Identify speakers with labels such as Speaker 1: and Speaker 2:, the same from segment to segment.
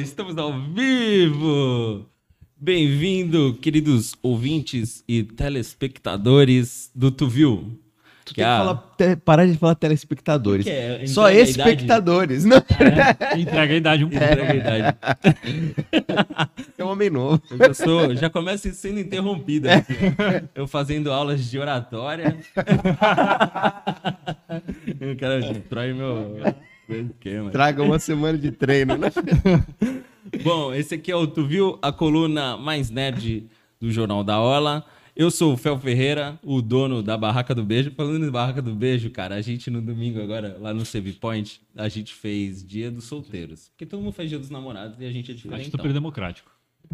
Speaker 1: Estamos ao vivo! Bem-vindo, queridos ouvintes e telespectadores do Tuvil.
Speaker 2: Tu
Speaker 1: Que
Speaker 2: tem que
Speaker 1: a-
Speaker 2: falar, te- parar de falar telespectadores.
Speaker 1: Que é,
Speaker 2: Só
Speaker 1: entrega a idade?
Speaker 2: espectadores. Não,
Speaker 3: Entrega a idade um pouco.
Speaker 1: Entrega a idade.
Speaker 2: é um homem novo.
Speaker 1: Eu já, sou, já começo sendo interrompido aqui. Eu fazendo aulas de oratória. o cara destrói meu meu esquema.
Speaker 2: Traga uma semana de treino, né?
Speaker 1: Bom, esse aqui é o Tu Viu, a coluna mais nerd do Jornal da Ola. Eu sou o Fel Ferreira, o dono da Barraca do Beijo. Falando em Barraca do Beijo, cara, a gente no domingo agora, lá no Save Point, a gente fez Dia dos Solteiros. Porque todo mundo faz Dia dos Namorados e a gente é
Speaker 3: Acho
Speaker 1: diferente.
Speaker 3: super democrático.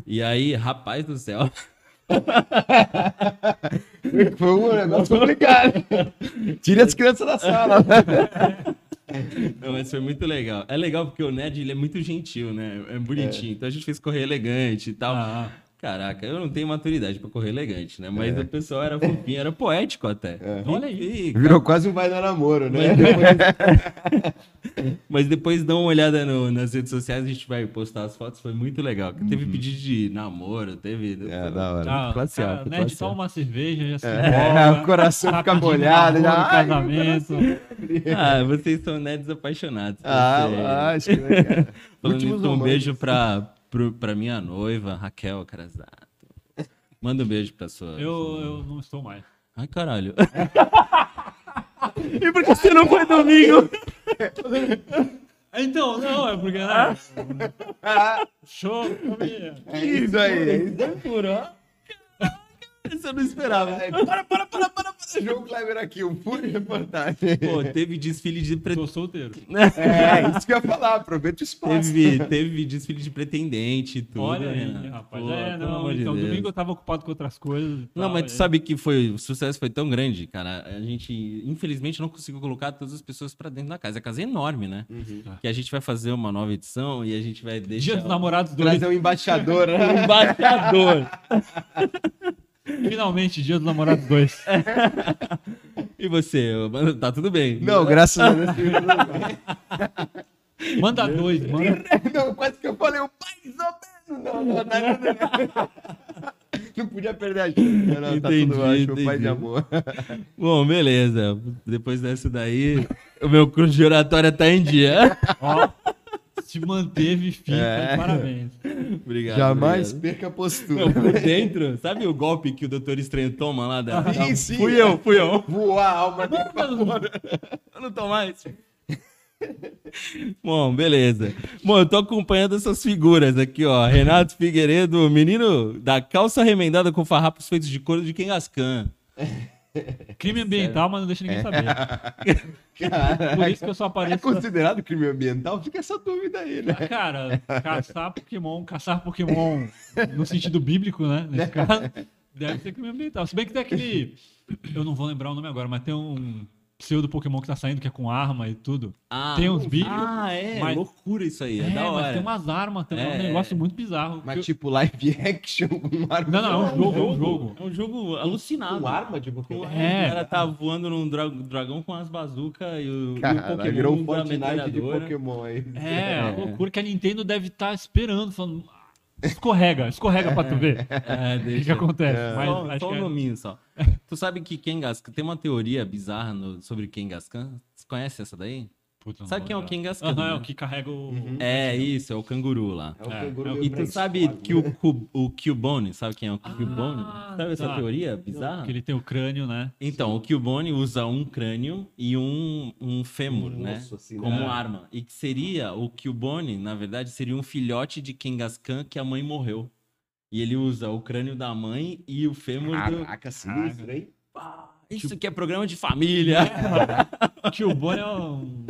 Speaker 1: E aí, rapaz do céu,
Speaker 2: Foi um negócio complicado. Tire as crianças da sala. né?
Speaker 1: Não, mas foi muito legal. É legal porque o Ned ele é muito gentil, né? É bonitinho. Então a gente fez correr elegante e tal.
Speaker 3: Ah,
Speaker 1: Caraca, eu não tenho maturidade pra correr elegante, né? Mas o pessoal era fofinho, era poético até. Olha aí.
Speaker 2: Virou quase um vai dar namoro,
Speaker 1: Mas
Speaker 2: né?
Speaker 1: depois, mas depois dá uma olhada no- nas redes sociais, a gente vai postar as fotos, foi muito legal. Teve pedido de namoro, teve.
Speaker 2: Uhum.
Speaker 1: né?
Speaker 2: É, da hora.
Speaker 3: ah,
Speaker 2: classe
Speaker 3: cara,
Speaker 2: A, foi
Speaker 3: Nerd
Speaker 2: classe
Speaker 3: toma
Speaker 2: A.
Speaker 3: uma cerveja, já se
Speaker 2: É,
Speaker 3: empolga,
Speaker 2: o coração
Speaker 3: tá
Speaker 2: fica
Speaker 3: pedindo
Speaker 2: molhado, já.
Speaker 3: namoro,
Speaker 2: Ai,
Speaker 3: casamento.
Speaker 1: Ah, vocês são nerds apaixonados. eu sei.
Speaker 2: Ah, acho que né, cara?
Speaker 1: Falando
Speaker 2: Últimos
Speaker 1: nisso, um
Speaker 2: romances.
Speaker 1: beijo pra, pro, pra minha noiva, Raquel Crasato. Manda um beijo pra sua.
Speaker 3: Eu, eu não estou mais.
Speaker 1: Ai, caralho. e por que você não foi domingo?
Speaker 3: Então, não, é porque. Né? Show,
Speaker 2: É Isso aí, é isso.
Speaker 1: Isso eu não esperava.
Speaker 2: Para, para, para, para, para. Jogo Kleber aqui, um furo de reportagem.
Speaker 1: Pô, teve desfile de pre-
Speaker 3: Estou solteiro.
Speaker 2: É, isso que eu ia falar, aproveita o espaço.
Speaker 1: Teve, teve desfile de pretendente e tudo.
Speaker 3: Olha aí,
Speaker 1: né?
Speaker 3: rapaz.
Speaker 1: Pô,
Speaker 3: é,
Speaker 1: pelo
Speaker 3: não,
Speaker 1: amor de
Speaker 3: então,
Speaker 1: Deus.
Speaker 3: domingo eu tava ocupado com outras coisas. e
Speaker 1: Não,
Speaker 3: tal,
Speaker 1: mas tu
Speaker 3: é.
Speaker 1: sabe que foi, o sucesso foi tão grande, cara. A gente, infelizmente, não conseguiu colocar todas as pessoas pra dentro da casa. A casa é enorme, né?
Speaker 2: Uhum.
Speaker 1: Que a gente vai fazer uma nova edição e a gente vai deixar.
Speaker 3: Dia dos Namorados 2.
Speaker 2: Trazer um embaixador, né?
Speaker 1: embaixador.
Speaker 3: Finalmente, Dia dos Namorados 2.
Speaker 1: e você? Mano, Tá tudo bem.
Speaker 2: Não, graças a Deus. teve tudo bem.
Speaker 3: Manda dois, manda.
Speaker 2: Não, quase que eu falei um mais ou menos. Não, não, não, não, não. Não podia perder a gente. Não, não, tá
Speaker 1: Entendi,
Speaker 2: tudo ótimo, pai
Speaker 1: entendi.
Speaker 2: de amor.
Speaker 1: Bom, beleza. Depois dessa daí, o meu curso de oratória tá em dia.
Speaker 3: Ó, se manteve firme, tá
Speaker 2: É.
Speaker 3: de parabéns.
Speaker 1: obrigado.
Speaker 2: Jamais
Speaker 1: obrigado.
Speaker 2: perca a
Speaker 1: Não,
Speaker 2: postura.
Speaker 1: por dentro, sabe o golpe que o doutor estranho toma lá da.
Speaker 2: Ah, Sim,
Speaker 1: da-
Speaker 2: sim. é
Speaker 1: Fui eu, fui eu.
Speaker 2: Voar a alma dele pra fora.
Speaker 1: Eu não tô mais. Bom, beleza. Bom, eu tô acompanhando essas figuras aqui, ó. Renato Figueiredo, o menino da calça remendada com farrapos feitos de couro de Kengascan.
Speaker 3: Crime ambiental, mas não deixa ninguém saber.
Speaker 2: Cara,
Speaker 3: Por isso que eu só
Speaker 2: é
Speaker 3: apareço.
Speaker 2: considerado crime ambiental? Fica essa dúvida aí, né?
Speaker 3: Cara, caçar Pokémon, caçar Pokémon no sentido bíblico, né? Nesse caso, deve ser crime ambiental. Se bem que tem aquele. Eu não vou lembrar o nome agora, mas tem um pseudo Pokémon que tá saindo, que é com arma e tudo.
Speaker 1: Ah,
Speaker 3: Tem uns bichos.
Speaker 1: Ah, é.
Speaker 3: mas-
Speaker 1: Loucura isso aí. É,
Speaker 3: É,
Speaker 1: da
Speaker 3: mas
Speaker 1: hora.
Speaker 3: tem umas armas também, é um
Speaker 1: É.
Speaker 3: negócio muito bizarro.
Speaker 2: Mas
Speaker 3: Que eu-
Speaker 2: tipo live action com arma.
Speaker 3: Não, não, é um jogo, é um jogo.
Speaker 1: É um jogo alucinado.
Speaker 2: Com arma de Pokémon?
Speaker 1: É.
Speaker 3: É.
Speaker 1: O cara tá voando num dra- dragão com as bazucas e o, e o
Speaker 2: Cara,
Speaker 1: Pokémon
Speaker 2: virou
Speaker 1: da
Speaker 2: um Fortnite de
Speaker 1: metralhadora.
Speaker 2: Pokémon aí.
Speaker 3: É, a loucura que a Nintendo deve estar esperando, falando. "Ah, Escorrega, escorrega pra tu ver.
Speaker 1: É,
Speaker 3: O que, que
Speaker 1: deixa.
Speaker 3: acontece? Mas
Speaker 1: só um
Speaker 3: acho
Speaker 1: só
Speaker 3: que
Speaker 1: o
Speaker 3: é-
Speaker 1: nominho só. tu sabe que Kengascan tem uma teoria bizarra no- sobre Kengascan? Você conhece essa daí?
Speaker 3: Puta, não
Speaker 1: Sabe
Speaker 3: vou
Speaker 1: quem é o
Speaker 3: lembrar.
Speaker 1: Kengascan?
Speaker 3: Aham, é
Speaker 1: né?
Speaker 3: o que carrega o.
Speaker 1: É isso, é o canguru lá.
Speaker 2: Uhum. É um
Speaker 3: É,
Speaker 2: canguru
Speaker 3: é o-
Speaker 2: meio
Speaker 1: E tu
Speaker 2: preguiçoso,
Speaker 1: sabe que
Speaker 2: né?
Speaker 1: o, Cu- o Cubone, sabe quem é o Cubone?
Speaker 3: Ah,
Speaker 1: sabe essa
Speaker 3: tá.
Speaker 1: teoria bizarra?
Speaker 3: Que ele tem o crânio, né?
Speaker 1: Então, o Cubone usa um crânio e um, um fêmur,
Speaker 2: Um
Speaker 1: né?
Speaker 2: osso, assim,
Speaker 1: como
Speaker 2: né?
Speaker 1: arma. E que seria, o Cubone, na verdade, seria um filhote de Kengaskan que a mãe morreu. E ele usa o crânio da mãe e o fêmur do...
Speaker 2: Caraca, sinistro, hein?
Speaker 1: Isso que é programa de família!
Speaker 3: Tio Boni é um.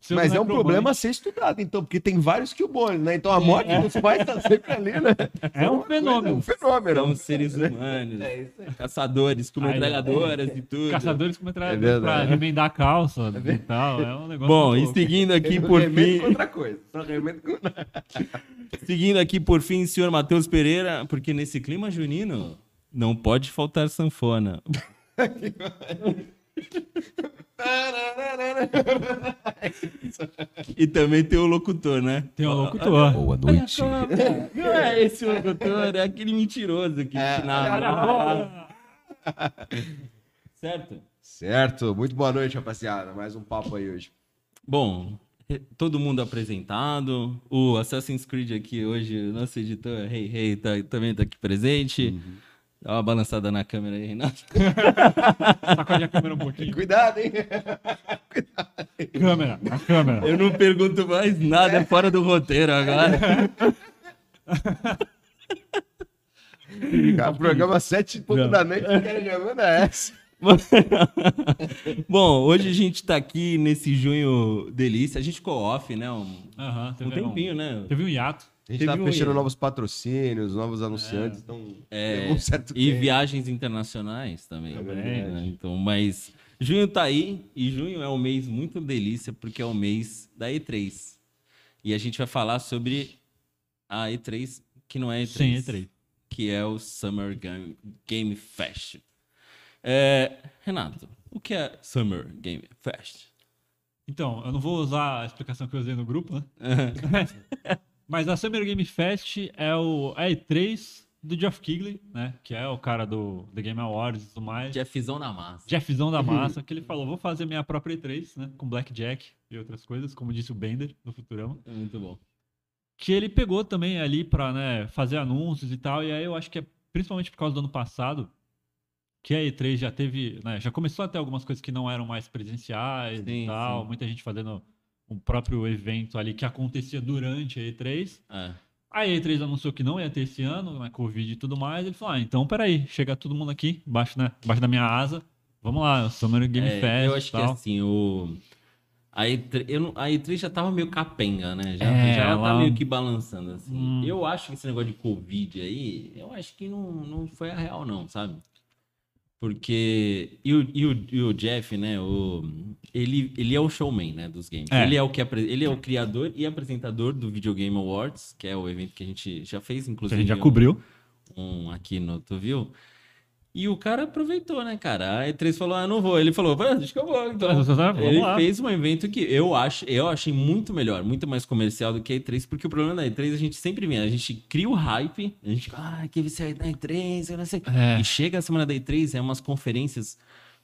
Speaker 3: seu
Speaker 2: Mas é um
Speaker 3: necromante.
Speaker 2: problema a ser estudado, então, porque tem vários killbones, né? Então a morte dos pais tá sempre ali, né?
Speaker 3: É um
Speaker 2: É um
Speaker 3: fenômeno.
Speaker 2: fenômeno.
Speaker 1: São seres humanos,
Speaker 2: É isso aí.
Speaker 1: caçadores com
Speaker 3: Ai,
Speaker 1: metralhadoras e tudo.
Speaker 3: Caçadores com metralhadora
Speaker 2: É
Speaker 3: pra
Speaker 2: verdade.
Speaker 3: remendar a calça e tal. É um negócio.
Speaker 1: Bom, e
Speaker 3: louco.
Speaker 1: seguindo aqui por
Speaker 2: Remendo
Speaker 1: fim...
Speaker 2: com outra coisa. Só remendo com...
Speaker 1: Seguindo aqui, por fim, senhor Matheus Pereira, porque nesse clima junino não pode faltar sanfona. E também tem o locutor, né?
Speaker 3: Tem um locutor.
Speaker 4: Boa noite.
Speaker 1: Não é esse locutor, é aquele mentiroso que
Speaker 2: É.
Speaker 1: te narra. Certo?
Speaker 2: Certo, muito boa noite, rapaziada. Mais um papo aí hoje.
Speaker 1: Bom, eh, todo mundo apresentado. O Assassin's Creed aqui hoje, o nosso editor, Rei Rei, tá, também tá aqui presente. Dá uma balançada na câmera aí, Renato.
Speaker 3: Sacode a câmera um pouquinho.
Speaker 2: Cuidado, hein?
Speaker 3: Câmera, a câmera.
Speaker 1: Eu não pergunto mais nada, é fora do roteiro agora.
Speaker 2: Cara, programa 7 e pouco
Speaker 3: Não.
Speaker 2: da noite, o cara já manda essa.
Speaker 1: Bom, hoje a gente tá aqui nesse junho delícia. A gente ficou off, né? Um,
Speaker 3: Aham,
Speaker 1: um
Speaker 3: teve
Speaker 1: tempinho, né?
Speaker 3: Teve um hiato.
Speaker 2: A gente
Speaker 1: Teve
Speaker 2: tava
Speaker 1: um
Speaker 2: fechando
Speaker 1: erro.
Speaker 2: novos patrocínios, novos anunciantes, então
Speaker 1: É,
Speaker 2: levou um certo
Speaker 1: e
Speaker 2: tempo.
Speaker 1: viagens internacionais também.
Speaker 2: Também,
Speaker 1: né?
Speaker 2: verdade.
Speaker 1: Então, mas junho tá aí e junho é um mês muito delícia porque é o mês da E3. E a gente vai falar sobre a E3 que não é E3,
Speaker 3: Sim, E3.
Speaker 1: que é o Summer Game, Game Fest. É, Renato, o que é Summer Game Fest?
Speaker 3: Então, eu não vou usar a explicação que eu usei no grupo, né? Mas a Summer Game Fest é o é a E3 do Geoff Keighley, né? Que é o cara do The Game Awards e tudo mais.
Speaker 1: Jeffzão na massa.
Speaker 3: Jeffzão
Speaker 1: Uhum.
Speaker 3: da massa, que ele falou, vou fazer minha própria E3, né? Com Blackjack e outras coisas, como disse o Bender no Futurama.
Speaker 1: Muito bom.
Speaker 3: que ele pegou também ali pra né, fazer anúncios e tal. E aí eu acho que é principalmente por causa do ano passado, que a E3 já teve, né, já começou a ter algumas coisas que não eram mais presenciais
Speaker 1: Sim,
Speaker 3: e tal,
Speaker 1: sim.
Speaker 3: muita gente fazendo um próprio evento ali que acontecia durante a E3.
Speaker 1: É.
Speaker 3: A E3 anunciou que não ia ter esse ano, na Covid e tudo mais. Ele falou: ah, então peraí, chega todo mundo aqui, embaixo, né, embaixo da minha asa. Vamos lá, Summer Game
Speaker 1: É,
Speaker 3: Fest.
Speaker 1: Eu acho
Speaker 3: e
Speaker 1: que
Speaker 3: tal.
Speaker 1: assim, o. A E3, eu não- a E3 já tava meio capenga, né? Já,
Speaker 3: É,
Speaker 1: já ela tá
Speaker 3: ela-
Speaker 1: meio que balançando, assim.
Speaker 3: Hum.
Speaker 1: Eu acho que esse negócio de Covid aí, eu acho que não, não foi a real, não, sabe? Porque. E o, e o, e o Jeff, né? O, ele, ele é o showman, né? Dos games.
Speaker 3: É.
Speaker 1: Ele, é o que, apre- ele é o criador e apresentador do Video Game Awards, que é o evento que a gente já fez,
Speaker 3: Que
Speaker 1: inclusive.
Speaker 3: a gente já
Speaker 1: um-
Speaker 3: cobriu.
Speaker 1: um aqui no Tu Viu? E o cara aproveitou, né, cara? A E3 falou, ah, não vou. Ele falou, "Vai, acho que eu vou, então.
Speaker 3: ah, Vamos
Speaker 1: Ele
Speaker 3: lá.
Speaker 1: fez um evento que eu acho, eu achei muito melhor, muito mais comercial do que a E3, porque o problema da E3 a gente sempre vem, a gente cria o hype, a gente, ah, que você vai na E3, eu não sei.
Speaker 3: É.
Speaker 1: E chega a semana da E3, é umas conferências,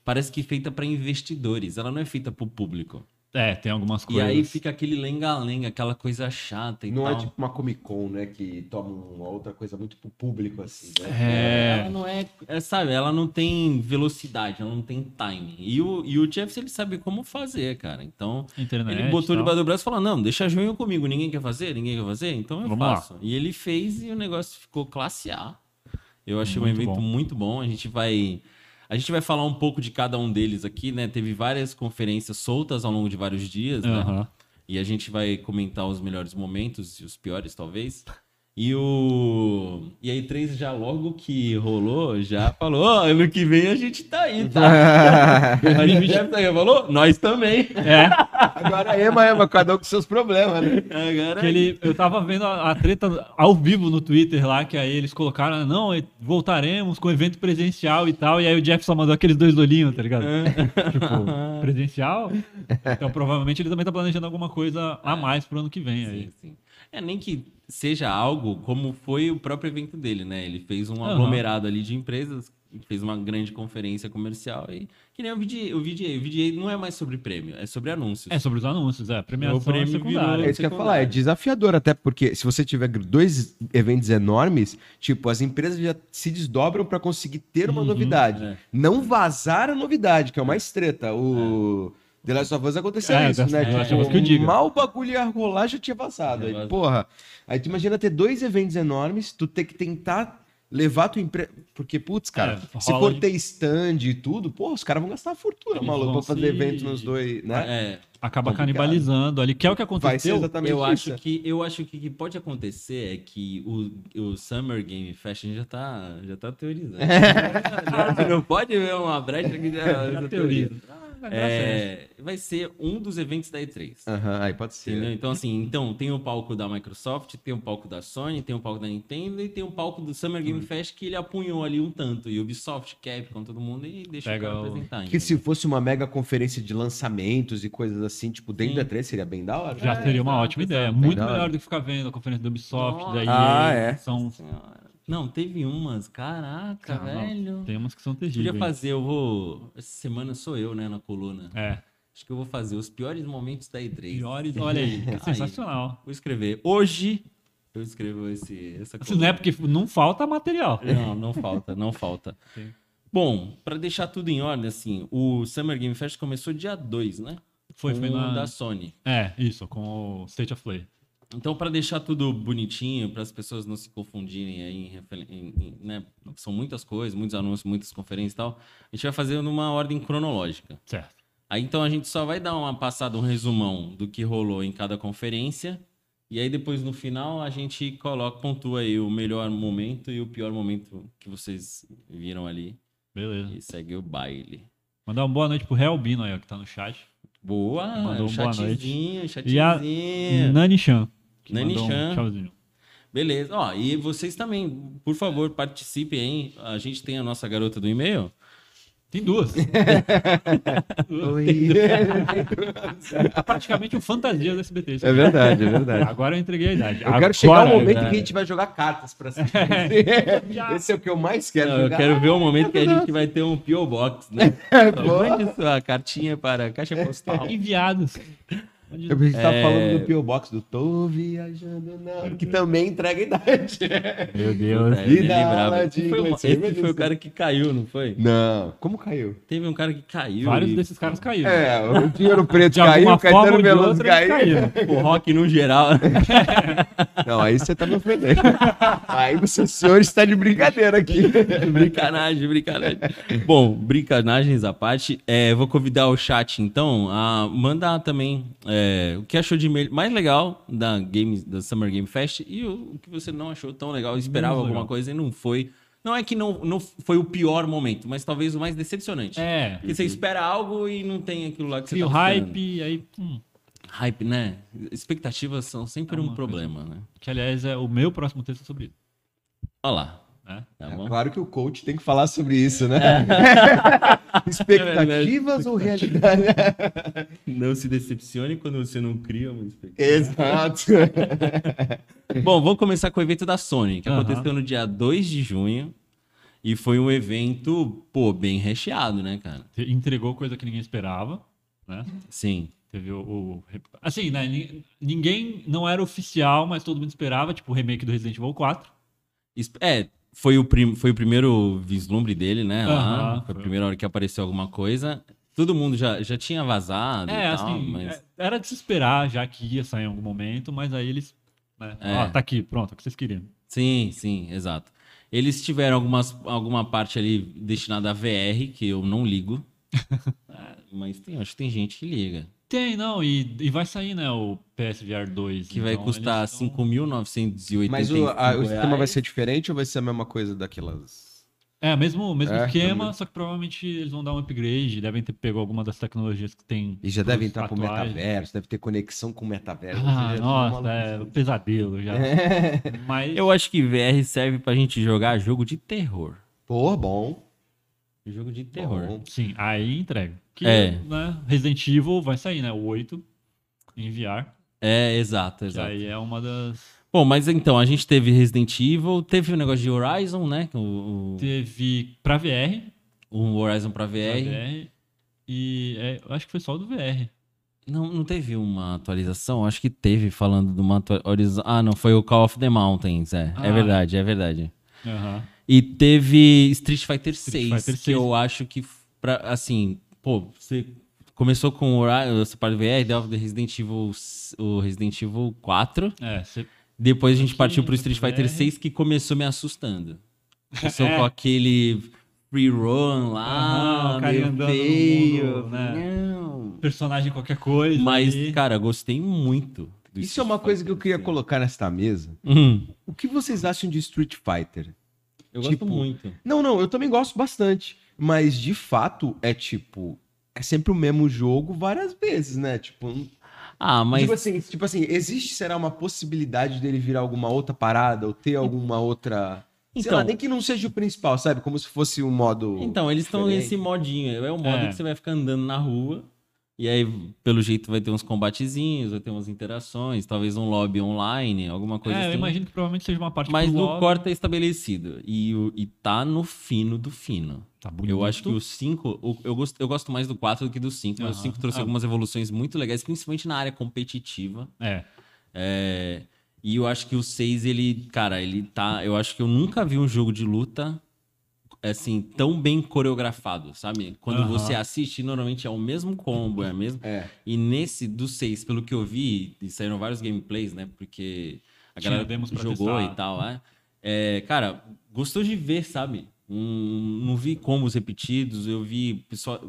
Speaker 1: parece que feita para investidores, ela não é feita pro público.
Speaker 3: É, tem algumas
Speaker 1: E
Speaker 3: coisas.
Speaker 1: aí fica aquele lenga-lenga, aquela coisa chata e
Speaker 2: Não
Speaker 1: tal.
Speaker 2: é tipo uma Comic Con, né? Que toma uma outra coisa muito pro público, assim, né?
Speaker 3: É.
Speaker 1: Ela não é, é, sabe, ela não tem velocidade, ela não tem timing. E o, e o Jeffs, ele sabe como fazer, cara. Então,
Speaker 3: Internet,
Speaker 1: ele botou
Speaker 3: e tal.
Speaker 1: debaixo do braço e falou, não, deixa junho comigo, ninguém quer fazer, ninguém quer fazer, então eu
Speaker 3: Vamos lá.
Speaker 1: faço. E ele fez e o negócio ficou classe A. Eu achei um
Speaker 3: Muito
Speaker 1: evento
Speaker 3: bom.
Speaker 1: muito bom, a gente vai... A gente vai falar um pouco de cada um deles aqui, né? Teve várias conferências soltas ao longo de vários dias, né?
Speaker 3: Aham.
Speaker 1: E a gente vai comentar os melhores momentos e os piores, talvez. E o. E aí, três já logo que rolou, já falou: Ó, ano que vem a gente tá aí, tá?
Speaker 2: É.
Speaker 1: a gente já tá aí, falou? Nós também.
Speaker 3: É.
Speaker 2: Agora é, Ema, cada um com seus problemas, né?
Speaker 1: Agora. é
Speaker 3: Que ele, eu tava vendo a, a treta ao vivo no Twitter lá, que aí eles colocaram, não, e- voltaremos com evento presencial e tal, e aí o Jeff só mandou aqueles dois olhinhos, tá ligado?
Speaker 2: É.
Speaker 3: tipo, presencial? Então provavelmente ele também tá planejando alguma coisa a mais pro ano que vem aí.
Speaker 1: Sim, sim. É, nem que seja algo como foi o próprio evento dele, né? Ele fez um
Speaker 3: Aham.
Speaker 1: aglomerado ali de empresas, fez uma grande conferência comercial e. Que nem o VDA. O VDA, o VDA não é mais sobre prêmio, é sobre anúncios.
Speaker 3: É sobre os anúncios, é. A
Speaker 1: O
Speaker 3: premiação é
Speaker 1: prêmio
Speaker 3: secundária.
Speaker 1: virou-
Speaker 2: É isso que eu ia falar, é desafiador até porque se você tiver dois eventos enormes, tipo, as empresas já se desdobram pra conseguir ter
Speaker 3: Uhum,
Speaker 2: uma novidade.
Speaker 1: é.
Speaker 2: Não vazar a novidade, que é o mais treta. O The Last of Us aconteceu
Speaker 3: É,
Speaker 2: isso,
Speaker 3: The
Speaker 2: né?
Speaker 3: Last of
Speaker 2: Tipo,
Speaker 3: Us que eu É, digo.
Speaker 2: mal o bagulho ia rolar, já tinha vazado.
Speaker 1: Já
Speaker 2: Aí,
Speaker 1: vazou.
Speaker 2: porra, aí tu imagina ter dois eventos enormes, tu ter que tentar levar tua empresa... Porque, putz, cara,
Speaker 3: É,
Speaker 2: se
Speaker 3: rola
Speaker 2: for
Speaker 3: de-
Speaker 2: ter stand e tudo, porra, os caras vão gastar uma fortuna,
Speaker 3: Eles
Speaker 2: maluco, pra
Speaker 3: vão
Speaker 2: fazer
Speaker 3: se-
Speaker 2: evento nos dois, né?
Speaker 1: É,
Speaker 3: Acaba
Speaker 2: Complicado.
Speaker 3: canibalizando ali, que é o que
Speaker 2: Vai ser
Speaker 3: aconteceu.
Speaker 2: exatamente
Speaker 1: Eu
Speaker 2: isso.
Speaker 1: acho, que, eu acho que o que pode acontecer é que o, o Summer Game Fest a gente já tá, já tá teorizando. Você não pode ver uma brecha que já, já
Speaker 3: teoriza.
Speaker 1: teoriza. Ah,
Speaker 3: graça é essa.
Speaker 1: É, vai ser um dos eventos da E3.
Speaker 2: Aham, aí pode ser.
Speaker 1: Entendeu? Então, assim, então, tem o palco da Microsoft, tem o palco da Sony, tem o palco da Nintendo e tem o palco do Summer Game Fest que ele apunhou ali um tanto. E Ubisoft, Capcom, todo mundo, e deixa
Speaker 3: Pega
Speaker 1: o cara
Speaker 3: o-
Speaker 1: apresentar.
Speaker 2: Que
Speaker 1: entendeu?
Speaker 2: se fosse uma mega conferência de lançamentos e coisas assim, tipo, dentro
Speaker 1: Sim.
Speaker 2: da E3 seria bem da hora.
Speaker 3: Já
Speaker 1: É,
Speaker 3: seria uma
Speaker 1: exato,
Speaker 3: ótima
Speaker 1: exato.
Speaker 3: ideia.
Speaker 1: Tem
Speaker 3: Muito
Speaker 2: da hora.
Speaker 3: melhor do que ficar vendo a conferência do Ubisoft, da EA.
Speaker 2: Ah, é.
Speaker 3: São,
Speaker 1: Senhora. Não, teve umas. Caraca,
Speaker 3: Cara, não,
Speaker 1: velho.
Speaker 3: tem umas que são
Speaker 1: Podia
Speaker 3: terríveis.
Speaker 1: fazer, eu vou. Essa semana sou eu, né, na coluna.
Speaker 3: É.
Speaker 1: Acho que eu vou fazer os piores momentos da E3.
Speaker 3: Piores, olha aí. que
Speaker 1: Aí.
Speaker 3: sensacional.
Speaker 1: Vou escrever. Hoje eu escrevo esse, essa
Speaker 3: Assim, não é porque não falta material.
Speaker 1: Não, não falta, não falta.
Speaker 3: Sim.
Speaker 1: Bom, pra deixar tudo em ordem, assim, o Summer Game Fest começou dia 2, né?
Speaker 3: Foi,
Speaker 1: Com
Speaker 3: foi
Speaker 1: o
Speaker 3: na.
Speaker 1: da Sony.
Speaker 3: É, isso, com o State of Play.
Speaker 1: Então, pra deixar tudo bonitinho, para as pessoas não se confundirem aí, em referen- em- em, né? São muitas coisas, muitos anúncios, muitas conferências e tal. A gente vai fazer numa ordem cronológica.
Speaker 3: Certo.
Speaker 1: Aí então a gente só vai dar uma passada, um resumão do que rolou em cada conferência. E aí depois no final a gente coloca, pontua aí o melhor momento e o pior momento que vocês viram ali.
Speaker 3: Beleza.
Speaker 1: E segue o baile.
Speaker 3: Mandar uma boa noite pro Helbino aí, ó, que tá no chat.
Speaker 1: Boa!
Speaker 3: Mandou um boa
Speaker 1: chatezinho,
Speaker 3: E a
Speaker 1: chatezinho.
Speaker 3: Nani Chan. que
Speaker 1: É. Nani
Speaker 3: mandou um
Speaker 1: Chan.
Speaker 3: tchauzinho.
Speaker 1: Beleza. Ó, e vocês também, por favor, participem, hein? A gente tem a nossa garota do e-mail.
Speaker 3: Tem duas.
Speaker 2: Oi.
Speaker 3: É praticamente o fantasia do SBT. isso
Speaker 2: é
Speaker 3: aqui.
Speaker 2: verdade, é verdade.
Speaker 3: Agora eu entreguei a idade.
Speaker 2: Eu quero chegar
Speaker 3: Agora, né?
Speaker 2: um momento
Speaker 3: cara.
Speaker 2: que a gente vai jogar cartas pra cima.
Speaker 3: Já.
Speaker 2: Esse é o que eu mais quero
Speaker 1: Não, eu
Speaker 2: jogar.
Speaker 1: quero ver o momento que a gente vai ter um P.O. Box, né?
Speaker 2: boa.
Speaker 1: Mande sua cartinha para a Caixa Postal.
Speaker 3: Enviados.
Speaker 2: Eu pensei que você tava
Speaker 1: É.
Speaker 2: falando do P.O. Box do Tô Viajando Não, que também entrega idade.
Speaker 3: Meu Deus.
Speaker 1: É, ele
Speaker 2: E da
Speaker 1: lembrava.
Speaker 2: aula de
Speaker 1: Foi uma-
Speaker 2: inglês, meu
Speaker 1: Esse
Speaker 2: Deus
Speaker 1: foi o
Speaker 2: do
Speaker 1: cara que caiu, não foi?
Speaker 2: Não, como caiu?
Speaker 1: Teve um cara que caiu.
Speaker 3: Vários
Speaker 1: e,
Speaker 3: desses caras caíram.
Speaker 2: É, o Dinheiro Preto
Speaker 3: De alguma
Speaker 2: caiu, o
Speaker 3: forma
Speaker 2: Caetano
Speaker 3: ou de
Speaker 2: Veloso
Speaker 3: outra, eles
Speaker 2: caiu.
Speaker 3: caíram.
Speaker 1: O rock no geral.
Speaker 2: Não, aí você tá me ofendendo. aí você, senhor, está de brincadeira aqui.
Speaker 1: brincanagem, brincanagem. Bom, brincanagens à parte, é, vou convidar o chat então a mandar também é, o que achou de me- mais legal da, Games, da Summer Game Fest e o, o que você não achou tão legal, esperava
Speaker 3: Menos
Speaker 1: alguma
Speaker 3: legal.
Speaker 1: coisa e não foi. Não é que não, não foi o pior momento, mas talvez o mais decepcionante.
Speaker 3: É.
Speaker 1: Porque você tá espera algo e não tem aquilo lá que você
Speaker 3: Cria o
Speaker 1: tava
Speaker 3: hype,
Speaker 1: esperando.
Speaker 3: e aí. hum,
Speaker 1: Hype, né? Expectativas são sempre
Speaker 3: É
Speaker 1: um
Speaker 3: uma coisa.
Speaker 1: problema, né?
Speaker 3: que aliás é o meu próximo texto sobre isso.
Speaker 1: Olha lá.
Speaker 3: Né?
Speaker 1: Tá
Speaker 2: É
Speaker 1: bom?
Speaker 2: claro que o coach tem que falar sobre isso, né? Expectativas ou realidade?
Speaker 1: Não se decepcione quando você não cria uma expectativa.
Speaker 2: Exato.
Speaker 1: É. Bom, vamos começar com o evento da Sony, que
Speaker 3: Aham.
Speaker 1: aconteceu no dia 2 de junho. E foi um evento, pô, bem recheado, né, cara?
Speaker 3: Te- Entregou coisa que ninguém esperava, né?
Speaker 1: Sim.
Speaker 3: Teve o. o- assim, né? ni- Ninguém. Não era oficial, mas todo mundo esperava, tipo, o remake do Resident Evil 4.
Speaker 1: Esp- É, foi o, prim- foi o primeiro vislumbre dele, né? lá.
Speaker 3: Aham.
Speaker 1: Foi a primeira hora que apareceu alguma coisa. Todo mundo já, já tinha vazado
Speaker 3: É,
Speaker 1: e tal,
Speaker 3: assim,
Speaker 1: mas.
Speaker 3: é- era de se esperar já que ia sair em algum momento, mas aí eles. Né?
Speaker 1: É.
Speaker 3: Ó, tá aqui, pronto, é o que vocês queriam.
Speaker 1: Sim, sim, exato. Eles tiveram algumas, alguma parte ali destinada a VR, que eu não ligo. Ah, mas tem, acho que tem gente que liga.
Speaker 3: Tem, não, e, e vai sair, né, o PSVR 2.
Speaker 1: Que vai
Speaker 3: então
Speaker 1: custar
Speaker 3: eles tão-
Speaker 1: 5.985
Speaker 2: Mas o, a- o sistema vai
Speaker 1: reais.
Speaker 2: ser diferente ou vai ser a mesma coisa daquelas?
Speaker 3: É, mesmo, mesmo
Speaker 2: É,
Speaker 3: esquema,
Speaker 2: também.
Speaker 3: só que provavelmente eles vão dar um upgrade, devem ter pego alguma das tecnologias que tem.
Speaker 2: E já deve entrar pro
Speaker 3: atuais.
Speaker 2: metaverso, deve ter conexão com o metaverso. assim,
Speaker 3: Ah,
Speaker 2: ou seja,
Speaker 3: nossa,
Speaker 2: uma
Speaker 3: é um
Speaker 2: maluquice.
Speaker 3: pesadelo já.
Speaker 2: É.
Speaker 3: Mas
Speaker 1: Eu acho que VR serve pra gente jogar jogo de terror.
Speaker 2: Pô, bom.
Speaker 1: Jogo de terror.
Speaker 2: bom.
Speaker 3: sim, aí entrega. Que,
Speaker 1: É.
Speaker 3: né, Resident Evil vai sair, né? O 8 em VR.
Speaker 1: É, exato,
Speaker 3: Que
Speaker 1: exato.
Speaker 3: aí é uma das.
Speaker 1: Bom, mas então, a gente teve Resident Evil, teve o negócio de Horizon, né? O,
Speaker 3: Teve pra VR.
Speaker 1: o- o Horizon pra
Speaker 3: pra
Speaker 1: VR.
Speaker 3: VR, e é, eu acho que foi só o do VR.
Speaker 1: Não, não teve uma atualização? Acho que teve, falando de uma atualização. Ah, não, foi o Call of the Mountains, é. É
Speaker 3: Ah.
Speaker 1: verdade, é verdade.
Speaker 3: Aham.
Speaker 1: E teve Street Fighter 6,
Speaker 3: Fighter
Speaker 1: que
Speaker 3: 6.
Speaker 1: eu acho que, pra, assim, pô, você começou com o Horizon, você para o VR, deu o Resident Evil, o Resident Evil 4.
Speaker 3: É, você
Speaker 1: Depois a gente
Speaker 3: Aqui,
Speaker 1: partiu pro Street Fighter
Speaker 3: VR.
Speaker 1: 6, que começou me assustando. Começou
Speaker 3: É.
Speaker 1: com aquele free run lá,
Speaker 3: Aham, o cara
Speaker 1: meio
Speaker 3: andando no
Speaker 1: feio.
Speaker 3: mundo, né?
Speaker 1: Não.
Speaker 3: personagem qualquer coisa.
Speaker 1: Mas,
Speaker 3: aí-
Speaker 1: cara, gostei muito. do
Speaker 2: Isso é
Speaker 1: Street
Speaker 2: uma coisa que eu
Speaker 1: Fighter,
Speaker 2: queria
Speaker 1: assim.
Speaker 2: colocar nesta mesa.
Speaker 1: Hum,
Speaker 2: O que vocês acham de Street Fighter?
Speaker 1: eu
Speaker 2: Tipo,
Speaker 1: gosto muito.
Speaker 2: Não, não, eu também gosto bastante. Mas de fato é tipo. é sempre o mesmo jogo várias vezes, né? Tipo, não-
Speaker 1: Ah, mas.
Speaker 2: tipo, assim, tipo assim, existe, será uma possibilidade dele virar alguma outra parada ou ter alguma outra. sei
Speaker 1: Então-
Speaker 2: lá, nem que não seja o principal, sabe? Como se fosse um modo.
Speaker 1: Então, eles estão
Speaker 2: diferente.
Speaker 1: nesse modinho. É um modo
Speaker 3: É.
Speaker 1: que você vai ficar andando na rua. E aí, pelo jeito, vai ter uns combatezinhos, vai ter umas interações, talvez um lobby online, alguma coisa
Speaker 3: É, eu
Speaker 1: assim.
Speaker 3: imagino que provavelmente seja uma
Speaker 2: tipo,
Speaker 3: parte
Speaker 1: Mas
Speaker 3: pro
Speaker 1: no
Speaker 3: lobby.
Speaker 1: corte é estabelecido. E, o- e tá no fino do fino.
Speaker 3: Tá bonito.
Speaker 1: Eu acho que o 5. Eu gosto, eu gosto mais do 4 do que do 5, mas o
Speaker 3: Aham.
Speaker 1: 5 trouxe
Speaker 3: Ah.
Speaker 1: algumas evoluções muito legais, principalmente na área competitiva.
Speaker 3: É.
Speaker 1: É, e eu acho que o 6, ele, cara, ele tá. Eu acho que eu nunca vi um jogo de luta assim, tão bem coreografado, sabe? Quando
Speaker 3: Aham.
Speaker 1: você assiste, normalmente é o mesmo combo, é o mesmo.
Speaker 2: É.
Speaker 1: E nesse do 6, pelo que eu vi, e saíram vários gameplays, né? Porque a
Speaker 3: Tinha
Speaker 1: galera
Speaker 3: demos pra
Speaker 1: jogou
Speaker 3: testar.
Speaker 1: e tal, né? É, cara, gostou de ver, sabe? Um- não vi combos repetidos, eu vi pessoal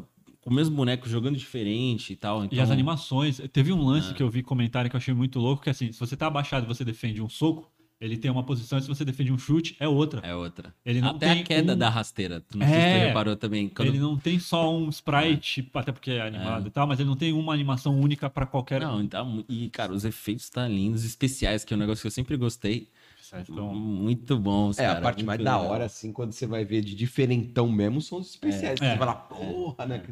Speaker 1: com o mesmo boneco jogando diferente e tal.
Speaker 3: E
Speaker 1: então- Ah.
Speaker 3: as animações. Teve um lance que eu vi comentário que eu achei muito louco, que assim, se você tá abaixado e você defende um soco, ele tem uma posição, e se você defende um chute, é outra.
Speaker 1: É outra.
Speaker 3: Ele não
Speaker 1: Até
Speaker 3: tem
Speaker 1: a queda
Speaker 3: um-
Speaker 1: da rasteira. Tu não sei se tu
Speaker 3: É.
Speaker 1: reparou também. Quando...
Speaker 3: Ele não tem só um sprite, até porque é animado e tal, mas ele não tem uma animação única pra qualquer.
Speaker 1: Não, tá mu- E, cara, os efeitos tá lindos, especiais, que é um negócio que eu sempre gostei.
Speaker 3: Certo?
Speaker 1: M-
Speaker 3: Então,
Speaker 1: Muito bom.
Speaker 2: É, a parte mais da
Speaker 1: então-
Speaker 2: hora, assim, quando você vai ver de diferentão mesmo, são os especiais.
Speaker 3: É.
Speaker 2: Você vai lá, porra, né?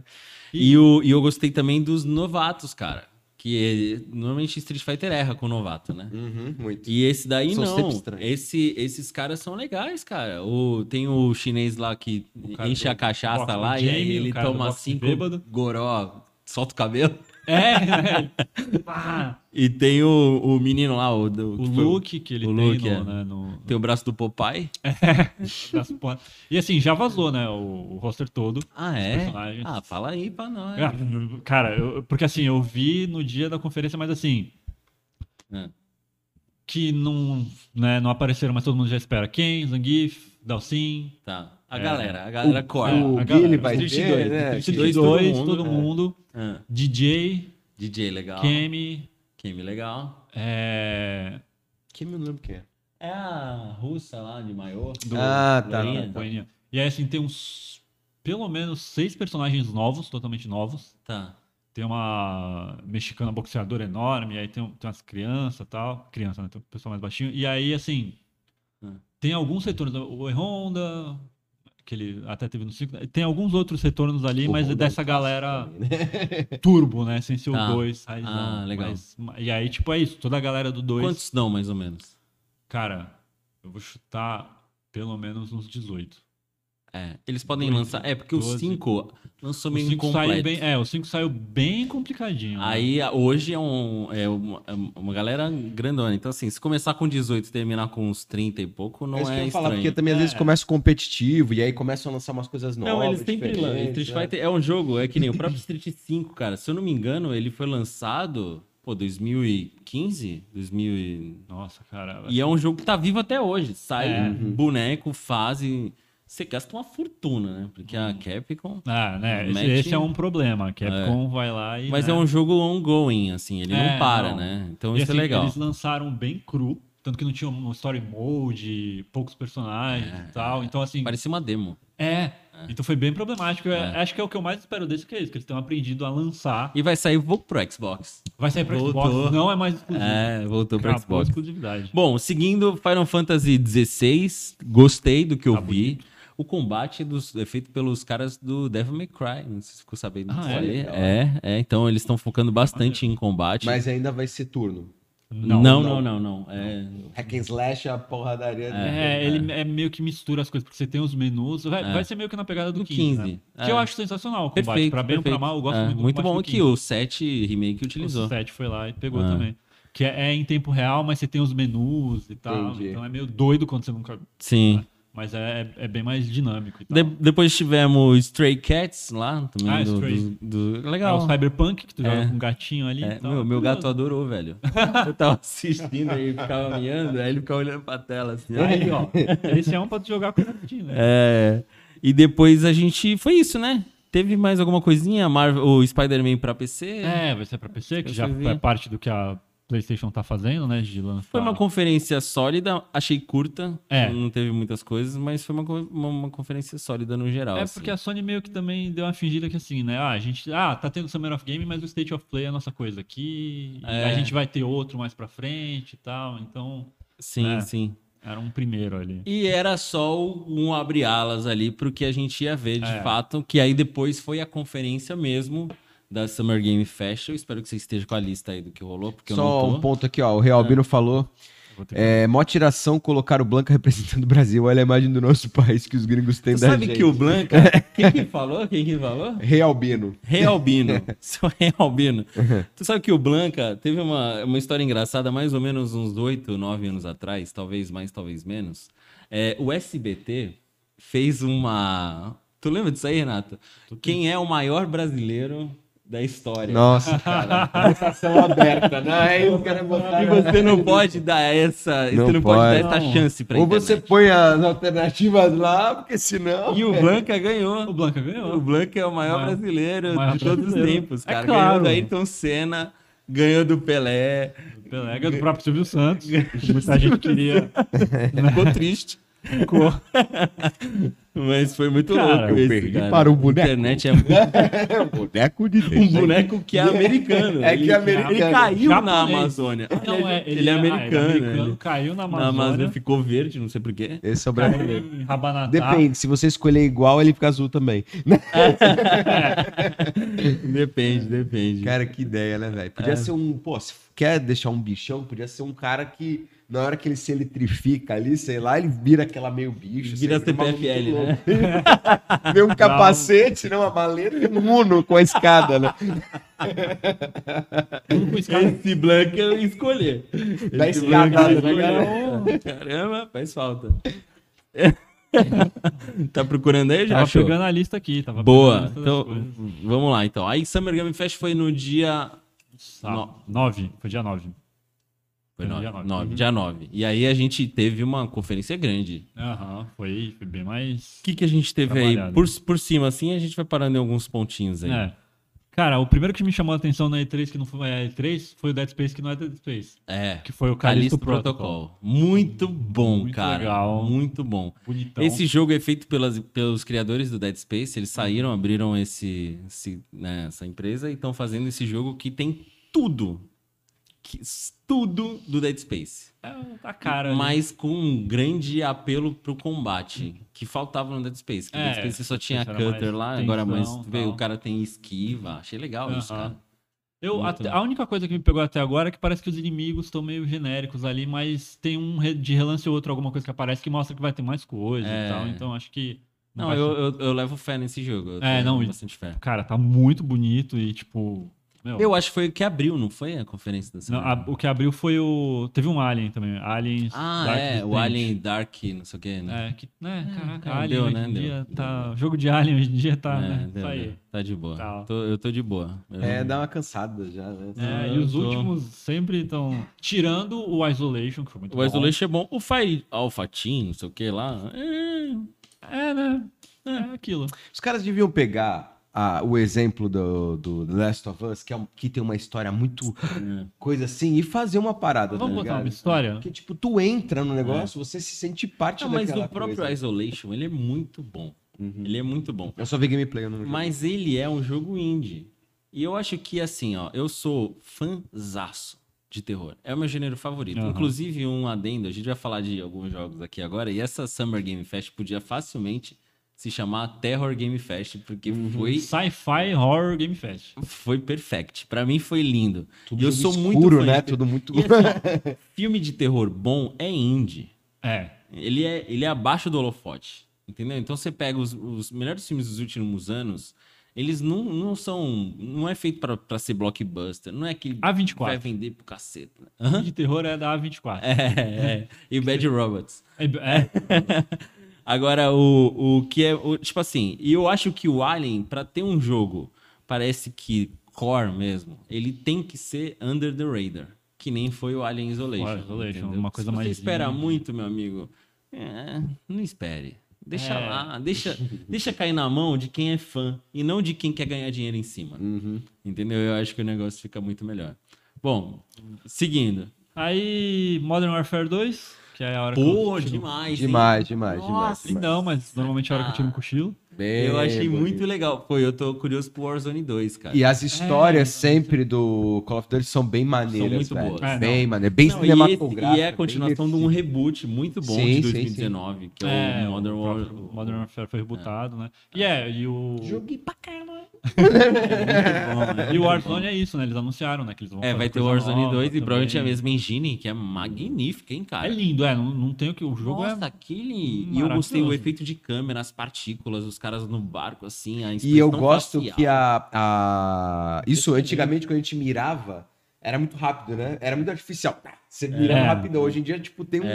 Speaker 1: E, o, e eu gostei também dos novatos, cara. Que é- normalmente Street Fighter erra com o novato, né?
Speaker 2: Uhum, muito.
Speaker 1: E esse daí
Speaker 2: São sempre
Speaker 1: não.
Speaker 2: estranhos.
Speaker 1: Esse, esses caras são legais, cara. O, tem o chinês lá que
Speaker 3: cara
Speaker 1: enche
Speaker 3: do
Speaker 1: a cachaça
Speaker 3: boxe,
Speaker 1: lá
Speaker 3: o
Speaker 1: e aí
Speaker 3: Jamie, o
Speaker 1: ele
Speaker 3: cara do
Speaker 1: toma
Speaker 3: boxe
Speaker 1: cinco
Speaker 3: bêbado.
Speaker 1: goró, solta o cabelo.
Speaker 3: É, né? Pá,
Speaker 1: E tem o, o menino lá, o, do,
Speaker 3: o
Speaker 1: que foi o-
Speaker 3: look que ele
Speaker 1: o
Speaker 3: tem
Speaker 1: look,
Speaker 3: no,
Speaker 1: é.
Speaker 3: né, no-
Speaker 1: Tem o braço do Popeye?
Speaker 3: nas pontas. E assim, já vazou, né? O, o roster todo.
Speaker 1: Ah, é?
Speaker 3: personagens.
Speaker 1: Ah, fala aí pra nós.
Speaker 3: Ah, Cara, eu- porque assim, eu vi no dia da conferência, mas assim.
Speaker 1: É.
Speaker 3: Que não, né, não apareceram, mas todo mundo já espera. Ken, Zangief, Dalsin.
Speaker 1: Tá. A
Speaker 3: É.
Speaker 1: galera, a galera corta.
Speaker 2: o
Speaker 3: a
Speaker 2: Billy
Speaker 3: galera,
Speaker 2: vai
Speaker 3: Street
Speaker 2: ter,
Speaker 3: 2,
Speaker 2: né?
Speaker 3: Street
Speaker 1: Street
Speaker 3: 2,
Speaker 1: dois,
Speaker 3: todo mundo.
Speaker 1: todo Ah,
Speaker 3: DJ,
Speaker 1: DJ legal.
Speaker 3: Kemi.
Speaker 1: Kemi legal.
Speaker 3: É...
Speaker 2: Que eu não lembro quem é.
Speaker 1: É a russa lá de maior.
Speaker 2: Ah, tá.
Speaker 1: Loirinha?
Speaker 3: Boinha. E aí, assim, tem uns. Pelo menos seis personagens novos, totalmente novos.
Speaker 1: Tá.
Speaker 3: Tem uma mexicana boxeadora enorme, aí tem, um- tem umas crianças e tal. Criança, né? Tem um pessoal mais baixinho. E aí, assim,
Speaker 1: Ah.
Speaker 3: tem alguns retornos. O E-Honda, que ele até teve no 5. Tem alguns outros retornos ali,
Speaker 2: O
Speaker 3: mas é
Speaker 2: Honda é
Speaker 3: dessa
Speaker 2: um
Speaker 1: Ah,
Speaker 3: galera
Speaker 2: Também, né?
Speaker 3: turbo, né? Sem ser o
Speaker 1: Tá.
Speaker 3: 2. aí eles
Speaker 1: Ah,
Speaker 3: vão,
Speaker 1: legal.
Speaker 3: mas- e aí, tipo, é isso. Toda a galera do 2.
Speaker 1: Quantos dão, mais ou menos?
Speaker 3: Cara, eu vou chutar pelo menos uns 18.
Speaker 1: É. Eles podem
Speaker 3: Doze,
Speaker 1: lançar. É, porque o
Speaker 3: doze.
Speaker 1: 5 lançou
Speaker 3: O
Speaker 1: meio
Speaker 3: 5 saiu
Speaker 1: incompleto.
Speaker 3: bem, é, o 5 saiu bem complicadinho. né?
Speaker 1: Aí a- hoje é, um, é uma, é uma galera grandona. Então, assim, se começar com 18 e terminar com uns 30 e pouco, não
Speaker 2: É isso que eu
Speaker 1: é
Speaker 2: ia falar, porque
Speaker 1: estranho.
Speaker 2: também às vezes
Speaker 3: É.
Speaker 2: começa o competitivo e aí começam a lançar umas coisas novas.
Speaker 1: Não, eles sempre
Speaker 2: diferentes,
Speaker 1: lançam. Street
Speaker 2: né?
Speaker 1: Fighter é um jogo, é que nem o próprio Street 5, cara. Se eu não me engano, ele foi lançado, pô, 2015? 2000 e...
Speaker 3: Nossa, cara.
Speaker 1: e é um jogo que tá vivo até hoje. Sai
Speaker 3: É.
Speaker 1: boneco, fase. Você gasta uma fortuna, né? Porque a Capcom.
Speaker 3: Ah, né? Esse,
Speaker 1: Mete- É.
Speaker 3: esse é um problema. que Capcom vai lá e.
Speaker 1: Mas
Speaker 3: né,
Speaker 1: é um jogo ongoing, assim, ele não
Speaker 3: É,
Speaker 1: para,
Speaker 3: não.
Speaker 1: né? Então
Speaker 3: e
Speaker 1: isso
Speaker 3: assim,
Speaker 1: é legal.
Speaker 3: Eles lançaram bem cru, tanto que não tinha um story mode, poucos personagens
Speaker 1: É,
Speaker 3: e tal. Então, assim.
Speaker 1: Parecia uma demo.
Speaker 3: É. Então foi bem problemático. Eu
Speaker 1: É.
Speaker 3: Acho que é o que eu mais espero desse, que é isso, que eles tenham aprendido a lançar.
Speaker 1: E vai sair vou pro Xbox.
Speaker 3: Vai sair pra
Speaker 1: Voltou.
Speaker 3: Xbox, não é mais exclusivo.
Speaker 1: É, voltou pro
Speaker 3: Acabou a
Speaker 1: Xbox.
Speaker 3: exclusividade.
Speaker 1: Bom, seguindo Final Fantasy XVI, gostei do que eu
Speaker 3: Tá
Speaker 1: vi. O combate dos- é feito pelos caras do Devil May Cry, não sei se ficou sabendo
Speaker 3: Ah,
Speaker 1: disso
Speaker 3: é?
Speaker 1: ali. É, é, então eles estão focando bastante em combate.
Speaker 2: Mas ainda vai ser turno.
Speaker 1: não, não, não,
Speaker 2: não.
Speaker 1: não. É,
Speaker 2: Hack and slash, a porradaria.
Speaker 3: É, ele é meio que mistura as coisas, porque você tem os menus. Vai,
Speaker 1: É.
Speaker 3: vai ser meio que na pegada do
Speaker 1: Do
Speaker 3: 15. né?
Speaker 1: 15,
Speaker 3: Que eu
Speaker 1: é.
Speaker 3: acho sensacional o combate.
Speaker 1: perfeito.
Speaker 3: pra bem ou
Speaker 1: perfeito.
Speaker 3: pra mal, eu gosto
Speaker 1: É,
Speaker 3: muito do combate
Speaker 1: bom
Speaker 3: do
Speaker 1: que o 7 remake utilizou.
Speaker 3: O 7 foi lá e pegou
Speaker 1: É.
Speaker 3: também. Que é, é em tempo real, mas você tem os menus e tal.
Speaker 2: Entendi.
Speaker 3: Então é meio doido quando você nunca.
Speaker 1: Sim.
Speaker 3: Mas é, é bem mais dinâmico e tal.
Speaker 1: De- depois tivemos Stray Cats lá também.
Speaker 3: tá. Ah,
Speaker 1: do,
Speaker 3: Stray.
Speaker 1: do- do-
Speaker 3: É
Speaker 1: Legal.
Speaker 3: o Cyberpunk, que tu
Speaker 1: É.
Speaker 3: joga com um gatinho ali.
Speaker 1: É,
Speaker 3: e tal.
Speaker 1: meu, meu gato adorou, velho. Eu tava assistindo e ficava miando, aí ele ficava olhando pra tela assim. ó.
Speaker 3: Aí, ó. Esse é um pra tu jogar com o gatinho, né?
Speaker 1: É, e depois a gente. Foi isso, né? Teve mais alguma coisinha? Marvel, o Spider-Man pra PC?
Speaker 3: É, vai ser pra PC, que
Speaker 1: Eu
Speaker 3: já
Speaker 1: vi.
Speaker 3: é parte do que a PlayStation tá fazendo, né? De lançar.
Speaker 1: Foi
Speaker 2: Tá.
Speaker 1: uma conferência sólida, achei curta,
Speaker 3: É.
Speaker 1: não teve muitas coisas, mas foi uma, co- uma, uma conferência sólida no geral.
Speaker 3: É
Speaker 1: assim.
Speaker 3: porque a Sony meio que também deu uma fingida que assim, né? Ah, a gente. Ah, tá tendo Summer of Game, mas o State of Play é a nossa coisa aqui.
Speaker 1: É.
Speaker 3: A gente vai ter outro mais pra frente e tal. Então,
Speaker 1: Sim,
Speaker 3: É.
Speaker 1: sim.
Speaker 3: era um primeiro ali.
Speaker 1: E era só um abre alas ali pro que a gente ia ver de
Speaker 3: É.
Speaker 1: fato, que aí depois foi a conferência mesmo da Summer Game Fest. Eu espero que você esteja com a lista aí do que rolou, porque
Speaker 2: Só
Speaker 1: eu
Speaker 2: um
Speaker 1: não tô. É.
Speaker 2: ponto aqui, ó. O Real Bino falou.
Speaker 3: Vou ter que-
Speaker 2: É, mó tiração colocar o Blanca representando o Brasil. Olha a imagem do nosso país que os gringos têm
Speaker 1: Você
Speaker 2: da
Speaker 1: sabe
Speaker 2: gente.
Speaker 1: que o Blanca. Quem que falou? Quem que falou?
Speaker 2: Real Bino.
Speaker 1: Realbino. Seu Realbino. Tu sabe que o Blanca teve uma, uma história engraçada mais ou menos uns oito, nove anos atrás, talvez mais, talvez menos. É, o SBT fez uma. Tu lembra disso aí, Renato? Quem é o maior brasileiro da história?
Speaker 2: Nossa, cara. Conversação aberta, né? Aí os caras
Speaker 1: E
Speaker 2: botaram-
Speaker 1: você não pode dar essa.
Speaker 2: Não
Speaker 1: você não
Speaker 2: pode.
Speaker 1: pode, dar essa
Speaker 3: Não.
Speaker 1: chance pra
Speaker 2: Ou
Speaker 1: internet.
Speaker 2: você põe as alternativas lá, porque senão. é
Speaker 1: E o Blanca
Speaker 3: O
Speaker 1: ganhou.
Speaker 3: Blanca ganhou.
Speaker 1: O Blanca é o maior
Speaker 3: Maior-
Speaker 1: brasileiro
Speaker 3: maior
Speaker 1: de todos os
Speaker 3: brasileiro.
Speaker 1: tempos,
Speaker 3: É
Speaker 1: cara. Ganhou
Speaker 3: claro.
Speaker 1: do Ayrton Senna, ganhou do Pelé.
Speaker 3: O Pelega do próprio Silvio Santos. Muita gente queria.
Speaker 1: Ficou triste.
Speaker 3: Ficou.
Speaker 1: Mas foi muito
Speaker 3: Cara,
Speaker 1: louco
Speaker 2: eu
Speaker 1: esse,
Speaker 2: perdi
Speaker 1: cara.
Speaker 2: para o boneco.
Speaker 1: A internet é muito-
Speaker 2: É um boneco de
Speaker 1: um boneco que é americano.
Speaker 2: É que
Speaker 1: Ele-
Speaker 2: é americano.
Speaker 1: Ele caiu na
Speaker 3: Japonês.
Speaker 1: Amazônia.
Speaker 3: Não, é, ele,
Speaker 1: é
Speaker 3: ah,
Speaker 1: americano. ele-
Speaker 3: Caiu
Speaker 1: Na
Speaker 3: na
Speaker 1: Amazônia
Speaker 3: Amazônia.
Speaker 1: ficou verde, não sei porquê.
Speaker 2: Esse é o
Speaker 3: Caiu
Speaker 2: brasileiro.
Speaker 3: em Rabanatá.
Speaker 2: Depende, se você escolher igual, ele fica azul também.
Speaker 1: Depende, depende.
Speaker 2: Cara, que ideia, né, velho?
Speaker 1: É.
Speaker 2: Podia ser um. Pô, se quer deixar um bichão, podia ser um cara que, na hora que ele se eletrifica ali, sei lá, ele vira aquela meio bicho.
Speaker 1: Vira
Speaker 2: sei lá, um
Speaker 1: CPFL,
Speaker 2: maluco louco. Vê um capacete, né? Uma maleta e um uno com a escada, né?
Speaker 3: Tudo com escada.
Speaker 1: Esse Blanca eu escolhi.
Speaker 2: Da
Speaker 1: Esse
Speaker 2: escada,
Speaker 1: Blanca eu
Speaker 2: né,
Speaker 1: escolhi.
Speaker 3: cara?
Speaker 1: Caramba, faz falta. tá procurando aí, já?
Speaker 3: Tava
Speaker 1: achou?
Speaker 3: pegando a lista aqui. Tava pegando a
Speaker 1: Boa.
Speaker 3: lista das
Speaker 1: Então,
Speaker 3: coisas.
Speaker 1: vamos lá, então. Aí Summer Game Fest foi no dia
Speaker 3: Sábado. Nove. Foi dia nove.
Speaker 1: Foi
Speaker 3: Foi no
Speaker 1: nove,
Speaker 3: dia nove.
Speaker 1: nove, dia 9. E aí a gente teve uma conferência grande.
Speaker 3: Aham, foi, foi bem mais.
Speaker 1: O que, que a gente teve aí?
Speaker 3: Trabalhado.
Speaker 1: Por, por cima, assim, a gente vai parando em alguns pontinhos aí.
Speaker 3: É. Cara, o primeiro que me chamou a atenção na E3 que não foi a E3 foi o Dead Space que não é Dead Space.
Speaker 1: É.
Speaker 3: Que foi o Callisto,
Speaker 1: Calixto
Speaker 3: Protocol.
Speaker 1: Protocol. Muito bom,
Speaker 3: Muito
Speaker 1: cara.
Speaker 3: legal. Então.
Speaker 1: Muito bom.
Speaker 3: Bonitão.
Speaker 1: Esse jogo é feito pelas, pelos criadores do Dead Space. Eles saíram, abriram esse, esse- né, essa empresa e estão fazendo esse jogo que tem tudo. Que- tudo do Dead Space.
Speaker 3: É, tá cara.
Speaker 1: mas com um grande apelo pro combate, que faltava no Dead Space. Que no
Speaker 3: É,
Speaker 1: Dead Space você só tinha
Speaker 3: era mais
Speaker 1: cutter lá,
Speaker 3: tensão,
Speaker 1: agora mas tu vê,
Speaker 3: tal.
Speaker 1: o cara tem esquiva. Achei legal isso,
Speaker 3: Aham.
Speaker 1: cara.
Speaker 3: Eu,
Speaker 1: Muito né?
Speaker 3: até-
Speaker 1: bom.
Speaker 3: a única coisa que me pegou até agora é que parece que os inimigos estão meio genéricos ali, mas tem um re- de relance ou outro, alguma coisa que aparece que mostra que vai ter mais coisa
Speaker 1: É.
Speaker 3: e tal. Então acho que.
Speaker 1: Não,
Speaker 3: vai
Speaker 1: eu,
Speaker 3: ser-
Speaker 1: eu, eu levo fé nesse jogo. Eu
Speaker 3: É,
Speaker 1: tenho
Speaker 3: não, e-
Speaker 1: bastante fé.
Speaker 3: Cara, tá muito bonito e tipo. Meu,
Speaker 1: Eu acho que foi o que abriu, não foi a conferência da
Speaker 3: não,
Speaker 1: semana?
Speaker 3: a- o que abriu foi o. Teve um Alien também. Aliens.
Speaker 1: Ah,
Speaker 3: Dark
Speaker 1: é, o
Speaker 3: Descent.
Speaker 1: Alien Dark, não sei o que, né?
Speaker 3: É, que, né,
Speaker 1: É,
Speaker 3: caraca,
Speaker 1: cara,
Speaker 3: Alien
Speaker 1: deu,
Speaker 3: hoje
Speaker 1: né,
Speaker 3: em
Speaker 1: deu,
Speaker 3: dia
Speaker 1: deu,
Speaker 3: tá...
Speaker 1: deu.
Speaker 3: Jogo de Alien hoje em dia tá,
Speaker 1: É,
Speaker 3: né,
Speaker 1: deu,
Speaker 3: isso aí.
Speaker 1: deu. Tá de boa.
Speaker 3: Tá.
Speaker 1: Tô- eu tô de boa. Eu
Speaker 2: É,
Speaker 1: não-
Speaker 2: dá uma cansada já. Né?
Speaker 3: É,
Speaker 1: Eu
Speaker 3: e os
Speaker 1: tô-
Speaker 3: últimos sempre estão... Tirando o Isolation, que foi muito
Speaker 1: O
Speaker 3: bom.
Speaker 1: Isolation é bom. O Fire Alpha Team, não sei o que lá. é,
Speaker 3: É, né? É aquilo.
Speaker 1: Tá
Speaker 2: Os caras deviam pegar ah, o exemplo do, do The Last of Us, que, é um- que tem uma história muito coisa assim, e fazer uma parada, tá
Speaker 3: Vamos botar
Speaker 2: ligado?
Speaker 3: uma história?
Speaker 2: Porque, tipo, tu entra no negócio, você se sente parte
Speaker 1: É. Não,
Speaker 2: daquela
Speaker 1: mas o próprio
Speaker 2: coisa. Uhum.
Speaker 1: Isolation, ele é muito bom. Ele é muito bom.
Speaker 2: Eu só vi gameplay, eu não joguei.
Speaker 1: Mas ele é um jogo indie. E eu acho que, assim, ó, eu sou fãzaço de terror. É o meu gênero favorito.
Speaker 3: Aham.
Speaker 1: Inclusive, um adendo, a gente vai falar de alguns jogos aqui agora, e essa Summer Game Fest podia facilmente se chamar Terror Game Fest, porque
Speaker 2: Uhum.
Speaker 1: foi,
Speaker 3: Sci-Fi Horror Game Fest.
Speaker 1: foi perfect. Pra mim foi lindo.
Speaker 2: Tudo
Speaker 1: e eu
Speaker 2: jogo
Speaker 1: sou muito
Speaker 2: escuro,
Speaker 1: fã
Speaker 2: né?
Speaker 1: de-
Speaker 2: Tudo muito.
Speaker 1: E, assim, filme de terror bom é indie.
Speaker 3: É.
Speaker 1: Ele é, ele é abaixo do holofote, entendeu? Então você pega os, os melhores filmes dos últimos anos, eles não, não são. Não é feito pra, pra ser blockbuster, não é que vai
Speaker 3: A24.
Speaker 1: vender pro caceta. Hã?
Speaker 3: De terror é da A24.
Speaker 1: É, é. E Bad Robots.
Speaker 3: É, é.
Speaker 1: Agora, o, o que é. o- tipo assim, e eu acho que o Alien, pra ter um jogo, parece que core mesmo, ele tem que ser under the radar. Que nem foi o Alien Isolation.
Speaker 3: Claro, Isolation,
Speaker 1: entendeu?
Speaker 3: uma coisa
Speaker 1: Se
Speaker 3: mais
Speaker 1: Você espera
Speaker 3: indie.
Speaker 1: muito, meu amigo. é, não espere. Deixa
Speaker 3: É.
Speaker 1: lá, deixa, deixa cair na mão de quem é fã e não de quem quer ganhar dinheiro em cima. Entendeu? Eu acho que o negócio fica muito melhor. Bom, seguindo.
Speaker 3: Aí, Modern Warfare 2, que é a hora que eu
Speaker 1: Pô,
Speaker 3: tiro-
Speaker 1: demais. hein?
Speaker 2: Demais, demais,
Speaker 1: Nossa,
Speaker 2: demais.
Speaker 3: Não, mas normalmente é a hora que eu
Speaker 1: Ah.
Speaker 3: tiro um cochilo.
Speaker 2: Bem
Speaker 1: Eu achei
Speaker 2: bonito.
Speaker 1: muito legal. Pô, eu tô curioso pro Warzone 2, cara.
Speaker 2: É, E as histórias
Speaker 3: É.
Speaker 2: sempre do Call of Duty são bem maneiras,
Speaker 1: muito
Speaker 2: velho.
Speaker 1: boas.
Speaker 3: É, não.
Speaker 2: bem maneiras, bem
Speaker 1: Não, e esse-
Speaker 2: cinematográfico.
Speaker 1: e é a continuação de um reboot muito bom
Speaker 2: Sim, sim,
Speaker 1: de 2019, que é, o Modern, War...
Speaker 3: próprio Modern Warfare foi rebutado, né? E é, e o.
Speaker 1: Joguei pra caramba.
Speaker 3: E o Warzone é isso, né? Eles anunciaram, né? Que eles vão
Speaker 1: É,
Speaker 3: fazer
Speaker 1: vai ter o
Speaker 3: coisa
Speaker 1: Warzone
Speaker 3: nova
Speaker 1: 2 e
Speaker 3: também.
Speaker 1: provavelmente a mesma engine, que é magnífica, hein, cara?
Speaker 3: É lindo, é. Não, não tem o que. O jogo
Speaker 1: Nossa,
Speaker 3: é.
Speaker 1: aquele... E eu gostei
Speaker 3: maravilhoso.
Speaker 1: o efeito de câmera, as partículas, os caras no barco, assim, a
Speaker 2: E eu
Speaker 1: expressão
Speaker 2: gosto
Speaker 1: facial. é
Speaker 2: que a, a- Isso, antigamente, quando a gente mirava, era muito rápido, né? Era muito artificial. Pá, Você mirava
Speaker 3: É.
Speaker 2: rápido. Hoje em dia, tipo, tem um
Speaker 1: É.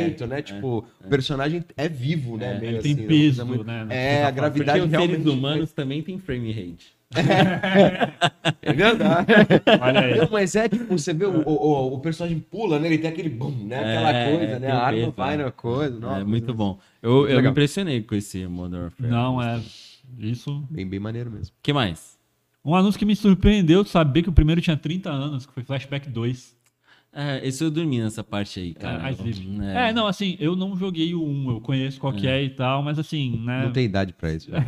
Speaker 2: movimento, né? Tipo, o personagem é vivo, né? Meio
Speaker 3: Ele tem
Speaker 2: assim, né?
Speaker 3: peso,
Speaker 2: É muito-
Speaker 3: né?
Speaker 2: É, a
Speaker 1: Porque
Speaker 2: gravidade
Speaker 1: os
Speaker 2: realmente...
Speaker 1: seres humanos também têm frame rate.
Speaker 2: É verdade.
Speaker 3: Olha aí.
Speaker 2: Não, mas é tipo, você vê o, o, o- o personagem pula, né? Ele tem aquele boom, né? Aquela
Speaker 1: É,
Speaker 2: coisa, né?
Speaker 1: tem
Speaker 2: A
Speaker 1: o
Speaker 2: arma
Speaker 1: peso,
Speaker 2: vai
Speaker 1: né?
Speaker 2: na coisa. Nossa,
Speaker 1: é muito bom. Eu, eu me
Speaker 2: Legal.
Speaker 1: impressionei com esse Modern Warfare.
Speaker 3: Não, é. Isso.
Speaker 2: Bem, bem maneiro mesmo.
Speaker 1: que mais?
Speaker 3: Um anúncio que me surpreendeu de saber que o primeiro tinha 30 anos, que foi Flashback 2.
Speaker 1: É, esse eu dormi nessa parte aí,
Speaker 3: É,
Speaker 1: cara.
Speaker 3: mais livre.
Speaker 1: É.
Speaker 3: É. não, assim, eu não joguei o 1, eu conheço qual que é e tal, mas assim, né?
Speaker 2: Não tem idade pra isso. velho.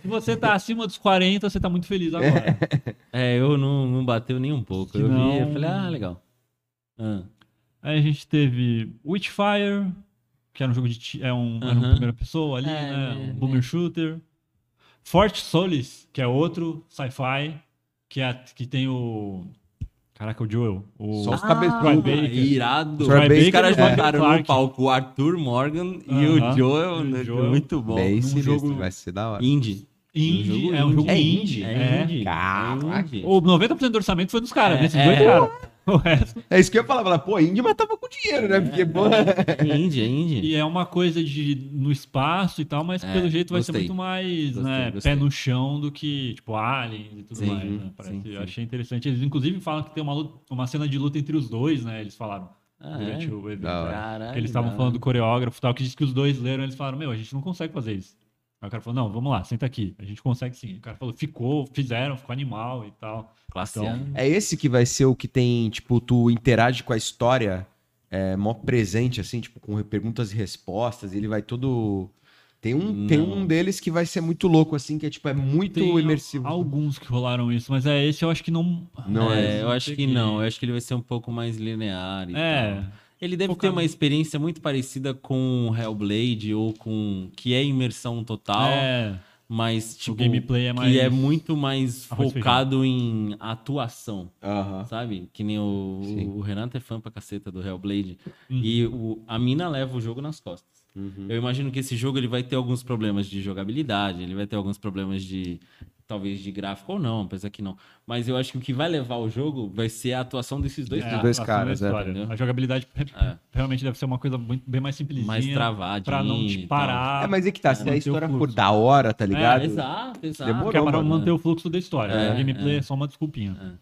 Speaker 3: Se você tá acima dos 40, você tá muito feliz agora.
Speaker 1: É, eu não, não bateu nem um pouco. Eu vi, eu
Speaker 3: Não.
Speaker 1: falei, ah, legal. Ah,
Speaker 3: Aí a gente teve Witchfire, que era um jogo de. ti- É um, era um
Speaker 1: Aham.
Speaker 3: primeira pessoa ali,
Speaker 1: É,
Speaker 3: né? Um
Speaker 1: né,
Speaker 3: boomer shooter. Fort Solis, que é outro sci-fi, que, é, que tem o. Caraca, o Joel. O...
Speaker 2: Só os
Speaker 1: Ah,
Speaker 2: cabeçudos.
Speaker 3: Baker.
Speaker 1: irado.
Speaker 2: Troy Baker
Speaker 1: Os caras
Speaker 3: e o Michael
Speaker 1: botaram no
Speaker 3: Clarke.
Speaker 1: palco o Arthur Morgan e
Speaker 3: Aham.
Speaker 1: o Joel,
Speaker 3: E o
Speaker 1: né,
Speaker 3: Joel.
Speaker 1: Muito bom.
Speaker 2: Bem
Speaker 3: num
Speaker 2: sinistro,
Speaker 3: jogo-
Speaker 2: vai ser da hora.
Speaker 1: Indie.
Speaker 3: Indie, é um jogo
Speaker 1: É
Speaker 3: indie.
Speaker 1: indie.
Speaker 3: É.
Speaker 1: É indie.
Speaker 2: Caraca.
Speaker 1: É indie.
Speaker 3: O 90% do orçamento foi dos caras,
Speaker 1: É,
Speaker 3: desses
Speaker 1: é.
Speaker 3: dois caras. O resto.
Speaker 2: É isso que eu ia falar, falar, pô, índio, mas tava com dinheiro, né? Porque, pô.
Speaker 1: É indie, é indie.
Speaker 3: E é uma coisa de no espaço e tal, mas
Speaker 1: É,
Speaker 3: pelo jeito vai ser
Speaker 1: gostei.
Speaker 3: muito mais
Speaker 1: Gostei,
Speaker 3: né,
Speaker 1: gostei.
Speaker 3: pé no chão do que, tipo, aliens e tudo
Speaker 1: Sim,
Speaker 3: mais. Né? Parece,
Speaker 1: sim,
Speaker 3: eu
Speaker 1: sim.
Speaker 3: achei interessante. Eles, inclusive, falam que tem uma, luta- uma cena de luta entre os dois, né? Eles falaram
Speaker 1: Ah,
Speaker 3: durante
Speaker 1: é?
Speaker 3: o evento.
Speaker 2: Da hora.
Speaker 3: né?
Speaker 1: Caralho,
Speaker 3: Que eles estavam
Speaker 1: da
Speaker 3: falando do coreógrafo e tal, que diz que os dois leram, eles falaram, meu, a gente não consegue fazer isso. Aí o cara falou, não, vamos lá, senta aqui, a gente consegue sim. O cara falou, ficou, fizeram, ficou animal e tal.
Speaker 1: Classe
Speaker 3: Então,
Speaker 1: A.
Speaker 2: É esse que vai ser o que tem, tipo, tu interage com a história, é, mó presente, assim, tipo, com perguntas e respostas, e ele vai todo. Tem um, tem
Speaker 1: Não.
Speaker 2: um deles que vai ser muito louco, assim, que é, tipo, é muito
Speaker 3: Tem
Speaker 2: imersivo.
Speaker 3: al- alguns que rolaram isso, mas é esse eu acho que não.
Speaker 2: Não
Speaker 1: É, eu acho que
Speaker 3: peguei.
Speaker 1: não. Eu acho que ele vai ser um pouco mais linear. e
Speaker 3: É,
Speaker 1: tal. Ele deve ter
Speaker 3: Focado.
Speaker 1: uma experiência muito parecida com Hellblade ou com. que é imersão total,
Speaker 3: é.
Speaker 1: mas
Speaker 3: o
Speaker 1: tipo.
Speaker 3: gameplay é mais.
Speaker 1: Que é muito mais
Speaker 3: Arroz e feijão.
Speaker 1: focado em atuação,
Speaker 2: Aham.
Speaker 1: sabe? Que nem o,
Speaker 2: Ah. Sim.
Speaker 1: o Renato é fã pra caceta do Hellblade.
Speaker 3: Uhum.
Speaker 1: E o- a mina leva o jogo nas costas.
Speaker 2: Uhum.
Speaker 1: Eu imagino que esse jogo ele vai ter alguns problemas de jogabilidade, ele vai ter alguns problemas de talvez de gráfico ou não, apesar que não. Mas eu acho que o que vai levar o jogo vai ser a atuação desses dois
Speaker 3: é,
Speaker 1: caras. né?
Speaker 2: dois
Speaker 3: a
Speaker 2: caras,
Speaker 3: ação da
Speaker 2: é,
Speaker 3: história. né?
Speaker 1: entendeu?
Speaker 3: A jogabilidade re-
Speaker 1: É.
Speaker 3: realmente deve ser uma coisa muito, bem mais simplesinha.
Speaker 1: mais travadinho.
Speaker 3: Pra não te
Speaker 1: e tal.
Speaker 3: parar.
Speaker 2: É, mas é que tá, se
Speaker 3: manter
Speaker 2: a
Speaker 3: Ah, o
Speaker 2: história
Speaker 3: fluxo.
Speaker 2: for da hora, tá ligado?
Speaker 1: É, Exato, exato.
Speaker 2: Demorou,
Speaker 3: Porque é pra
Speaker 2: mano.
Speaker 3: manter o fluxo da história.
Speaker 1: É,
Speaker 3: né? gameplay
Speaker 1: é.
Speaker 3: é. só uma desculpinha.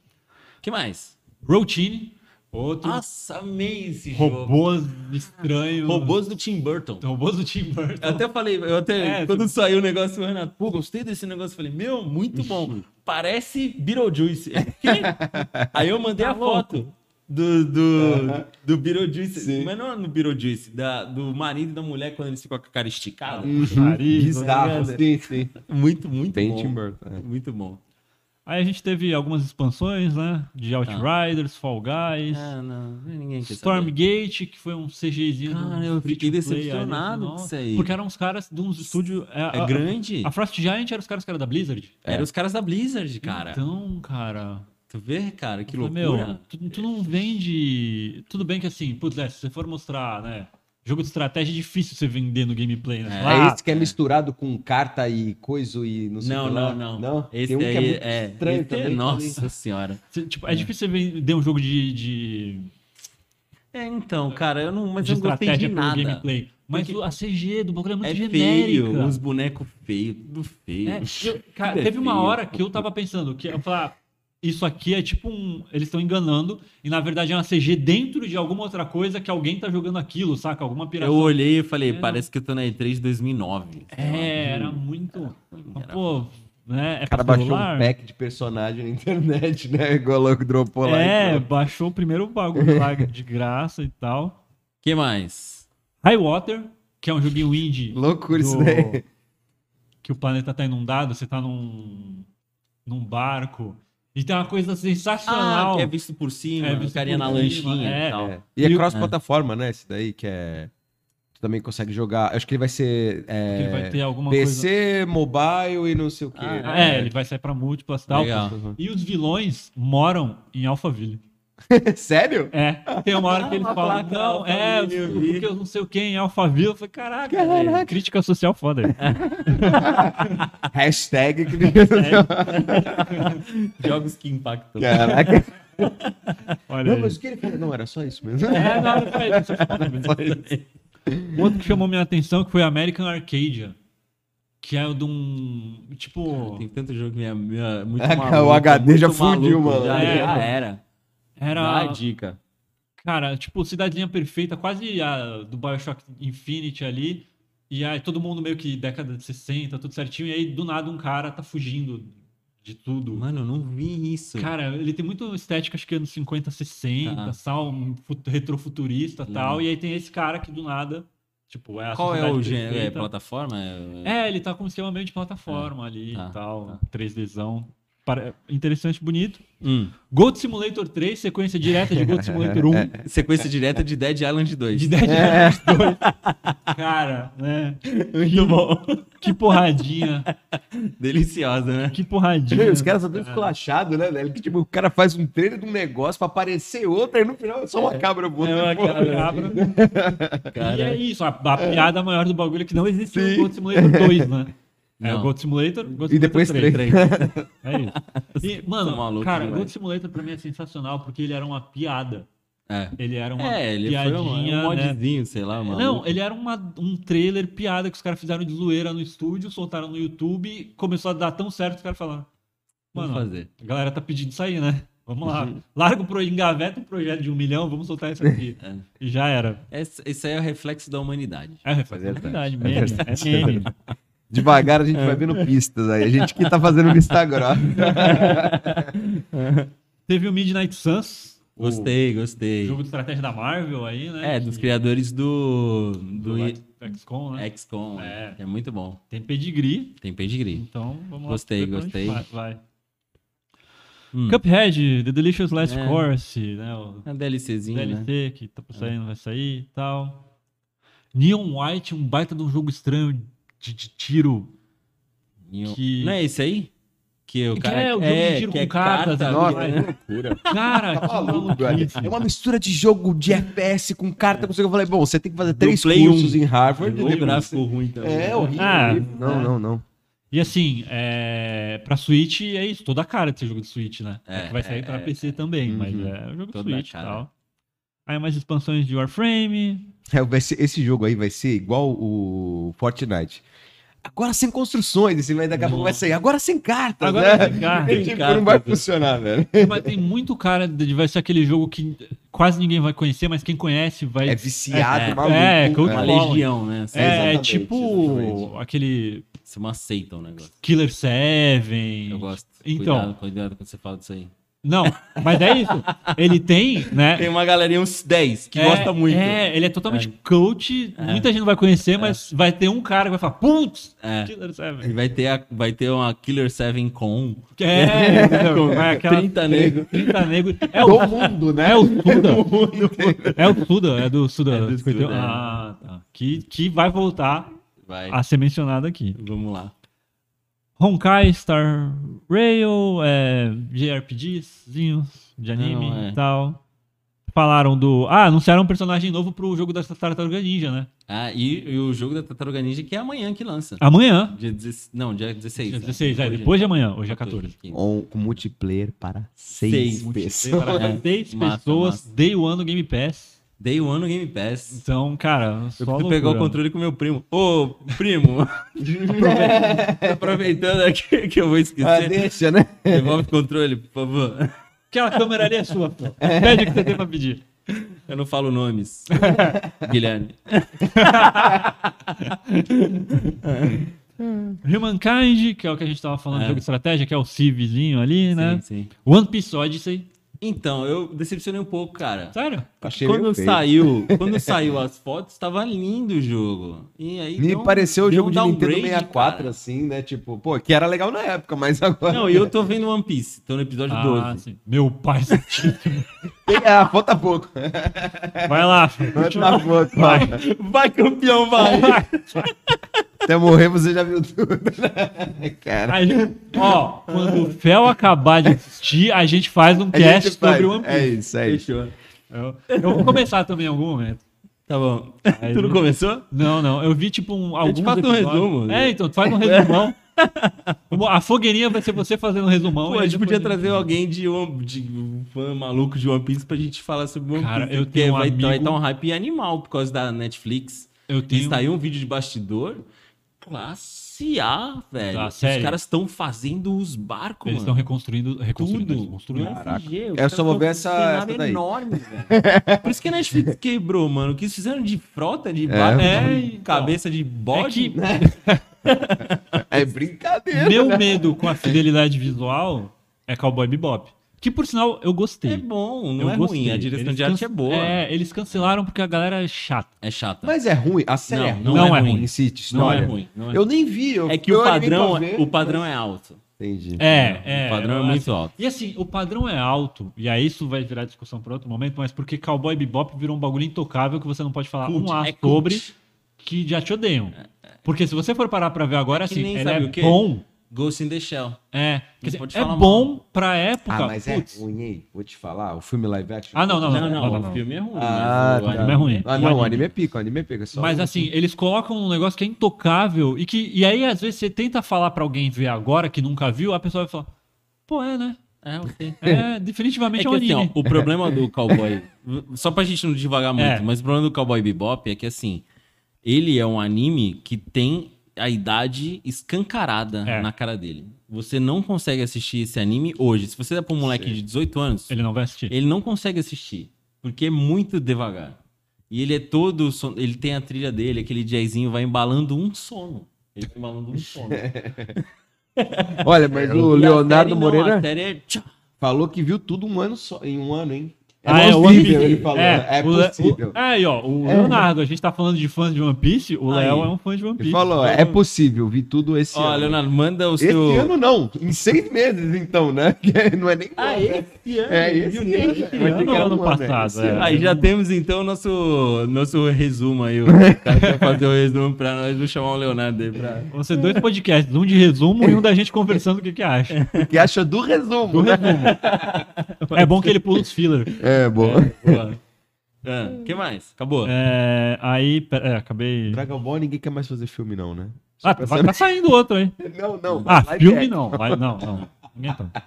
Speaker 1: que mais?
Speaker 3: Routine, outro.
Speaker 1: Nossa, amei esse jogo.
Speaker 3: robôs estranhos.
Speaker 1: Robôs do Tim Burton.
Speaker 3: Robôs do Tim Burton.
Speaker 1: Eu até falei, eu até,
Speaker 3: Então, É,
Speaker 1: quando saiu o negócio, o Renato, pô, gostei desse negócio. Eu Falei, meu, muito bom. Parece Beetlejuice. Eu, "Quê?" Aí eu mandei
Speaker 3: Tá
Speaker 1: a
Speaker 3: louco.
Speaker 1: foto do, do, do Beetlejuice. Mas não é no Beetlejuice, da, do marido e da mulher quando eles ficam com a cara esticada.
Speaker 3: Nariz,
Speaker 2: Bizarro,
Speaker 1: né?
Speaker 2: sim, sim.
Speaker 1: Muito, muito
Speaker 2: Bem
Speaker 1: bom.
Speaker 2: Tim Burton. né?
Speaker 1: Muito bom.
Speaker 3: Aí a gente teve algumas expansões, né? De Outriders, Fall Guys.
Speaker 1: Ah, Tá. não, ninguém quer saber.
Speaker 3: Stormgate, que foi um CGzinho. de
Speaker 1: Cara,
Speaker 3: um
Speaker 1: eu
Speaker 3: free
Speaker 1: fiquei
Speaker 3: to play,
Speaker 1: decepcionado
Speaker 3: aí,
Speaker 1: com
Speaker 3: assim,
Speaker 1: isso aí.
Speaker 3: Porque eram os caras de uns estúdios. a-
Speaker 1: É
Speaker 3: a-
Speaker 1: grande.
Speaker 3: A Frost Giant eram os caras que eram da Blizzard.
Speaker 1: Era os caras da Blizzard, cara.
Speaker 3: Então, cara.
Speaker 1: Tu vê, cara, que
Speaker 3: eu falei,
Speaker 1: loucura.
Speaker 3: Meu, tu, tu não vende. Tudo bem que assim, putz, é, se você for mostrar, né? Jogo de estratégia é difícil você vender no gameplay, né?
Speaker 1: É,
Speaker 2: é
Speaker 3: Ah,
Speaker 2: esse que é, misturado com carta e coisa e não sei o
Speaker 1: Não,
Speaker 2: que lá.
Speaker 1: não, não.
Speaker 2: Não?
Speaker 1: Esse
Speaker 2: Tem um que é
Speaker 1: aí
Speaker 2: muito estranho
Speaker 1: esse é-
Speaker 2: também,
Speaker 1: Nossa senhora.
Speaker 3: você- tipo, é, difícil você vender um jogo de, de,
Speaker 1: É, então, cara, eu não, mas
Speaker 3: de
Speaker 1: eu não gostei de
Speaker 3: estratégia pro
Speaker 1: nada.
Speaker 3: gameplay. Mas
Speaker 1: Porque-
Speaker 3: o- a CG do bagulho é muito
Speaker 1: é
Speaker 3: genérica.
Speaker 1: feio, os bonecos feios, tudo feio.
Speaker 3: É, eu- cara,
Speaker 1: Tudo é
Speaker 3: teve uma
Speaker 1: feio.
Speaker 3: hora que eu tava pensando que eu falar, isso aqui é tipo um, eles estão enganando e na verdade é uma CG dentro de alguma outra coisa que alguém tá jogando aquilo, saca? Alguma
Speaker 1: Eu
Speaker 3: piração.
Speaker 1: olhei e falei,
Speaker 3: É,
Speaker 1: parece que eu tô na E3 de 2009. sei lá.
Speaker 3: É, era muito.
Speaker 1: Hum, Era-
Speaker 3: Pô, né? É
Speaker 2: O cara
Speaker 3: pra
Speaker 2: baixou
Speaker 3: celular?
Speaker 2: um pack de personagem na internet, né? Igual o louco dropou lá.
Speaker 3: É,
Speaker 2: e falou.
Speaker 3: baixou o primeiro bagulho lá de graça e tal.
Speaker 1: que mais?
Speaker 3: Highwater, que é um joguinho indie
Speaker 2: Loucura isso
Speaker 3: do-
Speaker 2: daí.
Speaker 3: que o planeta tá inundado, você tá num, num barco. E tem uma coisa sensacional.
Speaker 1: que é visto por cima,
Speaker 3: É
Speaker 1: o
Speaker 3: visto
Speaker 1: carinha
Speaker 3: por
Speaker 1: na
Speaker 3: cima,
Speaker 1: lanchinha
Speaker 3: é.
Speaker 1: e tal.
Speaker 2: É. E é
Speaker 3: E o-
Speaker 2: cross-plataforma, né? Esse daí que é. Tu também consegue jogar. Acho que ele vai ser. é,
Speaker 3: que ele vai ter alguma coisa.
Speaker 2: PC, mobile e não sei o quê.
Speaker 1: Ah,
Speaker 2: né? Uhum.
Speaker 3: É, ele vai sair pra múltiplas e tal.
Speaker 1: Legal.
Speaker 3: E os vilões moram em Alphaville.
Speaker 2: Sério?
Speaker 3: É, tem uma hora que eles
Speaker 1: Uma
Speaker 3: falam,
Speaker 1: placa
Speaker 3: não, é,
Speaker 1: Alphaville, eu vi."
Speaker 3: porque eu não sei o que em Alphaville. Eu falei, caraca,
Speaker 2: Caraca.
Speaker 3: velho, crítica social foda.
Speaker 2: Hashtag que
Speaker 1: Jogos que impactam.
Speaker 2: É. Caraca.
Speaker 3: Olha
Speaker 2: Não,
Speaker 3: aí.
Speaker 2: mas o que ele falou? Não, era só isso mesmo.
Speaker 3: É, não, não, peraí, deixa eu falar também. Um Outro que chamou minha atenção que foi American Arcadia. Que é o de um. Tipo.
Speaker 1: Tem tanto jogo que minha, minha, muito
Speaker 2: Ah,
Speaker 1: maluco,
Speaker 2: o HD
Speaker 1: muito
Speaker 2: já fundiu,
Speaker 1: maluco,
Speaker 2: mano.
Speaker 1: Já,
Speaker 3: É.
Speaker 1: já era. Dá a
Speaker 3: Era.
Speaker 1: dica.
Speaker 3: Cara, tipo, cidadezinha perfeita, quase a do Bioshock Infinity ali. E aí todo mundo meio que década de 60, tudo certinho. E aí do nada um cara tá fugindo de tudo.
Speaker 1: Mano, eu não vi isso.
Speaker 3: Cara, ele tem muito estética, acho que anos 50, 60,
Speaker 1: Tá.
Speaker 3: tal, um fut- retrofuturista e tal. E aí tem esse cara que do nada, tipo, é a
Speaker 1: Qual é
Speaker 3: sociedade
Speaker 1: o gênero? É
Speaker 3: perfeita.
Speaker 1: plataforma? É-
Speaker 3: É, ele tá com um esquema meio de plataforma ali
Speaker 1: Tá,
Speaker 3: e tal,
Speaker 1: tá.
Speaker 3: 3Dzão. Pare- Interessante, bonito.
Speaker 1: Hum.
Speaker 3: Gold Simulator 3, sequência direta de Gold Simulator 1.
Speaker 1: Sequência direta de Dead Island 2.
Speaker 3: De 10 anos, dois. Cara, né?
Speaker 1: Muito bom.
Speaker 3: Que porradinha.
Speaker 1: Deliciosa, né?
Speaker 3: Que porradinha.
Speaker 2: Os caras são tão esculachados, né, velho? Que tipo, o cara faz um trailer de um negócio pra aparecer outro, aí no final é só uma cabra
Speaker 1: É
Speaker 2: voando.
Speaker 1: uma
Speaker 2: embora.
Speaker 1: cabra.
Speaker 3: Cabra. E é
Speaker 1: Cara,
Speaker 3: isso. A, a piada maior do bagulho é que não existe
Speaker 2: Sim.
Speaker 3: o Gold Simulator 2, né? É
Speaker 1: Não.
Speaker 3: o Gold Simulator, Gold
Speaker 2: E depois
Speaker 3: Simulator
Speaker 2: três.
Speaker 3: É isso. E, mano,
Speaker 1: é maluco
Speaker 3: cara, o
Speaker 1: demais.
Speaker 3: Gold Simulator pra mim é sensacional porque ele era uma piada.
Speaker 1: é.
Speaker 3: Ele era uma
Speaker 1: É, ele foi um,
Speaker 3: piadinha,
Speaker 1: um
Speaker 3: né?
Speaker 1: modzinho, sei lá, mano.
Speaker 3: Não, ele era uma- um trailer piada que os caras fizeram de zoeira no estúdio, soltaram no YouTube, começou a dar tão certo que os caras falaram.
Speaker 1: Vamos
Speaker 3: Mano,
Speaker 1: fazer.
Speaker 3: a galera tá pedindo isso aí, né? Vamos lá. Larga o pro... engaveta um projeto de um milhão, vamos soltar isso aqui.
Speaker 1: É.
Speaker 3: E já era.
Speaker 1: Esse, esse aí é o reflexo da humanidade.
Speaker 3: É reflexo.
Speaker 2: É
Speaker 3: É
Speaker 2: verdade,
Speaker 3: verdade, meme. É, meme.
Speaker 2: Devagar a gente vai vendo pistas aí. A gente que tá fazendo lista agora.
Speaker 3: Teve o Midnight Suns. o
Speaker 1: Gostei, gostei.
Speaker 3: Jogo de estratégia da Marvel aí, né?
Speaker 1: É, dos
Speaker 3: Que-
Speaker 1: criadores do.
Speaker 3: do
Speaker 1: do,
Speaker 3: XCOM, né?
Speaker 1: XCOM.
Speaker 3: É.
Speaker 1: É. é muito bom.
Speaker 3: Tem pedigree,
Speaker 1: Tem pedigree.
Speaker 3: então vamos lá.
Speaker 1: Gostei,
Speaker 3: ver pra onde
Speaker 1: gostei.
Speaker 3: vai- Vai.
Speaker 1: Hum.
Speaker 3: Cuphead, The Delicious Last
Speaker 1: É.
Speaker 3: Course, né? O
Speaker 1: É um DLCzinho, né?
Speaker 3: DLC que tá pra sair, não vai sair e tal. Neon White, um baita de um jogo estranho de, de tiro.
Speaker 1: Nenhum-
Speaker 3: que-
Speaker 1: Não é esse aí? Que o
Speaker 3: Que
Speaker 1: cara.
Speaker 3: é o jogo de tiro
Speaker 1: que
Speaker 3: com cartas, né?
Speaker 2: Nossa,
Speaker 3: Vai.
Speaker 2: que loucura.
Speaker 3: Cara,
Speaker 2: Tá
Speaker 3: que
Speaker 2: maluco, velho.
Speaker 3: maluquice.
Speaker 2: É uma mistura de jogo de FPS com carta. com isso que Eu falei, bom, você tem que fazer três
Speaker 1: Play
Speaker 2: cursos
Speaker 1: um.
Speaker 2: em Harvard.
Speaker 1: Ou
Speaker 2: né?
Speaker 1: gráfico ruim também.
Speaker 2: É, horrível.
Speaker 3: Ah,
Speaker 2: horrível. não,
Speaker 3: é.
Speaker 2: não, não.
Speaker 3: E assim, é... pra Switch é isso, toda a cara desse jogo de Switch, né? É,
Speaker 1: É,
Speaker 3: que vai sair pra
Speaker 1: é,
Speaker 3: PC também,
Speaker 2: Uhum.
Speaker 3: mas é um jogo de
Speaker 1: Toda a
Speaker 3: Switch e
Speaker 1: cara.
Speaker 3: tal. Aí mais expansões de Warframe.
Speaker 2: É, vai ser- esse jogo aí vai ser igual o Fortnite. Agora sem construções, esse vai daqui a pouco vai sair. Agora sem cartas,
Speaker 3: Agora é
Speaker 2: né?
Speaker 3: tem carta.
Speaker 1: Tem
Speaker 2: Tipo,
Speaker 1: cartas,
Speaker 2: não vai
Speaker 1: né?
Speaker 2: funcionar, velho.
Speaker 3: Mas tem muito cara de vai ser aquele jogo que quase ninguém vai conhecer, mas quem conhece vai.
Speaker 2: É viciado,
Speaker 1: é,
Speaker 2: maluco.
Speaker 3: é, que eu-
Speaker 1: Uma
Speaker 2: cara.
Speaker 3: Fallen.
Speaker 1: legião, né?
Speaker 3: É, é
Speaker 2: exatamente,
Speaker 3: tipo
Speaker 2: exatamente.
Speaker 3: aquele
Speaker 1: Você não aceita o negócio.
Speaker 3: Killer Seven.
Speaker 1: Eu gosto.
Speaker 3: Então.
Speaker 1: Cuidado, cuidado quando você fala disso aí.
Speaker 3: Não, mas é isso. Ele tem, né?
Speaker 1: Tem uma galerinha, uns 10, que
Speaker 3: é,
Speaker 1: gosta muito.
Speaker 3: É, ele é totalmente coach.
Speaker 1: É.
Speaker 3: Muita gente não vai conhecer, mas vai ter um cara que vai falar, putz,
Speaker 1: É.
Speaker 3: Killer
Speaker 1: E
Speaker 3: Seven.
Speaker 1: vai ter, a- vai ter uma Killer 7 com.
Speaker 3: É, entendeu? Vai aquela
Speaker 1: 30 negros.
Speaker 3: 30 negro. É
Speaker 2: Do
Speaker 3: o,
Speaker 2: mundo, né?
Speaker 3: é o Suda. É o Suda, é do Suda.
Speaker 1: É do
Speaker 3: 51.
Speaker 1: Suda, é.
Speaker 3: Ah, tá. Que, que vai voltar
Speaker 1: Vai.
Speaker 3: a ser mencionado aqui.
Speaker 1: Vamos lá.
Speaker 3: Honkai Star Rail, é, JRPGzinhos de anime
Speaker 1: Não, é.
Speaker 3: e tal. Falaram do. Ah, anunciaram um personagem novo pro jogo da Tartaruga Ninja, né?
Speaker 1: Ah, e, e o jogo da Tataruga Ninja, que é amanhã que lança.
Speaker 3: Amanhã.
Speaker 1: Dia 16. Não, dia 16.
Speaker 3: Dia
Speaker 1: né?
Speaker 3: 16, é,
Speaker 1: Hoje
Speaker 3: depois de amanhã, hoje é 14.
Speaker 1: 15.
Speaker 2: On- com multiplayer para seis,
Speaker 1: Seis
Speaker 2: pessoas.
Speaker 3: Para
Speaker 1: É,
Speaker 3: seis
Speaker 1: massa,
Speaker 3: pessoas,
Speaker 1: massa.
Speaker 3: Day One no Game Pass.
Speaker 1: Day One no Game Pass.
Speaker 3: Então, cara, só
Speaker 1: Eu preciso pegar o
Speaker 3: loucura.
Speaker 1: controle com meu primo. Ô, primo! aproveitando, aproveitando aqui que eu vou
Speaker 2: Ah,
Speaker 1: esquecer.
Speaker 2: deixa, né?
Speaker 1: Devolve o controle, por favor.
Speaker 3: Aquela câmera ali é sua, pô. Pede o que você tem pra pedir.
Speaker 1: Eu não falo nomes. Guilherme.
Speaker 3: Humankind, que é o que a gente tava falando,
Speaker 1: É.
Speaker 3: jogo de estratégia, que é o Civizinho ali, né?
Speaker 1: Sim, sim.
Speaker 3: One Piece Odyssey.
Speaker 1: Então, eu decepcionei um pouco, cara.
Speaker 3: Sério?
Speaker 2: Achei
Speaker 1: quando
Speaker 2: meio feio.
Speaker 1: saiu, quando saiu as fotos, tava lindo o jogo. E aí
Speaker 2: Me
Speaker 1: deu um-
Speaker 2: pareceu o
Speaker 1: deu
Speaker 2: jogo
Speaker 1: um
Speaker 2: de Nintendo
Speaker 1: downgrade,
Speaker 2: 64,
Speaker 1: cara.
Speaker 2: assim, né? Tipo, pô, que era legal na época, mas agora.
Speaker 1: Não, e eu tô vendo One Piece, tô no episódio
Speaker 3: Ah,
Speaker 1: 12.
Speaker 3: sim. Meu pai. esse título.
Speaker 2: Ah, falta pouco.
Speaker 3: Vai lá, filho.
Speaker 2: Falta pouco.
Speaker 3: Vai.
Speaker 1: Vai, campeão, vai!
Speaker 2: Até morrer você já viu tudo. né? Cara.
Speaker 3: Aí, ó, quando o Fel acabar de assistir, a gente faz um
Speaker 2: A
Speaker 3: cast
Speaker 2: gente faz.
Speaker 3: sobre One Piece.
Speaker 2: É isso, é isso.
Speaker 1: Fechou.
Speaker 3: Eu, eu vou começar também em algum momento.
Speaker 1: Tá bom.
Speaker 3: Aí-
Speaker 1: tu não começou?
Speaker 3: Não, não. Eu vi, tipo, um,
Speaker 1: Eu
Speaker 3: alguns
Speaker 1: te faço um
Speaker 3: episódios.
Speaker 1: resumo.
Speaker 3: É, então, tu faz um resumão. Bom, a fogueirinha vai ser você fazendo um resumão.
Speaker 1: Pô,
Speaker 3: e
Speaker 1: a gente
Speaker 3: depois
Speaker 1: podia trazer alguém de, One- de um fã maluco de One Piece pra gente falar sobre One
Speaker 3: Cara,
Speaker 1: Piece.
Speaker 3: eu
Speaker 1: porque
Speaker 3: tenho um
Speaker 1: vai, vai
Speaker 3: amigo-
Speaker 1: estar um hype animal por causa da Netflix.
Speaker 3: Eu
Speaker 1: Tem
Speaker 3: tenho...
Speaker 1: saiu um vídeo de bastidor. Classe A, velho.
Speaker 3: Ah,
Speaker 1: Os
Speaker 3: sério?
Speaker 1: caras estão fazendo os barcos,
Speaker 3: Eles estão
Speaker 1: mano.
Speaker 3: reconstruindo... reconstruindo né?
Speaker 1: Tudo.
Speaker 3: eles construíram.
Speaker 1: Não é
Speaker 2: Caraca.
Speaker 1: CG, os
Speaker 2: Eu
Speaker 1: caras
Speaker 2: só vou
Speaker 1: tão
Speaker 2: ver
Speaker 1: com um
Speaker 2: essa-
Speaker 1: cenário
Speaker 2: essa daí.
Speaker 1: enorme, velho. Por isso que a Netflix quebrou, mano. O que eles fizeram de frota, de barco,
Speaker 3: É,
Speaker 1: de
Speaker 3: então.
Speaker 1: cabeça de
Speaker 3: É
Speaker 1: bode. né?
Speaker 3: que
Speaker 2: É brincadeira.
Speaker 3: meu medo com a fidelidade visual é Cowboy Bebop. Que, por sinal, eu gostei.
Speaker 1: É bom, não
Speaker 3: Eu
Speaker 1: é
Speaker 3: gostei.
Speaker 1: ruim. A direção
Speaker 3: Eles
Speaker 1: de arte
Speaker 3: can-
Speaker 1: é boa. É,
Speaker 3: É, eles cancelaram porque a galera é chata.
Speaker 1: chata.
Speaker 2: Mas é ruim. A série
Speaker 1: Não,
Speaker 2: é ruim.
Speaker 1: não
Speaker 3: é ruim.
Speaker 2: Insiste,
Speaker 1: não é
Speaker 2: história.
Speaker 1: ruim. não é
Speaker 2: Eu nem vi. Eu,
Speaker 1: É que
Speaker 2: eu
Speaker 1: o
Speaker 2: animei pra
Speaker 1: padrão,
Speaker 2: ver.
Speaker 1: o padrão é alto.
Speaker 2: Entendi.
Speaker 3: É, é.
Speaker 1: o padrão é muito alto.
Speaker 3: E assim, o padrão é alto, e aí isso vai virar discussão para outro momento, mas porque Cowboy Bebop virou um bagulho intocável que você não pode falar um ar
Speaker 1: é cult.
Speaker 3: sobre que já te odeiam. Porque se você for parar pra ver agora,
Speaker 1: É que
Speaker 3: assim,
Speaker 1: nem
Speaker 3: ele
Speaker 1: sabe
Speaker 3: é
Speaker 1: o quê?
Speaker 3: bom.
Speaker 1: Ghost in the Shell.
Speaker 3: É, quer dizer,
Speaker 1: pode
Speaker 3: é
Speaker 1: falar
Speaker 3: bom pra época.
Speaker 2: Ah, mas é
Speaker 3: putz.
Speaker 2: ruim, hein? Vou te falar. O filme live action.
Speaker 3: Ah, não, não, não.
Speaker 1: Não,
Speaker 3: não,
Speaker 1: não,
Speaker 3: não.
Speaker 1: o filme é ruim. mas
Speaker 2: Ah,
Speaker 1: o
Speaker 2: tá.
Speaker 1: anime-
Speaker 3: é ruim.
Speaker 2: Ah, não, o anime é pica, o anime é pica. Só
Speaker 3: Mas
Speaker 2: o-
Speaker 3: assim, eles colocam um negócio que é intocável e que e aí às vezes você tenta falar pra alguém ver agora que nunca viu, a pessoa vai falar: "Pô, é, né?
Speaker 1: É, ok.
Speaker 3: É,
Speaker 1: É
Speaker 3: definitivamente
Speaker 1: que
Speaker 3: é um anime".
Speaker 1: assim, ó, o problema do cowboy. só pra gente não devagar muito,
Speaker 3: É.
Speaker 1: mas o problema do cowboy bebop é que assim. Ele é um anime que tem a idade escancarada
Speaker 3: É.
Speaker 1: na cara dele. Você não consegue assistir esse anime hoje. Se você der pra um moleque de 18 anos,
Speaker 3: Ele não vai assistir.
Speaker 1: ele não consegue assistir, porque é muito devagar. E ele é todo, son- ele tem a trilha dele, aquele jazzinho vai embalando um sono. Ele vai embalando um sono.
Speaker 2: Olha, mas É. o
Speaker 1: E a série
Speaker 2: Leonardo
Speaker 1: não,
Speaker 2: Moreira
Speaker 1: a série é tchá,
Speaker 2: falou que viu tudo um ano só, em um ano, hein?
Speaker 3: Ah, é, o One
Speaker 2: possível,
Speaker 3: Piece.
Speaker 2: ele falou. É,
Speaker 3: o Le-
Speaker 2: possível. É.
Speaker 3: o- aí, ó, o Leonardo, a gente tá falando de fãs de One Piece, o
Speaker 1: Aí.
Speaker 3: Léo é um fã de One
Speaker 2: Ele
Speaker 3: Piece.
Speaker 2: falou, é possível, vi tudo esse
Speaker 1: Ó,
Speaker 2: ano.
Speaker 1: Leonardo, manda o
Speaker 2: Esse
Speaker 1: seu.
Speaker 2: ano não, em seis meses então, né? Que Não é nem um
Speaker 1: Ah,
Speaker 2: ano, né?
Speaker 1: esse ano.
Speaker 2: É
Speaker 1: viu?
Speaker 2: esse
Speaker 1: Nem
Speaker 2: ano.
Speaker 1: esse
Speaker 2: Vai
Speaker 1: ano.
Speaker 2: ter que
Speaker 3: ano ou
Speaker 2: arrumar,
Speaker 3: ano
Speaker 2: né?
Speaker 3: passado,
Speaker 2: Esse
Speaker 3: é.
Speaker 2: ano.
Speaker 1: Aí já temos então o nosso, nosso resumo aí. O cara quer fazer o resumo pra nós, vou chamar o Leonardo aí pra.
Speaker 3: Vão ser dois podcasts, um de resumo e um da gente conversando o que que acha.
Speaker 2: O que acha do resumo, né?
Speaker 3: É bom que ele pula os filler.
Speaker 2: É, bom.
Speaker 1: Boa. Ah, que mais? Acabou.
Speaker 3: É, aí, pera, é, acabei...
Speaker 2: Dragon Ball ninguém quer mais fazer filme não, né? Só
Speaker 3: Ah,
Speaker 2: pra
Speaker 3: vai
Speaker 2: saber.
Speaker 3: tá saindo outro aí.
Speaker 2: Não, não.
Speaker 3: Ah,
Speaker 2: live
Speaker 3: filme
Speaker 2: action.
Speaker 3: não. Vai, não, não. Ninguém tá.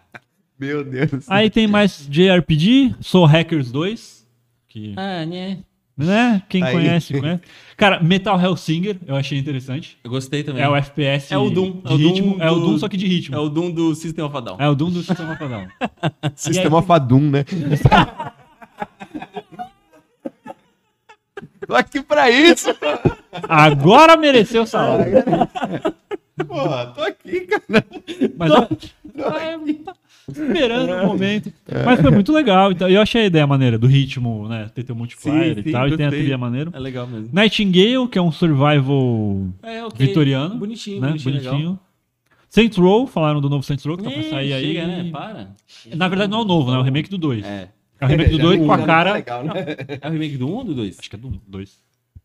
Speaker 2: Meu Deus.
Speaker 3: Aí tem mais JRPG, Soul Hackers 2, que...
Speaker 1: Ah, né?
Speaker 3: Né? Quem
Speaker 2: Tá Aí.
Speaker 3: conhece, conhece. Cara, Metal Hellsinger, eu achei interessante.
Speaker 1: Eu gostei também.
Speaker 3: É o FPS
Speaker 1: É o Doom.
Speaker 3: de
Speaker 1: É o Doom
Speaker 3: ritmo. É o
Speaker 1: do-
Speaker 3: Doom, só que de ritmo.
Speaker 1: É o Doom do System of a Down.
Speaker 3: É o Doom do Sistema Fadal.
Speaker 2: Sistema Fadum, né? Tô aqui pra isso,
Speaker 3: Agora mereceu o salário.
Speaker 2: pô. Tô aqui, cara.
Speaker 3: Mas ó, tá esperando
Speaker 1: É.
Speaker 3: o momento. Mas foi muito legal. Então, eu achei a ideia maneira do ritmo, né? Ter teu multiplier
Speaker 1: Sim,
Speaker 3: e
Speaker 1: sim,
Speaker 3: tal. E tem a
Speaker 1: gostei.
Speaker 3: trilha maneira.
Speaker 1: É legal mesmo.
Speaker 3: Nightingale, que é um survival
Speaker 1: É, ok.
Speaker 3: vitoriano.
Speaker 1: Bonitinho,
Speaker 3: né?
Speaker 1: bonitinho. legal.
Speaker 3: Bonitinho. Saints Row, falaram do novo Saints Row, que tá pra
Speaker 1: É,
Speaker 3: sair aí.
Speaker 1: chega, né? Para.
Speaker 3: Na verdade, não é o novo, né? É o remake do 2. É,
Speaker 1: É.
Speaker 3: o remake do 2 com
Speaker 2: Já
Speaker 3: a
Speaker 2: não tá
Speaker 3: cara.
Speaker 2: legal, né?
Speaker 1: É o remake do 1 ou do 2?
Speaker 3: Acho que é do 2.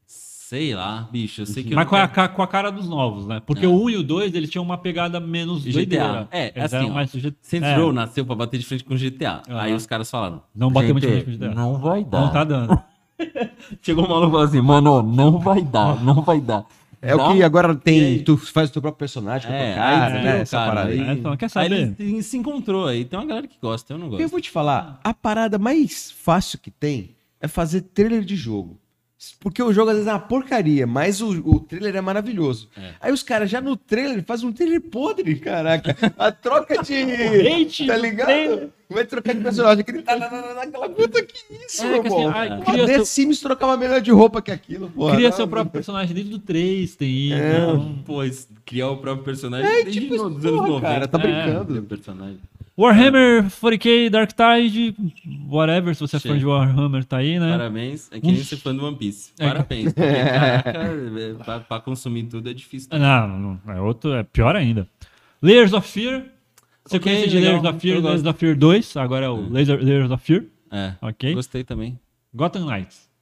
Speaker 1: Sei lá, bicho. Eu sei que eu
Speaker 3: Mas
Speaker 1: não É.
Speaker 3: com a,
Speaker 1: quero-
Speaker 3: ca- com a cara dos novos, né? Porque o 1 e o 2, eles tinham uma pegada menos
Speaker 1: GTA.
Speaker 3: doideira.
Speaker 1: É,
Speaker 3: Eles
Speaker 1: assim,
Speaker 3: eram
Speaker 1: ó,
Speaker 3: mais sujeito-
Speaker 1: Saints
Speaker 3: é.
Speaker 1: Row nasceu pra bater de frente com o GTA.
Speaker 3: Aham.
Speaker 1: Aí os caras falaram.
Speaker 3: Não bateu muito
Speaker 1: "Gente,
Speaker 3: de frente com o GTA.
Speaker 1: Não vai dar.
Speaker 3: Não tá dando.
Speaker 1: Chegou o maluco e falou assim, mano, não vai dar, não vai dar.
Speaker 2: É o
Speaker 1: Dá
Speaker 2: que
Speaker 1: um-
Speaker 2: agora
Speaker 1: E
Speaker 2: tem.
Speaker 1: aí?
Speaker 2: Tu faz o teu próprio personagem com a
Speaker 1: É,
Speaker 2: tua cara,
Speaker 1: aí
Speaker 2: né?
Speaker 1: viu,
Speaker 2: Essa
Speaker 1: cara,
Speaker 2: parada aí.
Speaker 1: aí-
Speaker 3: É, então, quer
Speaker 1: Aí
Speaker 3: saber?
Speaker 1: ele se- se encontrou aí. Tem uma galera que gosta, eu não
Speaker 2: Eu
Speaker 1: gosto.
Speaker 2: vou te falar, a parada mais fácil que tem é fazer trailer de jogo. Porque o jogo às vezes é uma porcaria, mas o, o trailer é maravilhoso. Aí os caras já no trailer fazem um trailer podre, caraca. A troca de.
Speaker 3: hate
Speaker 2: tá
Speaker 3: do
Speaker 2: ligado?
Speaker 3: trailer.
Speaker 2: Vai trocar de personagem. Aquele tá na- na- naquela puta que isso,
Speaker 3: É,
Speaker 2: meu
Speaker 3: que assim,
Speaker 2: irmão.
Speaker 3: ai,
Speaker 2: Pô,
Speaker 3: cria
Speaker 2: The
Speaker 3: seu-
Speaker 2: Sims trocava melhor de roupa que aquilo, pô.
Speaker 3: Cria
Speaker 2: Não,
Speaker 3: seu próprio personagem dentro do 3, tem isso.
Speaker 1: É.
Speaker 3: então.
Speaker 1: Pô, es- criar o próprio personagem é, desde
Speaker 2: tipo,
Speaker 1: tipo, nos
Speaker 2: porra,
Speaker 1: anos 90.
Speaker 2: cara, tá
Speaker 1: É,
Speaker 2: brincando.
Speaker 1: tem personagem.
Speaker 3: Warhammer 40k, Dark Tide, whatever, se você é fã
Speaker 1: Sim.
Speaker 3: de Warhammer, tá aí, né?
Speaker 1: Parabéns. É que nem ser fã do One Piece. Parabéns. Porque, caraca, é, pra, pra consumir tudo é difícil.
Speaker 3: Não, não, é outro, é pior ainda. Layers of Fear. Sequência de
Speaker 1: legal,
Speaker 3: Layers of Fear,
Speaker 1: eu
Speaker 3: Layers of Fear 2, agora é o Laser- Layers of Fear,
Speaker 1: É.
Speaker 3: ok?
Speaker 1: Gostei também.
Speaker 3: Gotham Knights.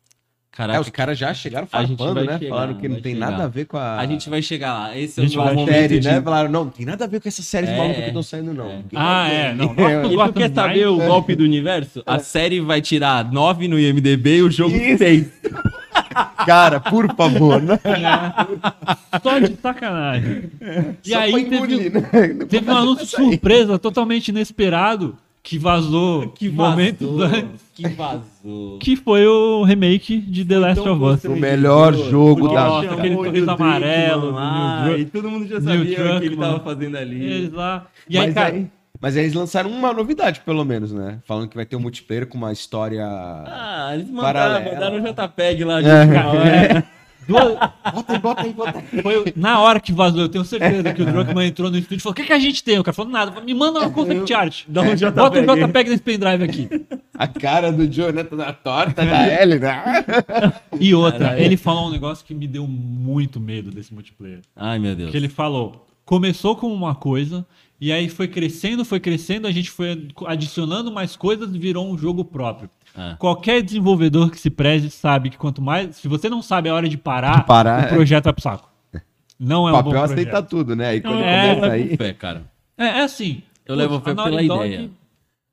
Speaker 1: Caraca,
Speaker 2: É, os caras já chegaram
Speaker 1: A gente
Speaker 2: farpando,
Speaker 1: vai
Speaker 2: né?
Speaker 1: chegar,
Speaker 2: Falaram que não
Speaker 1: vai
Speaker 2: tem
Speaker 1: chegar.
Speaker 2: nada a ver com a,
Speaker 1: a gente vai chegar lá. Esse é
Speaker 3: A
Speaker 1: o
Speaker 3: gente
Speaker 1: novo
Speaker 3: vai-
Speaker 2: com a
Speaker 1: momento
Speaker 2: série,
Speaker 1: de-
Speaker 2: né? Falaram, não, tem nada a ver com essas séries
Speaker 1: É,
Speaker 2: malucas que
Speaker 1: é.
Speaker 2: estão saindo, não.
Speaker 3: Ah, é, não.
Speaker 1: E tu
Speaker 3: Gotham,
Speaker 1: quer saber o golpe do universo? A série vai tirar 9 no IMDB e o jogo
Speaker 2: Isso.
Speaker 1: 6.
Speaker 2: Cara, por favor, né?
Speaker 3: Só de sacanagem. E
Speaker 1: É,
Speaker 2: Só
Speaker 3: aí
Speaker 2: pra
Speaker 3: teve-
Speaker 2: engolir, né?
Speaker 3: Teve um anúncio surpresa, totalmente inesperado, que vazou
Speaker 1: Que
Speaker 3: momentos
Speaker 1: vazou.
Speaker 3: antes,
Speaker 1: Que vazou.
Speaker 3: que foi o remake de The Last
Speaker 1: Então,
Speaker 3: of Us.
Speaker 2: O melhor jogo
Speaker 1: Porque
Speaker 2: da
Speaker 1: chamou o
Speaker 3: vida. Aquele
Speaker 1: Neil
Speaker 3: sorriso
Speaker 1: Druckmann
Speaker 3: amarelo
Speaker 1: lá,
Speaker 3: do Neil Druck-
Speaker 1: e todo mundo já
Speaker 3: Neil
Speaker 1: sabia o que ele
Speaker 3: Druckmann.
Speaker 1: tava fazendo ali.
Speaker 3: Eles lá. E
Speaker 2: E
Speaker 3: aí,
Speaker 2: mas,
Speaker 3: cara,
Speaker 2: aí, mas aí eles lançaram uma novidade, pelo menos, né? Falando que vai ter um multiplayer com uma história.
Speaker 1: Ah, eles mandaram,
Speaker 2: Paralela.
Speaker 1: mandaram o JPEG lá de
Speaker 2: É.
Speaker 1: é.
Speaker 3: duas-
Speaker 2: Bota aí, bota aí, bota aí.
Speaker 3: Foi na hora que vazou, eu tenho certeza que o Druckmann entrou no estúdio e falou: O que, que a gente tem? O cara falou: Nada, me manda uma concept art.
Speaker 1: Dá um JPEG.
Speaker 3: Bota um JPEG nesse pendrive aqui.
Speaker 2: A cara do Joe, né? Toda torta da
Speaker 3: É,
Speaker 2: Ellie, né?
Speaker 3: E outra, ele falou um negócio que me deu muito medo desse multiplayer.
Speaker 1: Ai, meu Deus.
Speaker 3: Que ele falou: começou com uma coisa, e aí foi crescendo, foi crescendo, a gente foi adicionando mais coisas e virou um jogo próprio.
Speaker 1: Ah.
Speaker 3: Qualquer desenvolvedor que se preze sabe que quanto mais. Se você não sabe a hora de parar,
Speaker 2: De parar,
Speaker 3: o projeto vai pro saco. Não é
Speaker 2: O
Speaker 3: um bom
Speaker 2: papel
Speaker 3: projeto.
Speaker 2: aceita tudo, né? E quando
Speaker 3: É,
Speaker 2: começa
Speaker 1: Eu levo
Speaker 2: aí.
Speaker 1: fé, cara.
Speaker 3: É, é assim.
Speaker 1: Eu levo fé
Speaker 3: a
Speaker 1: pela
Speaker 3: Naughty Dog
Speaker 1: ideia.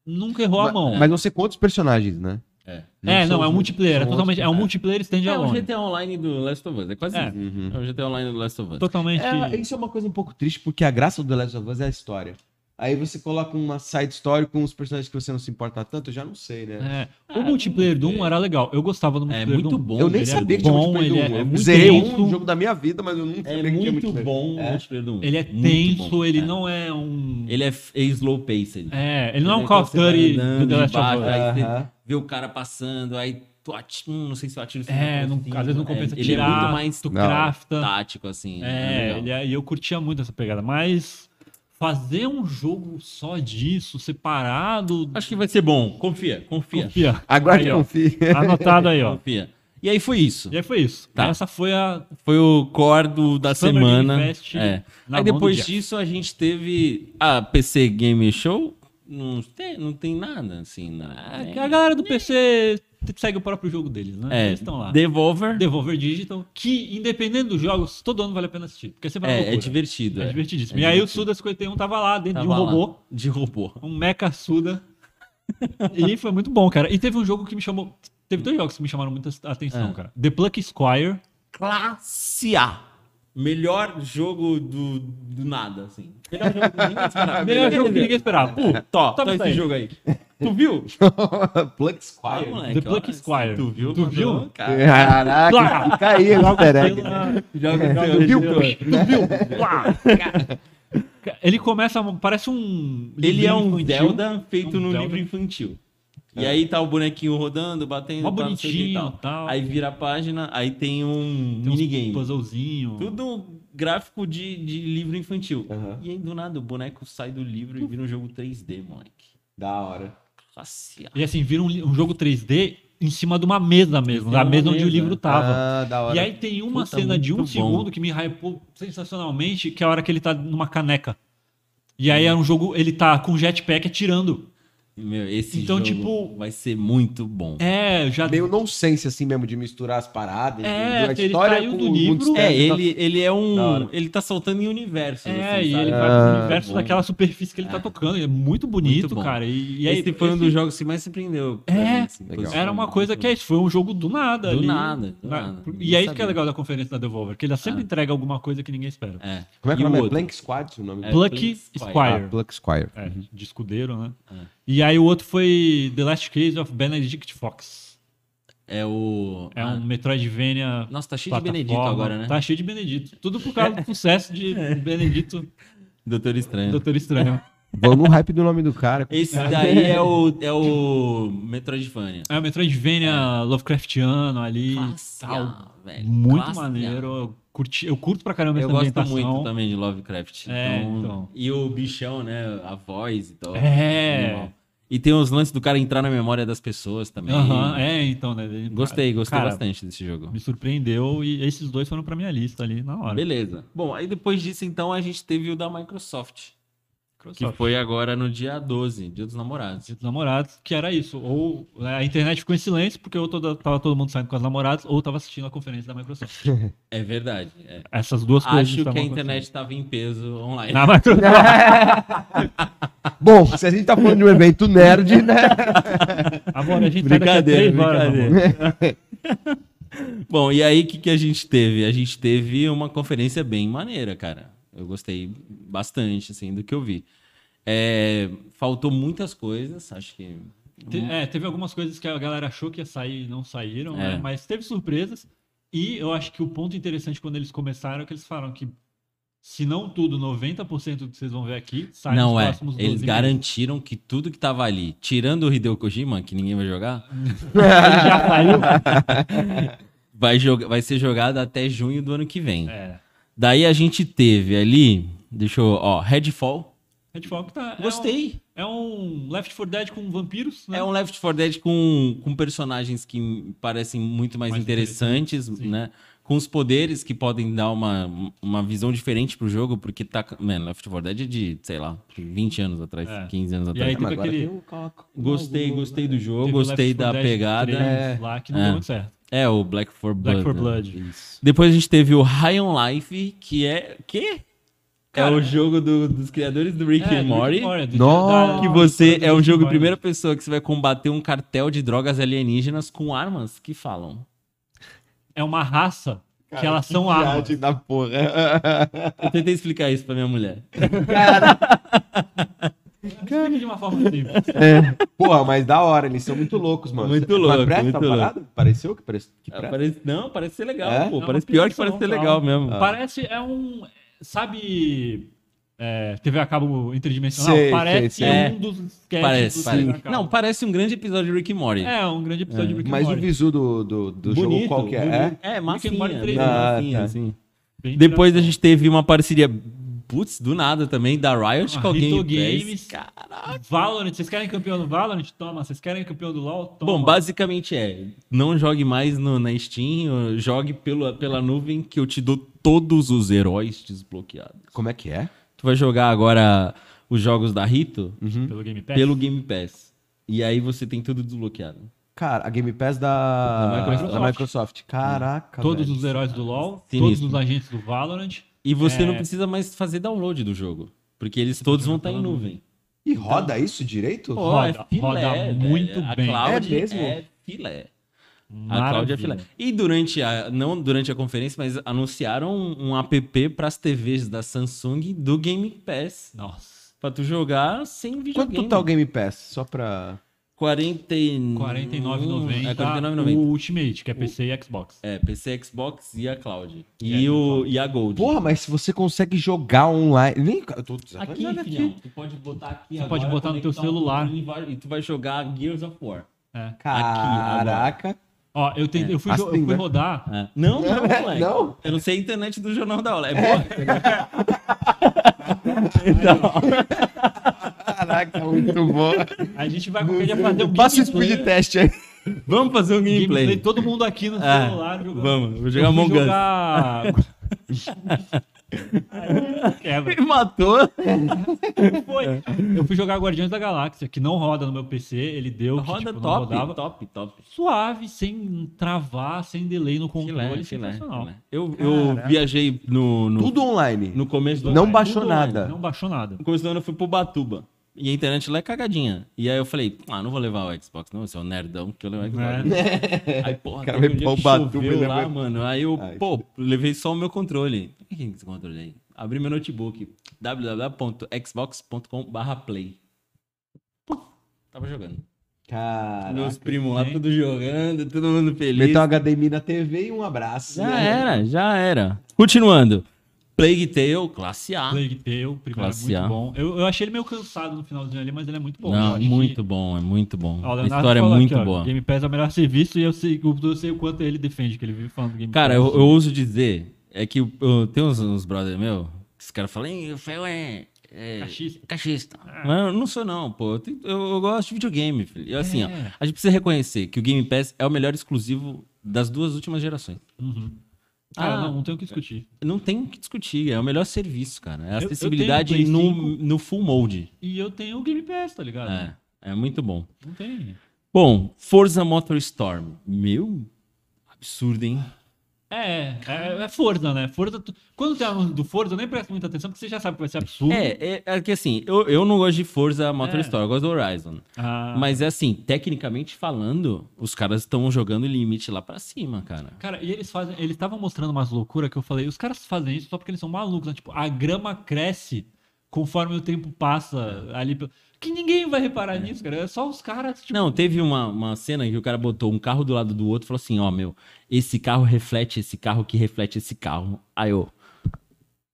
Speaker 3: Nunca errou a mão.
Speaker 2: Mas não sei quantos personagens, né?
Speaker 1: É.
Speaker 3: é,
Speaker 2: são
Speaker 3: não, é um
Speaker 2: os-
Speaker 3: multiplayer. É,
Speaker 2: são
Speaker 3: totalmente, é um
Speaker 2: outros-
Speaker 1: É
Speaker 3: multiplayer
Speaker 1: o
Speaker 3: standalone.
Speaker 1: GTA Online do Last of Us. É quase
Speaker 3: É.
Speaker 1: isso. É o GTA Online do Last of Us.
Speaker 3: Totalmente.
Speaker 2: É, isso é uma coisa um pouco triste, porque a graça do The Last of Us é a história. Aí você coloca uma side story com uns personagens que você não se importa tanto, eu já não sei, né?
Speaker 3: é.
Speaker 1: Ah,
Speaker 3: O multiplayer do
Speaker 1: não sei.
Speaker 3: 1 era legal. Eu gostava do
Speaker 1: É
Speaker 3: multiplayer do
Speaker 1: muito
Speaker 3: 1.
Speaker 1: bom.
Speaker 2: eu nem
Speaker 1: ele é
Speaker 2: sabia que
Speaker 1: bom.
Speaker 2: tinha
Speaker 3: bom,
Speaker 2: multiplayer
Speaker 3: ele
Speaker 2: do
Speaker 3: é- é
Speaker 2: um.
Speaker 3: muito
Speaker 2: Zerei um
Speaker 3: denso.
Speaker 2: jogo da minha vida, mas eu nunca
Speaker 1: É
Speaker 2: sabia que tinha
Speaker 1: muito bom o
Speaker 2: É.
Speaker 1: multiplayer do 1.
Speaker 3: Ele é
Speaker 1: Muito
Speaker 3: tenso,
Speaker 1: bom.
Speaker 3: ele
Speaker 1: É.
Speaker 3: não é um.
Speaker 1: Ele é f- é slow paced.
Speaker 3: É, ele não é um
Speaker 1: Então
Speaker 3: Call of
Speaker 1: você vai
Speaker 3: Duty
Speaker 1: andando
Speaker 3: do The Last of
Speaker 1: embaixo,
Speaker 3: Us.
Speaker 1: aí você
Speaker 2: Aham.
Speaker 1: vê o cara passando, aí tu atira, hum, não sei se eu atiro. se
Speaker 3: É,
Speaker 1: eu
Speaker 3: não-
Speaker 1: consigo.
Speaker 3: às vezes não compensa
Speaker 1: É,
Speaker 3: tirar,
Speaker 1: Ele é muito mais
Speaker 3: tu
Speaker 2: Não.
Speaker 3: crafta.
Speaker 1: tático, assim.
Speaker 3: É,
Speaker 1: legal.
Speaker 3: ele é- e eu curtia muito essa pegada. Mas fazer um jogo só disso, separado.
Speaker 1: Acho que vai ser bom. Confia, confia. Confia.
Speaker 3: Confia.
Speaker 2: Aguarde
Speaker 3: Aí,
Speaker 2: e
Speaker 3: ó.
Speaker 2: confie.
Speaker 3: Anotado aí, ó.
Speaker 1: E aí foi isso.
Speaker 3: E aí foi isso.
Speaker 1: Tá.
Speaker 3: Essa foi a
Speaker 1: Foi o core do- da
Speaker 3: Summer
Speaker 1: semana.
Speaker 3: Game Fest
Speaker 1: É.
Speaker 3: na
Speaker 1: Aí
Speaker 3: mão do
Speaker 1: depois
Speaker 3: Jeff.
Speaker 1: disso a gente teve a PC Game Show. Não tem, não tem nada assim. na-
Speaker 3: É que a galera do PC segue o próprio jogo deles, né?
Speaker 1: É,
Speaker 3: Eles estão lá.
Speaker 1: Devolver.
Speaker 3: Devolver Digital, que independente dos jogos, todo ano vale a pena assistir. Porque sempre uma
Speaker 1: É, é
Speaker 3: loucura.
Speaker 1: divertido.
Speaker 3: É
Speaker 1: é.
Speaker 3: divertidíssimo.
Speaker 1: É
Speaker 3: e aí o
Speaker 1: divertido.
Speaker 3: Suda 51 tava lá dentro de um
Speaker 1: Tava lá.
Speaker 3: robô,
Speaker 1: De robô.
Speaker 3: um mecha Suda. e foi muito bom, cara. E teve um jogo que me chamou. Teve dois jogos que me chamaram muita atenção,
Speaker 1: É.
Speaker 3: cara. The Pluck Squire.
Speaker 1: Classe A. Melhor jogo do, do nada, assim. Melhor jogo que ninguém esperava.
Speaker 3: Melhor jogo que ninguém esperava.
Speaker 1: Pô, top,
Speaker 3: Toma
Speaker 1: top
Speaker 3: isso
Speaker 1: esse
Speaker 3: aí.
Speaker 1: jogo aí. Tu viu?
Speaker 2: Plug
Speaker 1: Ah,
Speaker 2: Squire.
Speaker 1: moleque,
Speaker 3: The
Speaker 1: ó,
Speaker 3: Pluck Squire.
Speaker 1: Tu viu?
Speaker 3: Tu viu?
Speaker 1: Mandou, Cara.
Speaker 2: Caraca,
Speaker 3: Plá!
Speaker 2: fica aí,
Speaker 3: Tá
Speaker 2: easter egg.
Speaker 3: Pela-
Speaker 1: Joga
Speaker 2: Tu viu, pô?
Speaker 3: Ele começa. Parece um.
Speaker 1: Ele é um
Speaker 3: livro infantil.
Speaker 1: Zelda feito
Speaker 3: Um
Speaker 1: no
Speaker 3: Zelda.
Speaker 1: livro infantil. E aí tá o bonequinho rodando, batendo,
Speaker 3: Mó
Speaker 1: tá, não sei o que e
Speaker 3: bonitinho, tal.
Speaker 1: Aí vira a página, aí tem um
Speaker 3: Tem uns
Speaker 1: minigame.
Speaker 3: Puzzlezinho.
Speaker 1: Tudo gráfico de, de livro infantil.
Speaker 2: Aham.
Speaker 1: E aí, do nada, o boneco sai do livro e vira um jogo 3D, moleque.
Speaker 2: Da hora.
Speaker 1: Classe A.
Speaker 3: E assim, vira um, li- um jogo 3D em cima de uma mesa mesmo, da
Speaker 1: uma
Speaker 3: mesa onde o
Speaker 1: mesa.
Speaker 3: livro tava.
Speaker 2: Ah, da hora.
Speaker 3: e aí tem uma
Speaker 1: Puta,
Speaker 3: cena de um
Speaker 1: muito bom.
Speaker 3: segundo que me hypou sensacionalmente, que é a hora que ele tá numa caneca. E aí é um jogo, ele tá com jetpack atirando.
Speaker 1: Meu, esse
Speaker 3: Então,
Speaker 1: jogo
Speaker 3: tipo,
Speaker 1: vai ser muito bom.
Speaker 3: É, já
Speaker 2: Meio nonsense, assim mesmo, de misturar as paradas.
Speaker 3: É,
Speaker 2: de- de- a
Speaker 3: que ele saiu do
Speaker 2: o mundo
Speaker 3: livro.
Speaker 2: externo
Speaker 1: É,
Speaker 2: e tal.
Speaker 1: ele, ele é
Speaker 2: tá Da
Speaker 1: um.
Speaker 2: hora.
Speaker 1: Ele tá saltando em assim, universo.
Speaker 3: É, e ele
Speaker 2: sabe?
Speaker 3: vai pro
Speaker 2: Ah,
Speaker 3: universo
Speaker 1: bom.
Speaker 3: daquela superfície que ele tá tocando. e É muito bonito,
Speaker 1: Muito bom.
Speaker 3: cara. E, e aí,
Speaker 1: esse foi um
Speaker 3: esse
Speaker 1: dos jogos que mais surpreendeu. pra
Speaker 3: É,
Speaker 1: mim, assim,
Speaker 2: legal.
Speaker 1: posicionamento.
Speaker 3: era uma coisa que é isso, foi um jogo do nada.
Speaker 1: Do
Speaker 3: ali.
Speaker 1: nada, do
Speaker 3: Na-
Speaker 1: nada,
Speaker 3: E
Speaker 1: ninguém
Speaker 3: é isso que é
Speaker 1: sabia.
Speaker 3: legal da conferência da Devolver, que ele sempre entrega alguma coisa que ninguém espera.
Speaker 1: É.
Speaker 2: Como é que
Speaker 1: E
Speaker 2: o nome? É
Speaker 1: outro?
Speaker 2: Blank Squad o nome?
Speaker 1: É,
Speaker 3: Plucky
Speaker 1: Plank Squire.
Speaker 3: Squire.
Speaker 2: Ah, Blank Squire.
Speaker 3: É, de escudeiro, né?
Speaker 1: É.
Speaker 3: E aí o outro foi The Last Case of Benedict Fox.
Speaker 1: É o.
Speaker 3: É
Speaker 1: ah,
Speaker 3: um Metroidvania.
Speaker 1: Nossa, tá cheio de
Speaker 3: plataforma.
Speaker 1: Benedito agora, né? É.
Speaker 3: Tá cheio de Benedito. Tudo por causa do sucesso de Benedito
Speaker 1: Doutor Estranho.
Speaker 3: Doutor Estranho.
Speaker 2: Vamos no hype do nome do cara.
Speaker 1: Esse daí é o, é o Metroidvania.
Speaker 3: É um Metroidvania Lovecraftiano ali. e tal.
Speaker 1: Clássica, velho.
Speaker 3: Muito
Speaker 1: Clássica.
Speaker 3: maneiro. Eu, curti, eu curto pra caramba essa
Speaker 1: Eu gosto
Speaker 3: ambientação.
Speaker 1: muito também de Lovecraft.
Speaker 3: É,
Speaker 1: então-
Speaker 3: então.
Speaker 1: E o bichão, né? A voz e tal.
Speaker 3: É.
Speaker 1: Animal. E tem os lances do cara entrar na memória das pessoas também.
Speaker 3: Aham, é, então, né? ele-
Speaker 1: Gostei, gostei
Speaker 3: Cara,
Speaker 1: bastante desse jogo.
Speaker 3: Me surpreendeu e esses dois foram pra minha lista ali na hora.
Speaker 1: Beleza. Bom, aí depois disso, então, a gente teve o da Microsoft. Que
Speaker 3: Microsoft.
Speaker 1: foi agora no dia 12, dia dos namorados.
Speaker 3: Dia dos namorados, que era isso. Ou né, a internet ficou em silêncio porque ou toda, tava todo mundo saindo com as namoradas ou tava assistindo a conferência da Microsoft.
Speaker 1: É verdade. é.
Speaker 3: Essas duas coisas.
Speaker 1: Acho que a
Speaker 3: estavam
Speaker 1: internet estava em peso online.
Speaker 3: acontecendo. Na Microsoft.
Speaker 2: Bom, se a gente tá falando de um evento nerd, né?
Speaker 3: Amor, a gente tá daqui a
Speaker 1: Brincadeira,
Speaker 3: três horas,
Speaker 1: brincadeira.
Speaker 3: amor.
Speaker 1: Bom, e aí o que, que a gente teve? A gente teve uma conferência bem maneira, cara. Eu gostei bastante, assim, do que eu vi. É, faltou muitas coisas, acho que...
Speaker 3: Te- é, teve algumas coisas que a galera achou que ia sair e não saíram,
Speaker 1: É.
Speaker 3: né? mas teve surpresas. E eu acho que o ponto interessante quando eles começaram é que eles falaram que, se não tudo, 90% do que vocês vão ver aqui sai
Speaker 1: Não
Speaker 3: nos
Speaker 1: é,
Speaker 3: Tá, próximos 12
Speaker 1: eles
Speaker 3: meses.
Speaker 1: garantiram que tudo que tava ali, tirando o Hideo Kojima, que ninguém vai jogar,
Speaker 3: Já saiu.
Speaker 1: vai, joga- vai ser jogado até junho do ano que vem.
Speaker 3: É.
Speaker 1: Daí a gente teve ali, deixa eu... Ó, Redfall.
Speaker 3: Redfall que tá. é um-
Speaker 1: Gostei.
Speaker 3: É um, Left 4 Dead com vampiros, né?
Speaker 1: É um Left 4 Dead com, com personagens que me parecem muito mais,
Speaker 3: Mais
Speaker 1: interessantes,
Speaker 3: interessantes, sim.
Speaker 1: né? Com os poderes que podem dar uma, uma visão diferente pro jogo, porque tá. Mano, Left 4 Dead é de, sei lá, 20 anos atrás,
Speaker 3: É.
Speaker 1: 15 anos
Speaker 3: E aí
Speaker 1: atrás.
Speaker 3: teve
Speaker 2: agora um
Speaker 3: aquele.
Speaker 1: Gostei, gostei do jogo,
Speaker 3: teve o
Speaker 1: gostei
Speaker 3: Left 4
Speaker 1: da
Speaker 3: Dead né?
Speaker 1: pegada.
Speaker 3: 3
Speaker 1: É.
Speaker 3: lá que não
Speaker 1: É.
Speaker 3: deu muito certo.
Speaker 1: o Black 4 Blood.
Speaker 3: Black 4
Speaker 1: né?
Speaker 3: Blood.
Speaker 1: Depois a gente teve o High on Life, que é. Quê? é o jogo do- dos criadores do Rick
Speaker 3: É,
Speaker 1: and
Speaker 3: do
Speaker 1: Morty.
Speaker 3: do-
Speaker 2: Nossa.
Speaker 3: da-
Speaker 1: Que você
Speaker 3: do
Speaker 1: é um
Speaker 3: Rick
Speaker 1: jogo em
Speaker 3: and Morty.
Speaker 1: primeira pessoa que você vai combater um cartel de drogas alienígenas com armas que falam.
Speaker 3: É uma raça que elas são armas.
Speaker 2: da porra.
Speaker 1: Eu tentei explicar isso pra minha mulher.
Speaker 3: Explica de uma forma simples.
Speaker 2: Porra, mas da hora, eles são muito loucos, mano.
Speaker 1: Muito
Speaker 2: Mas
Speaker 1: louco,
Speaker 2: presta
Speaker 1: muito
Speaker 2: a parada? Pareceu que parece que
Speaker 1: Ah,
Speaker 2: presta?
Speaker 1: parece- não, parece ser legal,
Speaker 2: É?
Speaker 1: pô.
Speaker 3: É
Speaker 1: Parece
Speaker 3: uma
Speaker 1: pior que
Speaker 3: piração,
Speaker 1: parece ser
Speaker 3: tal.
Speaker 1: legal mesmo.
Speaker 2: Ah.
Speaker 3: Parece, é um. Sabe. é, TV a cabo interdimensional?
Speaker 2: Sei,
Speaker 3: parece
Speaker 2: sei, É. sei.
Speaker 3: um dos sketches
Speaker 1: Ah, Parece,
Speaker 3: do
Speaker 1: parece.
Speaker 3: TV a cabo.
Speaker 1: Não, parece um grande episódio de Rick and Morty.
Speaker 3: É, um grande episódio de Rick and
Speaker 2: Mas o
Speaker 3: Morty.
Speaker 2: visu do, do, do jogo qual que é?
Speaker 1: bonito.
Speaker 2: É?
Speaker 1: É, massinha,
Speaker 3: Rick and Morty
Speaker 1: bem
Speaker 3: 3D.
Speaker 1: massinha,
Speaker 2: Ah, tá.
Speaker 1: assim.
Speaker 3: Bem
Speaker 1: Depois a gente teve uma parceria, putz, do nada também, da Riot
Speaker 3: Ah,
Speaker 1: com alguém.
Speaker 3: Rito Games. tirado. Valorant, vocês querem campeão do Valorant? Toma. Vocês querem campeão do LoL? Toma.
Speaker 1: Bom, basicamente é, não jogue mais no- na Steam, ou jogue pela, pela nuvem que eu te dou todos os heróis desbloqueados.
Speaker 2: Como é que é?
Speaker 1: Tu vai jogar agora os jogos da Rito
Speaker 3: Uhum. Pelo Game Pass.
Speaker 1: pelo Game Pass. E aí você tem tudo desbloqueado.
Speaker 2: Cara, a Game Pass da,
Speaker 1: Da Microsoft.
Speaker 2: da Microsoft. Caraca,
Speaker 3: Todos
Speaker 2: velho.
Speaker 3: os heróis do LoL, todos
Speaker 1: Sinistro.
Speaker 3: os agentes do Valorant.
Speaker 1: E você
Speaker 3: É.
Speaker 1: não precisa mais fazer download do jogo. Porque eles todos vão estar em nuvem.
Speaker 2: E roda isso direito?
Speaker 1: Pô, é
Speaker 3: Roda- roda muito
Speaker 1: a
Speaker 3: bem.
Speaker 1: Cloud
Speaker 2: É mesmo?
Speaker 1: É filé. A Cláudia
Speaker 3: Maravilha.
Speaker 1: é filé. E durante a. Não durante a conferência, mas anunciaram um, um app para as TVs da Samsung do Game Pass.
Speaker 3: Nossa.
Speaker 1: Pra tu jogar sem videogame.
Speaker 2: Quanto tá o Game Pass? Só pra...
Speaker 1: 40... e-
Speaker 3: R$ 49,90.
Speaker 1: É,
Speaker 3: É
Speaker 1: 49,90.
Speaker 3: O Ultimate, que é PC e Xbox.
Speaker 1: É, PC, Xbox e a Cloud.
Speaker 3: E
Speaker 1: E,
Speaker 3: a
Speaker 1: o, e a Gold.
Speaker 2: Porra, mas se você consegue jogar online... Nem... Eu tô
Speaker 1: aqui,
Speaker 2: desatualizado
Speaker 1: filhão. Tu pode botar aqui um
Speaker 3: Você pode botar no teu celular.
Speaker 1: E, vai- e tu vai jogar Gears of War.
Speaker 3: É.
Speaker 2: Caraca.
Speaker 3: Ó, eu, tentei, eu, fui, jo-
Speaker 2: Assim,
Speaker 3: eu
Speaker 2: né?
Speaker 3: fui rodar
Speaker 1: É. Não, não, moleque.
Speaker 2: Não?
Speaker 1: Eu não sei a internet do Jornal da Aula. É boa.
Speaker 2: Caraca, muito bom.
Speaker 3: A gente vai qualquer dia fazer um
Speaker 2: Passa o né?
Speaker 3: gameplay-
Speaker 2: speed test aí.
Speaker 1: Vamos fazer um gameplay.
Speaker 3: gameplay, todo mundo aqui no
Speaker 1: Ah,
Speaker 3: celular jogando.
Speaker 1: Vamos, vou
Speaker 3: Eu
Speaker 1: jogar
Speaker 3: fui
Speaker 1: Among Us.
Speaker 3: jogar- Aí, quebra.
Speaker 1: Me matou.
Speaker 3: Foi. É, Eu fui jogar Guardiões da Galáxia, que não roda no meu PC, ele deu, que,
Speaker 1: Roda
Speaker 3: tipo,
Speaker 1: top,
Speaker 3: não rodava.
Speaker 1: top, top.
Speaker 3: Suave, sem travar, sem delay no controle,
Speaker 1: Filé, filé,
Speaker 3: sensacional.
Speaker 1: filé. Eu, eu viajei no, no,
Speaker 2: Tudo online.
Speaker 1: no começo do
Speaker 2: Não
Speaker 1: ano.
Speaker 2: baixou
Speaker 3: Tudo online,
Speaker 2: nada.
Speaker 3: Não baixou nada.
Speaker 1: No começo do ano eu fui pro Batuba. E a internet lá é cagadinha. E aí eu falei, ah, não vou levar o Xbox, não, eu sou um nerdão que eu levo o Xbox.
Speaker 3: É.
Speaker 1: Aí, porra,
Speaker 2: Cara,
Speaker 1: teve um dia
Speaker 2: vai
Speaker 1: que
Speaker 2: pra Ubatuba e
Speaker 1: choveu lá,
Speaker 2: leva-
Speaker 1: mano. Aí eu,
Speaker 2: Ai,
Speaker 1: pô, levei só o meu controle. O que é esse controle aí? Abri meu notebook, www.xbox.com/play. Pô, Tava jogando.
Speaker 2: Cara.
Speaker 1: Meus primos lá, tudo jogando, todo mundo feliz.
Speaker 2: Meter um HDMI na TV e um abraço.
Speaker 1: Já era, já era. Continuando. Plague Tale, classe A.
Speaker 3: Plague Tale, o primeiro
Speaker 1: Classe
Speaker 3: é
Speaker 1: A.
Speaker 3: muito bom. Eu, eu achei ele meio cansado no finalzinho ali, mas ele é muito bom. Eu
Speaker 1: Não,
Speaker 3: acho que-
Speaker 1: muito bom, é muito bom.
Speaker 3: Ó, o
Speaker 1: a
Speaker 3: Leonardo
Speaker 1: história é
Speaker 3: falou
Speaker 1: muito
Speaker 3: aqui, ó,
Speaker 1: boa.
Speaker 3: Game Pass é o melhor serviço e eu sei, eu sei o quanto ele defende, que ele vive falando do Game
Speaker 1: Cara,
Speaker 3: Pass.
Speaker 1: eu, eu ouso dizer, é que eu, eu- tem uns, uns brother meu, que os caras falam, "Ih, o Fel é, é
Speaker 3: Cachista." Ah.
Speaker 1: cachista." Mas eu não sou não, pô. Eu, tenho- eu- eu gosto de videogame, filho. E assim, ó,
Speaker 3: É.
Speaker 1: a gente precisa reconhecer que o Game Pass é o melhor exclusivo das duas últimas gerações.
Speaker 3: Uhum.
Speaker 1: Ah,
Speaker 3: Ah, não, não tem o que discutir.
Speaker 1: Não tem o que discutir, é o melhor serviço, cara. É a
Speaker 3: eu tenho
Speaker 1: acessibilidade
Speaker 3: Play
Speaker 1: no,
Speaker 3: 5.
Speaker 1: no full mode.
Speaker 3: E eu tenho o Game Pass, tá ligado?
Speaker 1: É, é muito bom.
Speaker 3: Não tem.
Speaker 1: Bom, Forza Motorstorm. Meu, absurdo, hein?
Speaker 3: É, é, é Forza, né? Forza. tu- Quando tem anúncio do Forza, eu nem presto muita atenção, porque você já sabe que vai ser absurdo.
Speaker 1: É, é, é que assim, eu, eu não gosto de
Speaker 3: É.
Speaker 1: Forza Motorstorm, eu gosto do Horizon.
Speaker 3: Ah,
Speaker 1: Mas é assim, tecnicamente falando, os caras estão jogando o limite lá pra cima, cara.
Speaker 3: Cara, e eles fazem. Eles estavam mostrando umas loucuras que eu falei. Os caras fazem isso só porque eles são malucos, né? Tipo, a grama cresce conforme o tempo passa ali. pelo- Que ninguém vai reparar nisso, cara. É só os caras, tipo.
Speaker 1: Não, teve uma, uma cena que o cara botou um carro do lado do outro e falou assim: ó, meu, esse carro reflete esse carro que reflete esse carro. Aí eu.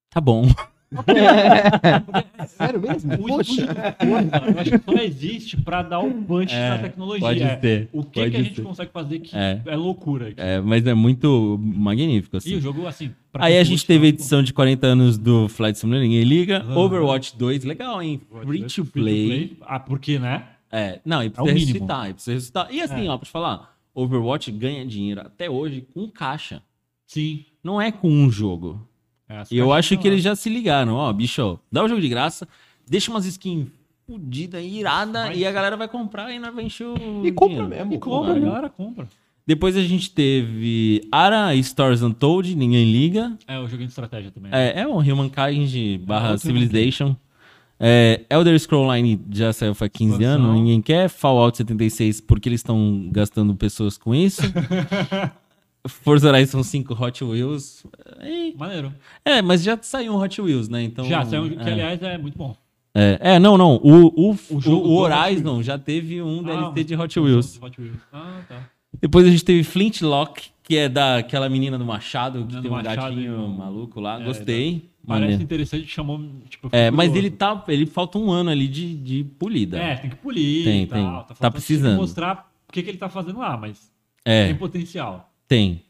Speaker 1: Tá bom. é,
Speaker 2: É. Sério mesmo?
Speaker 3: O estúdio do Forza, eu acho que só existe pra dar um punch na tecnologia.
Speaker 1: pode
Speaker 3: É,
Speaker 1: ser,
Speaker 3: O que,
Speaker 1: pode
Speaker 3: que a gente
Speaker 1: ser.
Speaker 3: consegue fazer que
Speaker 1: É.
Speaker 3: é, loucura. aqui.
Speaker 1: É, mas é muito magnífico,
Speaker 3: E
Speaker 1: assim.
Speaker 3: o jogo, assim. pra
Speaker 1: Aí
Speaker 3: quem
Speaker 1: a gente
Speaker 3: curte,
Speaker 1: teve a
Speaker 3: tá muito
Speaker 1: edição de 40 anos do Flight Simulator, ninguém liga.
Speaker 3: Aham.
Speaker 1: Overwatch 2, legal, hein?
Speaker 3: bom.
Speaker 1: Free to
Speaker 3: Free
Speaker 1: play.
Speaker 3: Ah, porque, né?
Speaker 1: É, não, e
Speaker 3: o
Speaker 1: precisa
Speaker 3: mínimo.
Speaker 1: ressuscitar, e precisa ressuscitar. E assim,
Speaker 3: É.
Speaker 1: ó, pra te falar, Overwatch ganha dinheiro até hoje com caixa.
Speaker 3: Sim.
Speaker 1: Não é com um jogo.
Speaker 3: É, as
Speaker 1: E eu
Speaker 3: caixas
Speaker 1: acho
Speaker 3: são
Speaker 1: que
Speaker 3: lá.
Speaker 1: eles já se ligaram, ó, bicho, ó, dá o jogo de graça, deixa umas skins fodidas, irada,
Speaker 3: Mas-
Speaker 1: e a galera vai comprar e nós vai encher o
Speaker 2: E compra
Speaker 1: dinheiro.
Speaker 2: mesmo.
Speaker 3: E compra, a
Speaker 1: Claro.
Speaker 3: galera compra.
Speaker 1: Depois a gente teve Ara Stories Untold, ninguém liga.
Speaker 3: É, o jogo de estratégia também.
Speaker 1: É, é um Humankind barra
Speaker 3: Outro
Speaker 1: Civilization. É, Elder Scroll Line já saiu faz 15
Speaker 3: Expansão.
Speaker 1: anos, ninguém quer. Fallout 76, porque eles estão gastando pessoas com isso. Forza Horizon 5 Hot Wheels. É,
Speaker 3: Maneiro.
Speaker 1: É, mas já saiu um Hot Wheels, né? Então,
Speaker 3: já, saiu, que
Speaker 1: é.
Speaker 3: aliás é muito bom.
Speaker 1: É, é, não, não. O, o, o,
Speaker 3: jogo
Speaker 1: o
Speaker 3: do Hot Ah,
Speaker 1: Horizon já teve um DLC de
Speaker 3: é
Speaker 1: Hot Wheels.
Speaker 3: Hot Wheels. Ah, tá.
Speaker 1: Depois a gente teve Flintlock, que é daquela menina do Machado, que
Speaker 3: Menina
Speaker 1: tem
Speaker 3: do
Speaker 1: um
Speaker 3: Machado
Speaker 1: gatinho
Speaker 3: e um-
Speaker 1: maluco lá.
Speaker 3: É,
Speaker 1: Gostei.
Speaker 3: Parece
Speaker 1: Maneiro.
Speaker 3: interessante, chamou. Tipo,
Speaker 1: É,
Speaker 3: fiquei
Speaker 1: mas
Speaker 3: curioso.
Speaker 1: ele tá. Ele falta um ano ali de, de polida.
Speaker 3: É, tem que polir
Speaker 1: Tem,
Speaker 3: e tal.
Speaker 1: tem.
Speaker 3: Tá,
Speaker 1: Tá
Speaker 3: faltando
Speaker 1: precisando.
Speaker 3: mostrar o que, que ele tá fazendo lá, mas
Speaker 1: É,
Speaker 3: tem potencial.
Speaker 1: tem.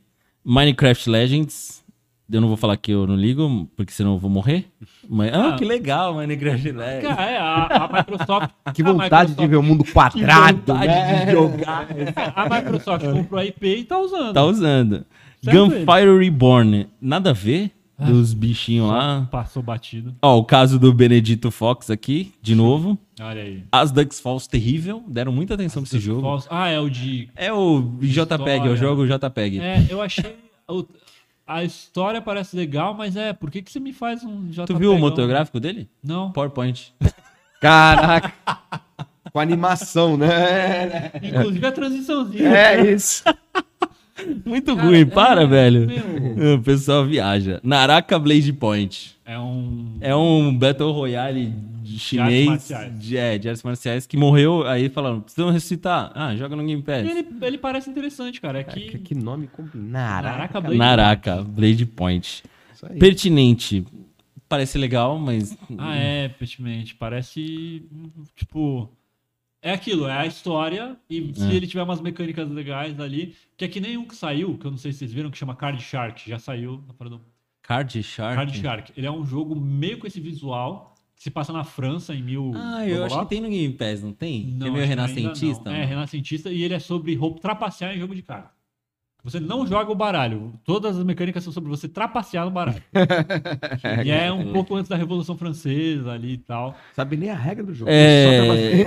Speaker 1: Minecraft Legends. Eu não vou falar que eu não ligo, porque senão eu vou morrer. Mas, ah,
Speaker 3: Ah.
Speaker 1: que legal, Minecraft Legends.
Speaker 3: Cara, é, a, a Microsoft.
Speaker 2: Que
Speaker 3: a
Speaker 2: vontade de ver o mundo quadrado,
Speaker 1: Vontade
Speaker 2: né?
Speaker 1: de jogar.
Speaker 3: A Microsoft comprou a IP e tá usando.
Speaker 1: É. Tá usando.
Speaker 3: Certo Ah.
Speaker 1: Gunfire Reborn. Nada a ver dos bichinhos lá.
Speaker 3: Passou batido.
Speaker 1: Ó, o caso do Benedito Fox aqui, de novo.
Speaker 3: Olha aí.
Speaker 1: As Ducks Falls Terrível. Deram muita atenção pra esse jogo.
Speaker 3: Falso. Ah, é o de.
Speaker 1: É o JPEG, eu
Speaker 3: História.
Speaker 1: jogo JPEG.
Speaker 3: É, eu achei. o- a história parece legal, mas é, por que, que você me faz um JPEG?
Speaker 1: Tu viu o
Speaker 3: não?
Speaker 1: motográfico dele?
Speaker 3: Não.
Speaker 1: PowerPoint.
Speaker 2: Caraca. Com animação, né?
Speaker 3: Inclusive a transiçãozinha.
Speaker 2: É isso.
Speaker 1: Muito
Speaker 3: Cara,
Speaker 1: ruim,
Speaker 3: é,
Speaker 1: para, velho.
Speaker 3: meu.
Speaker 1: O pessoal viaja. Naraka Blade Point.
Speaker 3: É um.
Speaker 1: É um Battle Royale chinês
Speaker 3: marciais.
Speaker 1: de, é, de artes marciais que morreu. Aí falaram, precisam ressuscitar. Ah, joga no Game Pass.
Speaker 3: Ele, ele parece interessante, cara. É que.
Speaker 2: Que, que nome combinado.
Speaker 3: Caraca, Blade.
Speaker 1: Naraka Blade Point.
Speaker 2: Isso aí.
Speaker 1: Pertinente. Parece legal, mas.
Speaker 3: Ah, é, Petmente. Parece. Tipo. É aquilo, é a história. E se ele tiver umas mecânicas legais ali. Que é que nem um que saiu, que eu não sei se vocês viram, que chama Card Shark. Já saiu. perdão,
Speaker 1: Card Shark.
Speaker 3: Card Shark. Ele é um jogo meio com esse visual. Que se passa na França em mil.
Speaker 1: Ah, eu
Speaker 3: blá,
Speaker 1: acho
Speaker 3: blá,
Speaker 1: que tem no Game Pass, não tem?
Speaker 3: Não,
Speaker 1: é meio
Speaker 3: acho que ainda
Speaker 1: renascentista? né?
Speaker 3: não. É, renascentista e ele é sobre roupa trapacear em jogo de carta. Você não joga o baralho. Todas as mecânicas são sobre você trapacear no baralho. e é um pouco antes da Revolução Francesa ali e tal.
Speaker 2: Sabe nem a regra do jogo.
Speaker 1: É,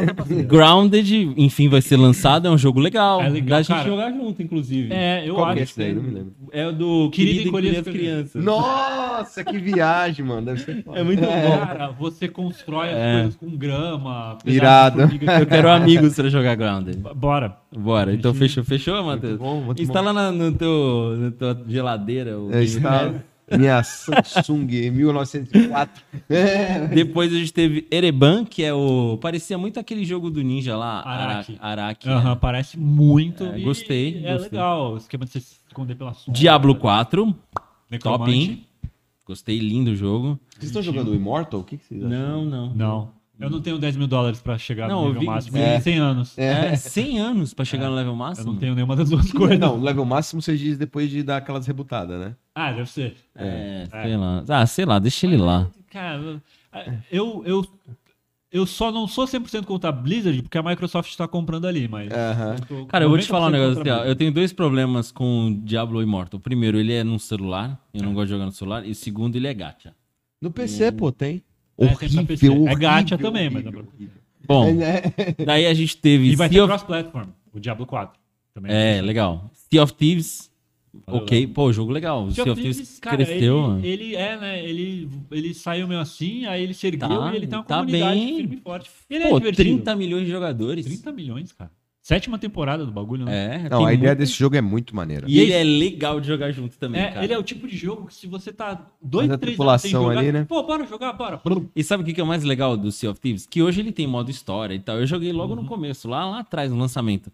Speaker 1: Grounded, enfim, vai ser lançado. É um jogo legal.
Speaker 3: É legal,
Speaker 1: Dá a gente
Speaker 3: cara.
Speaker 1: jogar junto, inclusive.
Speaker 3: É, eu
Speaker 2: Qual que é
Speaker 3: acho.
Speaker 2: esse daí? Não me lembro.
Speaker 1: É o do
Speaker 3: Querido
Speaker 1: Querido
Speaker 3: Encolher
Speaker 1: Encolher as
Speaker 3: as
Speaker 1: Crianças.
Speaker 2: Nossa, que viagem, mano. Deve ser foda.
Speaker 1: É muito bom.
Speaker 3: Cara, você constrói as
Speaker 1: É.
Speaker 3: coisas com grama. pedaço de
Speaker 2: Irado.
Speaker 3: formiga.
Speaker 1: Eu quero amigos pra jogar Grounded.
Speaker 3: Bora.
Speaker 1: Bora, então fechou, fechou, Matheus?
Speaker 2: bom, muito
Speaker 1: Instala na no teu, na tua geladeira. O
Speaker 2: É, instala. Minha Samsung 1904.
Speaker 1: Depois a gente teve Ereban, que é o. Parecia muito aquele jogo do ninja lá.
Speaker 3: Araki.
Speaker 1: Ara- Araki. né?
Speaker 3: Aham, parece muito.
Speaker 1: É,
Speaker 3: e
Speaker 1: gostei,
Speaker 3: É
Speaker 1: gostei.
Speaker 3: legal o esquema de você se esconder pela sombra.
Speaker 1: Diablo 4. Top,
Speaker 3: Necromante.
Speaker 1: hein? Gostei, lindo o jogo.
Speaker 2: Vocês estão jogando Immortal? O que, que vocês acham?
Speaker 1: não.
Speaker 3: Não. Eu não tenho 10 mil dólares pra chegar
Speaker 1: Não, eu
Speaker 3: no nível
Speaker 1: vi-
Speaker 3: máximo.
Speaker 2: é.
Speaker 3: Em 100 anos.
Speaker 1: É, 100 anos pra chegar no level
Speaker 3: Eu
Speaker 1: máximo.
Speaker 3: não tenho nenhuma das duas coisas.
Speaker 2: Não, level máximo você diz depois de dar aquelas rebutadas, né?
Speaker 3: Ah, deve ser.
Speaker 1: É,
Speaker 3: É.
Speaker 1: sei lá. Ah, sei lá, deixa ele lá.
Speaker 3: Cara, eu, eu, eu só não sou 100% contra a Blizzard porque a Microsoft está comprando ali, mas.
Speaker 2: Aham.
Speaker 3: eu tô
Speaker 1: É. Cara, eu vou te
Speaker 3: 90%
Speaker 1: falar um negócio assim,
Speaker 3: contra a
Speaker 1: ó. Eu tenho dois problemas com o Diablo Immortal. Primeiro, ele é num celular, eu
Speaker 3: É.
Speaker 1: não gosto de jogar no celular. E segundo, ele é gacha.
Speaker 2: No PC, pô, tem.
Speaker 3: É, tem pra PC. É gacha também, mas dá pra-
Speaker 2: horrível.
Speaker 1: Bom,
Speaker 2: É, né?
Speaker 1: daí a gente teve
Speaker 3: E vai
Speaker 1: Sea
Speaker 3: ter
Speaker 1: of...
Speaker 3: cross-platform, o Diablo 4. Também.
Speaker 1: É, legal. Sea of Thieves,
Speaker 3: Valeu,
Speaker 1: ok. Pô, jogo legal. O
Speaker 3: O
Speaker 1: Sea of Thieves
Speaker 3: cara,
Speaker 1: cresceu,
Speaker 3: ele-
Speaker 1: mano.
Speaker 3: ele, é, né? Ele, ele saiu meio assim, aí ele se ergueu
Speaker 1: Tá,
Speaker 3: e ele tem uma
Speaker 1: tá
Speaker 3: comunidade
Speaker 1: bem.
Speaker 3: firme e forte. Ele é
Speaker 1: Pô,
Speaker 3: divertido.
Speaker 1: 30 milhões de jogadores.
Speaker 3: 30 milhões, cara. Sétima temporada do bagulho, né?
Speaker 1: É,
Speaker 2: Não,
Speaker 1: tem
Speaker 2: a ideia
Speaker 1: muita-
Speaker 2: desse jogo é muito maneira.
Speaker 1: E ele é legal de jogar junto também,
Speaker 3: É,
Speaker 1: cara.
Speaker 3: ele é o tipo de jogo que se você tá dois,
Speaker 2: Mas a
Speaker 3: três
Speaker 2: tripulação
Speaker 3: jogar,
Speaker 2: ali, né?
Speaker 3: Pô, bora jogar, bora.
Speaker 1: E sabe o que que é o mais legal do Sea of Thieves? Que hoje ele tem modo história e tal. Eu joguei logo no começo, lá, lá atrás, no lançamento.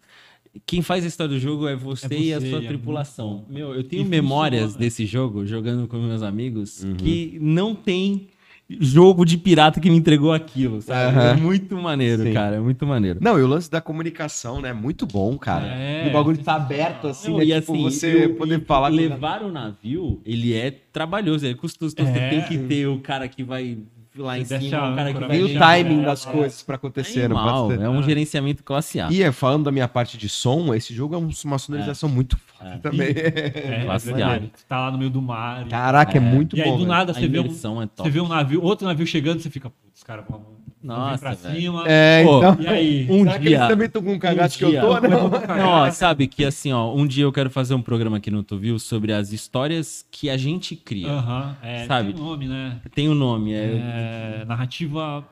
Speaker 1: Quem faz a história do jogo é você,
Speaker 3: É você,
Speaker 1: e a sua
Speaker 3: é
Speaker 1: tripulação. Meu, eu
Speaker 3: E
Speaker 1: tenho
Speaker 3: funciona.
Speaker 1: memórias desse jogo, jogando com meus amigos, que não tem jogo de pirata que me entregou aquilo, sabe?
Speaker 2: Aham.
Speaker 1: É muito maneiro,
Speaker 2: Sim.
Speaker 1: cara. É muito maneiro.
Speaker 2: Não, e o lance da comunicação, né? Muito bom, cara.
Speaker 3: É,
Speaker 2: o bagulho tá aberto, assim,
Speaker 1: Não,
Speaker 2: né?
Speaker 1: e
Speaker 2: Tipo,
Speaker 1: assim,
Speaker 2: você
Speaker 1: eu-
Speaker 2: poder falar com
Speaker 1: Levar o navio, ele é trabalhoso, ele é custoso. Então
Speaker 3: É.
Speaker 1: você tem que ter o cara que vai lá em
Speaker 3: Você deixa
Speaker 1: cima, o
Speaker 3: a
Speaker 1: cara que
Speaker 3: âncora
Speaker 1: vai...
Speaker 2: E o
Speaker 1: deixar-
Speaker 2: timing
Speaker 3: é,
Speaker 2: das
Speaker 3: é.
Speaker 2: coisas pra acontecer, não
Speaker 1: Animal,
Speaker 2: pode ser-
Speaker 1: é um gerenciamento classe A.
Speaker 2: E é, falando da minha parte de som, esse jogo é um- uma sonorização muito foda também.
Speaker 3: É,
Speaker 1: Classe
Speaker 3: é verdade.
Speaker 1: A.
Speaker 3: Você tá lá no meio do mar. e-
Speaker 2: Caraca, é, muito
Speaker 3: e aí
Speaker 2: bom.
Speaker 3: do
Speaker 2: velho.
Speaker 3: nada
Speaker 1: A
Speaker 3: você vê, um,
Speaker 1: imersão é top.
Speaker 3: você vê um navio, outro navio chegando, você fica, putz, cara, vamos
Speaker 1: Nossa,
Speaker 3: pra
Speaker 1: velho.
Speaker 3: cima.
Speaker 2: É,
Speaker 1: Pô,
Speaker 2: então.
Speaker 3: E aí?
Speaker 1: Um
Speaker 2: Será que eles
Speaker 1: dia.
Speaker 2: também estão com um cagaço que eu
Speaker 1: dia.
Speaker 2: tô, né?
Speaker 1: Não, ó, sabe que assim, ó, um dia eu quero fazer um programa aqui no Tuvil sobre as histórias que a gente cria.
Speaker 3: Aham, é,
Speaker 1: Sabe?
Speaker 3: tem um nome, né?
Speaker 1: Tem o nome, é,
Speaker 3: É, narrativa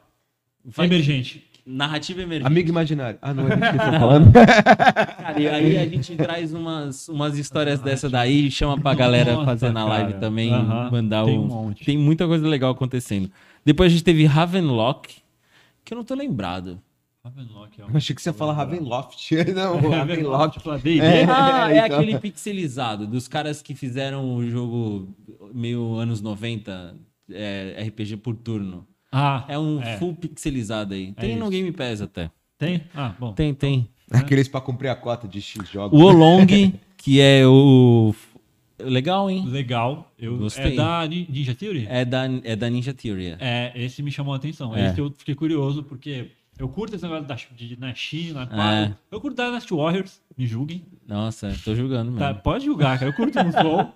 Speaker 1: Vai-
Speaker 3: emergente.
Speaker 1: narrativa emergente.
Speaker 2: Amigo imaginário. Ah, não é isso que eu tô falando.
Speaker 1: Cara, e aí a gente traz umas, umas histórias dessa daí, chama pra galera
Speaker 3: Nossa,
Speaker 1: fazer na live
Speaker 3: cara.
Speaker 1: também,
Speaker 3: Aham,
Speaker 1: mandar
Speaker 3: tem
Speaker 1: um...
Speaker 3: um monte.
Speaker 1: Tem muita coisa legal acontecendo. Depois a gente teve Ravenlock, que eu não tô lembrado.
Speaker 3: Tá Ravenlock, ó.
Speaker 2: Eu Achei que você ia falar Ravenloft. Não,
Speaker 3: tá
Speaker 2: Ravenloft.
Speaker 3: Ravenlock, D&D.
Speaker 2: É.
Speaker 1: Ah, é
Speaker 2: então.
Speaker 1: aquele pixelizado dos caras que fizeram o jogo meio anos 90, é, RPG por turno.
Speaker 3: Ah,
Speaker 1: É um
Speaker 3: É.
Speaker 1: full pixelizado aí. Tem no
Speaker 3: isso.
Speaker 1: Game Pass até.
Speaker 3: tem? Ah, bom.
Speaker 1: Tem, tem.
Speaker 2: Aqueles pra cumprir a cota de X jogos.
Speaker 1: O Olong, que é o. Legal, hein?
Speaker 3: Legal. Eu,
Speaker 1: Gostei.
Speaker 3: É da Ni- Ninja Theory?
Speaker 1: É da, é da Ninja Theory.
Speaker 3: É, esse me chamou a atenção.
Speaker 1: É.
Speaker 3: Esse eu fiquei curioso, porque eu curto esse negócio da, de, na China,
Speaker 1: É.
Speaker 3: quadro. Eu curto Dynasty Warriors, me julguem.
Speaker 1: Nossa, tô jogando
Speaker 3: Tá,
Speaker 1: mesmo.
Speaker 3: pode julgar, cara. Eu curto um flow.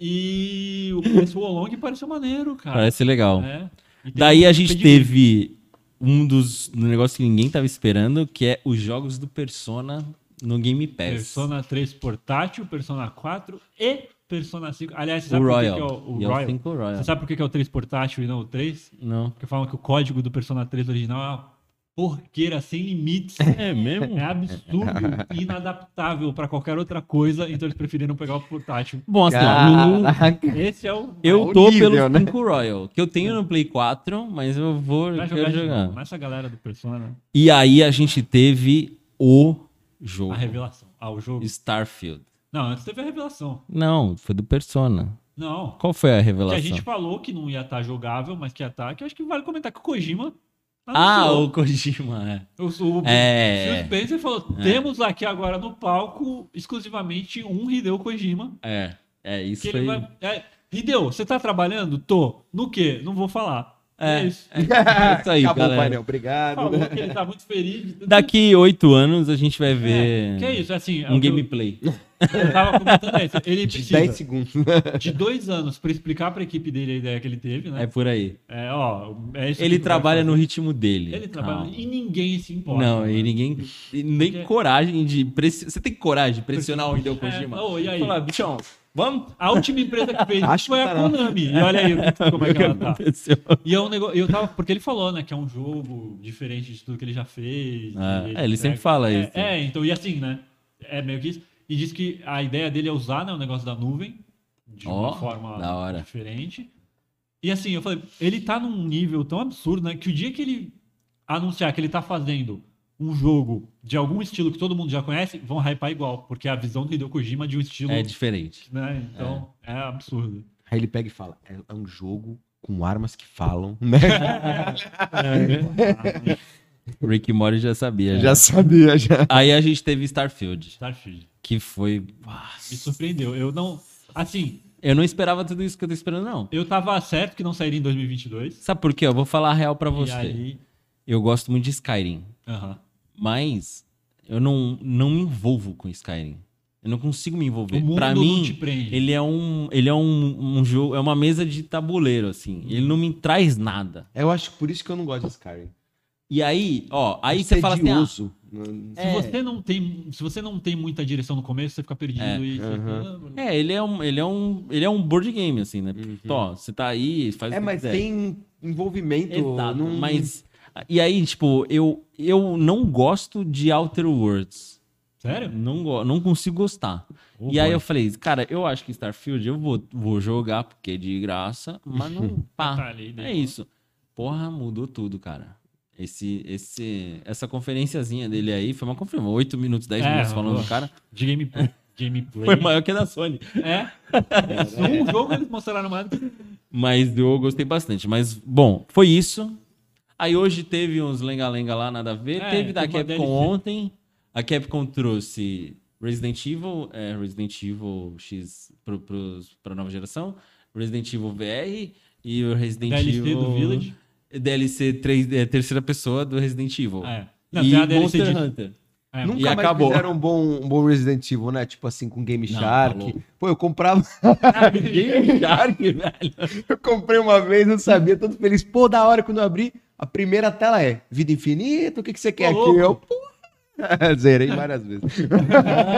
Speaker 3: E o, esse Wolong pareceu maneiro, cara.
Speaker 1: Parece legal.
Speaker 3: É. E tem-
Speaker 1: Daí a gente
Speaker 3: tem-
Speaker 1: teve um dos um negócio que ninguém tava esperando, que é os jogos do Persona no Game Pass.
Speaker 3: Persona 3 portátil, Persona 4 e Persona 5. Aliás, você
Speaker 1: o
Speaker 3: sabe por que que
Speaker 1: Royal.
Speaker 3: é o, o
Speaker 1: e
Speaker 3: Royal?
Speaker 1: é o 5 Royal.
Speaker 3: Você sabe por que que é o 3 portátil e não o 3?
Speaker 1: Não.
Speaker 3: Porque falam que o código do Persona 3 original é uma porqueira sem limites.
Speaker 1: É mesmo?
Speaker 3: É absurdo, inadaptável pra qualquer outra coisa, então eles preferiram pegar o portátil.
Speaker 1: Bom, assim,
Speaker 2: Ah,
Speaker 1: ó, no-
Speaker 2: Caraca.
Speaker 3: Esse é o.
Speaker 1: eu
Speaker 2: o
Speaker 1: tô
Speaker 2: nível,
Speaker 1: pelo
Speaker 2: né?
Speaker 1: 5 Royal, que eu tenho no Play 4, mas eu vou
Speaker 3: Vai
Speaker 1: quero
Speaker 3: jogar, de
Speaker 1: jogar.
Speaker 3: novo, mas essa galera do Persona, né?
Speaker 1: E aí a gente teve o jogo
Speaker 3: a revelação. Ah, o jogo.
Speaker 1: Starfield.
Speaker 3: Não, antes teve a revelação.
Speaker 1: Não, foi do Persona.
Speaker 3: Não.
Speaker 1: Qual foi a
Speaker 3: Que
Speaker 1: revelação?
Speaker 3: a gente falou que não ia estar jogável, mas que ia estar. Que eu acho que vale comentar que o Kojima.
Speaker 1: Ah,
Speaker 3: anunciou.
Speaker 1: o Kojima, é.
Speaker 3: O, o,
Speaker 1: É.
Speaker 3: o Phil Spencer falou: temos aqui agora no palco exclusivamente um Hideo Kojima.
Speaker 1: É, é isso
Speaker 3: Que
Speaker 1: foi.
Speaker 3: ele vai. É, Hideo, você tá trabalhando? Tô. No quê? Não vou falar.
Speaker 1: É,
Speaker 3: isso.
Speaker 1: É isso aí,
Speaker 2: Acabou o
Speaker 1: galera.
Speaker 2: painel, obrigado.
Speaker 3: Falou que ele tá muito feliz.
Speaker 1: Daqui oito anos a gente vai
Speaker 3: É,
Speaker 1: ver
Speaker 3: que é isso, assim. é
Speaker 1: um
Speaker 3: o que eu-
Speaker 1: gameplay.
Speaker 3: Eu tava comentando é isso. Ele
Speaker 2: De 10
Speaker 3: precisa
Speaker 2: segundos.
Speaker 3: de dois anos pra explicar pra equipe dele a ideia que ele teve,
Speaker 1: É
Speaker 3: né?
Speaker 1: por aí.
Speaker 3: É, ó. É isso
Speaker 1: Ele
Speaker 3: que tu vai
Speaker 1: trabalha
Speaker 3: fazer.
Speaker 1: no ritmo dele.
Speaker 3: Ele trabalha
Speaker 1: Calma.
Speaker 3: e ninguém se importa.
Speaker 1: Não,
Speaker 3: né?
Speaker 1: e ninguém. e Nem
Speaker 3: Porque-
Speaker 1: coragem de. pressi- Você tem coragem de pressionar o Hideo Kojima?
Speaker 3: É, ô, e aí?
Speaker 1: Falar, bichão, vamos?
Speaker 3: A última empresa que fez
Speaker 2: Acho
Speaker 3: isso foi
Speaker 2: que tá
Speaker 3: a
Speaker 2: não.
Speaker 3: Konami. E olha aí como é que ela tá.
Speaker 1: Aconteceu.
Speaker 3: E é um negócio. Eu tava. Porque ele falou, né? Que é um jogo diferente de tudo que ele já fez.
Speaker 1: É,
Speaker 3: e
Speaker 1: ele sempre
Speaker 3: entrega-
Speaker 1: fala
Speaker 3: É,
Speaker 1: isso.
Speaker 3: é, então, e assim, né? É meio que isso. E diz que a ideia dele é usar né, o negócio da nuvem de uma
Speaker 1: Ó,
Speaker 3: forma
Speaker 1: da hora.
Speaker 3: diferente. E assim, eu falei, ele tá num nível tão absurdo, né? Que o dia que ele anunciar que ele tá fazendo um jogo de algum estilo que todo mundo já conhece, vão hypar igual, porque a visão do Hideo Kojima é de um estilo,
Speaker 1: É diferente.
Speaker 3: né? Então, é, absurdo.
Speaker 2: Aí ele pega e fala: é, é um jogo com armas que falam, né?
Speaker 1: Rick Mori já sabia. Já.
Speaker 2: já sabia, já.
Speaker 1: Aí a gente teve Starfield,
Speaker 3: Starfield.
Speaker 1: que foi.
Speaker 3: Me surpreendeu. Eu não... Assim,
Speaker 1: Eu não esperava tudo isso que eu tô esperando, não.
Speaker 3: eu tava certo que não sairia em 2022.
Speaker 1: Sabe por quê? Eu vou falar a real pra
Speaker 3: E
Speaker 1: você.
Speaker 3: aí...
Speaker 1: Eu gosto muito de Skyrim,
Speaker 3: aham.
Speaker 1: mas eu não, não me envolvo com Skyrim. Eu não consigo me
Speaker 3: O
Speaker 1: envolver.
Speaker 3: mundo
Speaker 1: Pra
Speaker 3: não
Speaker 1: mim,
Speaker 3: te prende.
Speaker 1: ele é um, ele é um, um jogo, é uma mesa de tabuleiro assim. Ele não me traz nada.
Speaker 2: Eu acho que por isso que eu não gosto de Skyrim.
Speaker 1: E aí, ó, aí você fala assim, ah,
Speaker 2: Tedioso. Não-
Speaker 3: Se, você não tem, se você não tem muita direção no começo, você fica "Ah, perdido e...
Speaker 2: aham.
Speaker 1: é, ele é um, ele é um, ele é um board game assim, né? Então, ó, você tá aí, faz o
Speaker 2: Uhum. É,
Speaker 1: que
Speaker 2: mas
Speaker 1: quiser.
Speaker 2: tem envolvimento.
Speaker 1: Exato,
Speaker 2: não-
Speaker 1: mas e aí, tipo, eu eu não gosto de Outer Worlds.
Speaker 3: Sério?
Speaker 1: Não, go- não consigo gostar.
Speaker 3: Oh,
Speaker 1: e aí
Speaker 3: boy.
Speaker 1: eu falei, cara, eu acho que Starfield eu vou, vou jogar porque é de graça, mas não pá.
Speaker 3: Tá ali, né?
Speaker 1: é isso. Porra, mudou tudo, cara. Esse, esse, essa conferenciazinha dele aí foi uma conferência. 8 minutos, 10
Speaker 3: É,
Speaker 1: minutos falando
Speaker 3: boa.
Speaker 1: do cara.
Speaker 3: De gameplay. gameplay.
Speaker 1: Foi maior que a da Sony.
Speaker 3: É. Um jogo eles mostraram mais. do que-
Speaker 1: Mas eu gostei bastante. Mas, bom, foi isso. Aí hoje teve uns lenga-lenga lá, nada a ver.
Speaker 3: É,
Speaker 1: teve da
Speaker 3: teve uma
Speaker 1: Capcom
Speaker 3: DLC.
Speaker 1: ontem. A Capcom trouxe Resident Evil, é, Resident Evil X pro, pros, pra nova geração, Resident Evil VR e o Resident
Speaker 3: DLC
Speaker 1: Evil...
Speaker 3: do Village.
Speaker 1: DLC três- é, terceira pessoa do Resident Evil.
Speaker 3: Ah, é. Não,
Speaker 1: e
Speaker 3: tem a DLC
Speaker 1: Monster
Speaker 3: de-
Speaker 1: Hunter.
Speaker 3: É,
Speaker 2: Nunca
Speaker 1: e
Speaker 2: mais
Speaker 1: acabou.
Speaker 2: fizeram um bom, um bom Resident Evil, né? Tipo assim, com Game
Speaker 1: Não, tá
Speaker 2: Shark.
Speaker 1: louco.
Speaker 2: Pô, eu comprava.
Speaker 1: Game Shark,
Speaker 3: né?
Speaker 1: velho.
Speaker 2: Eu comprei uma vez, não sabia, todo feliz. Pô, da hora quando eu abri, a primeira tela é vida infinita, o que, que você quer
Speaker 3: louco.
Speaker 2: aqui? Eu, porra, zerei várias vezes.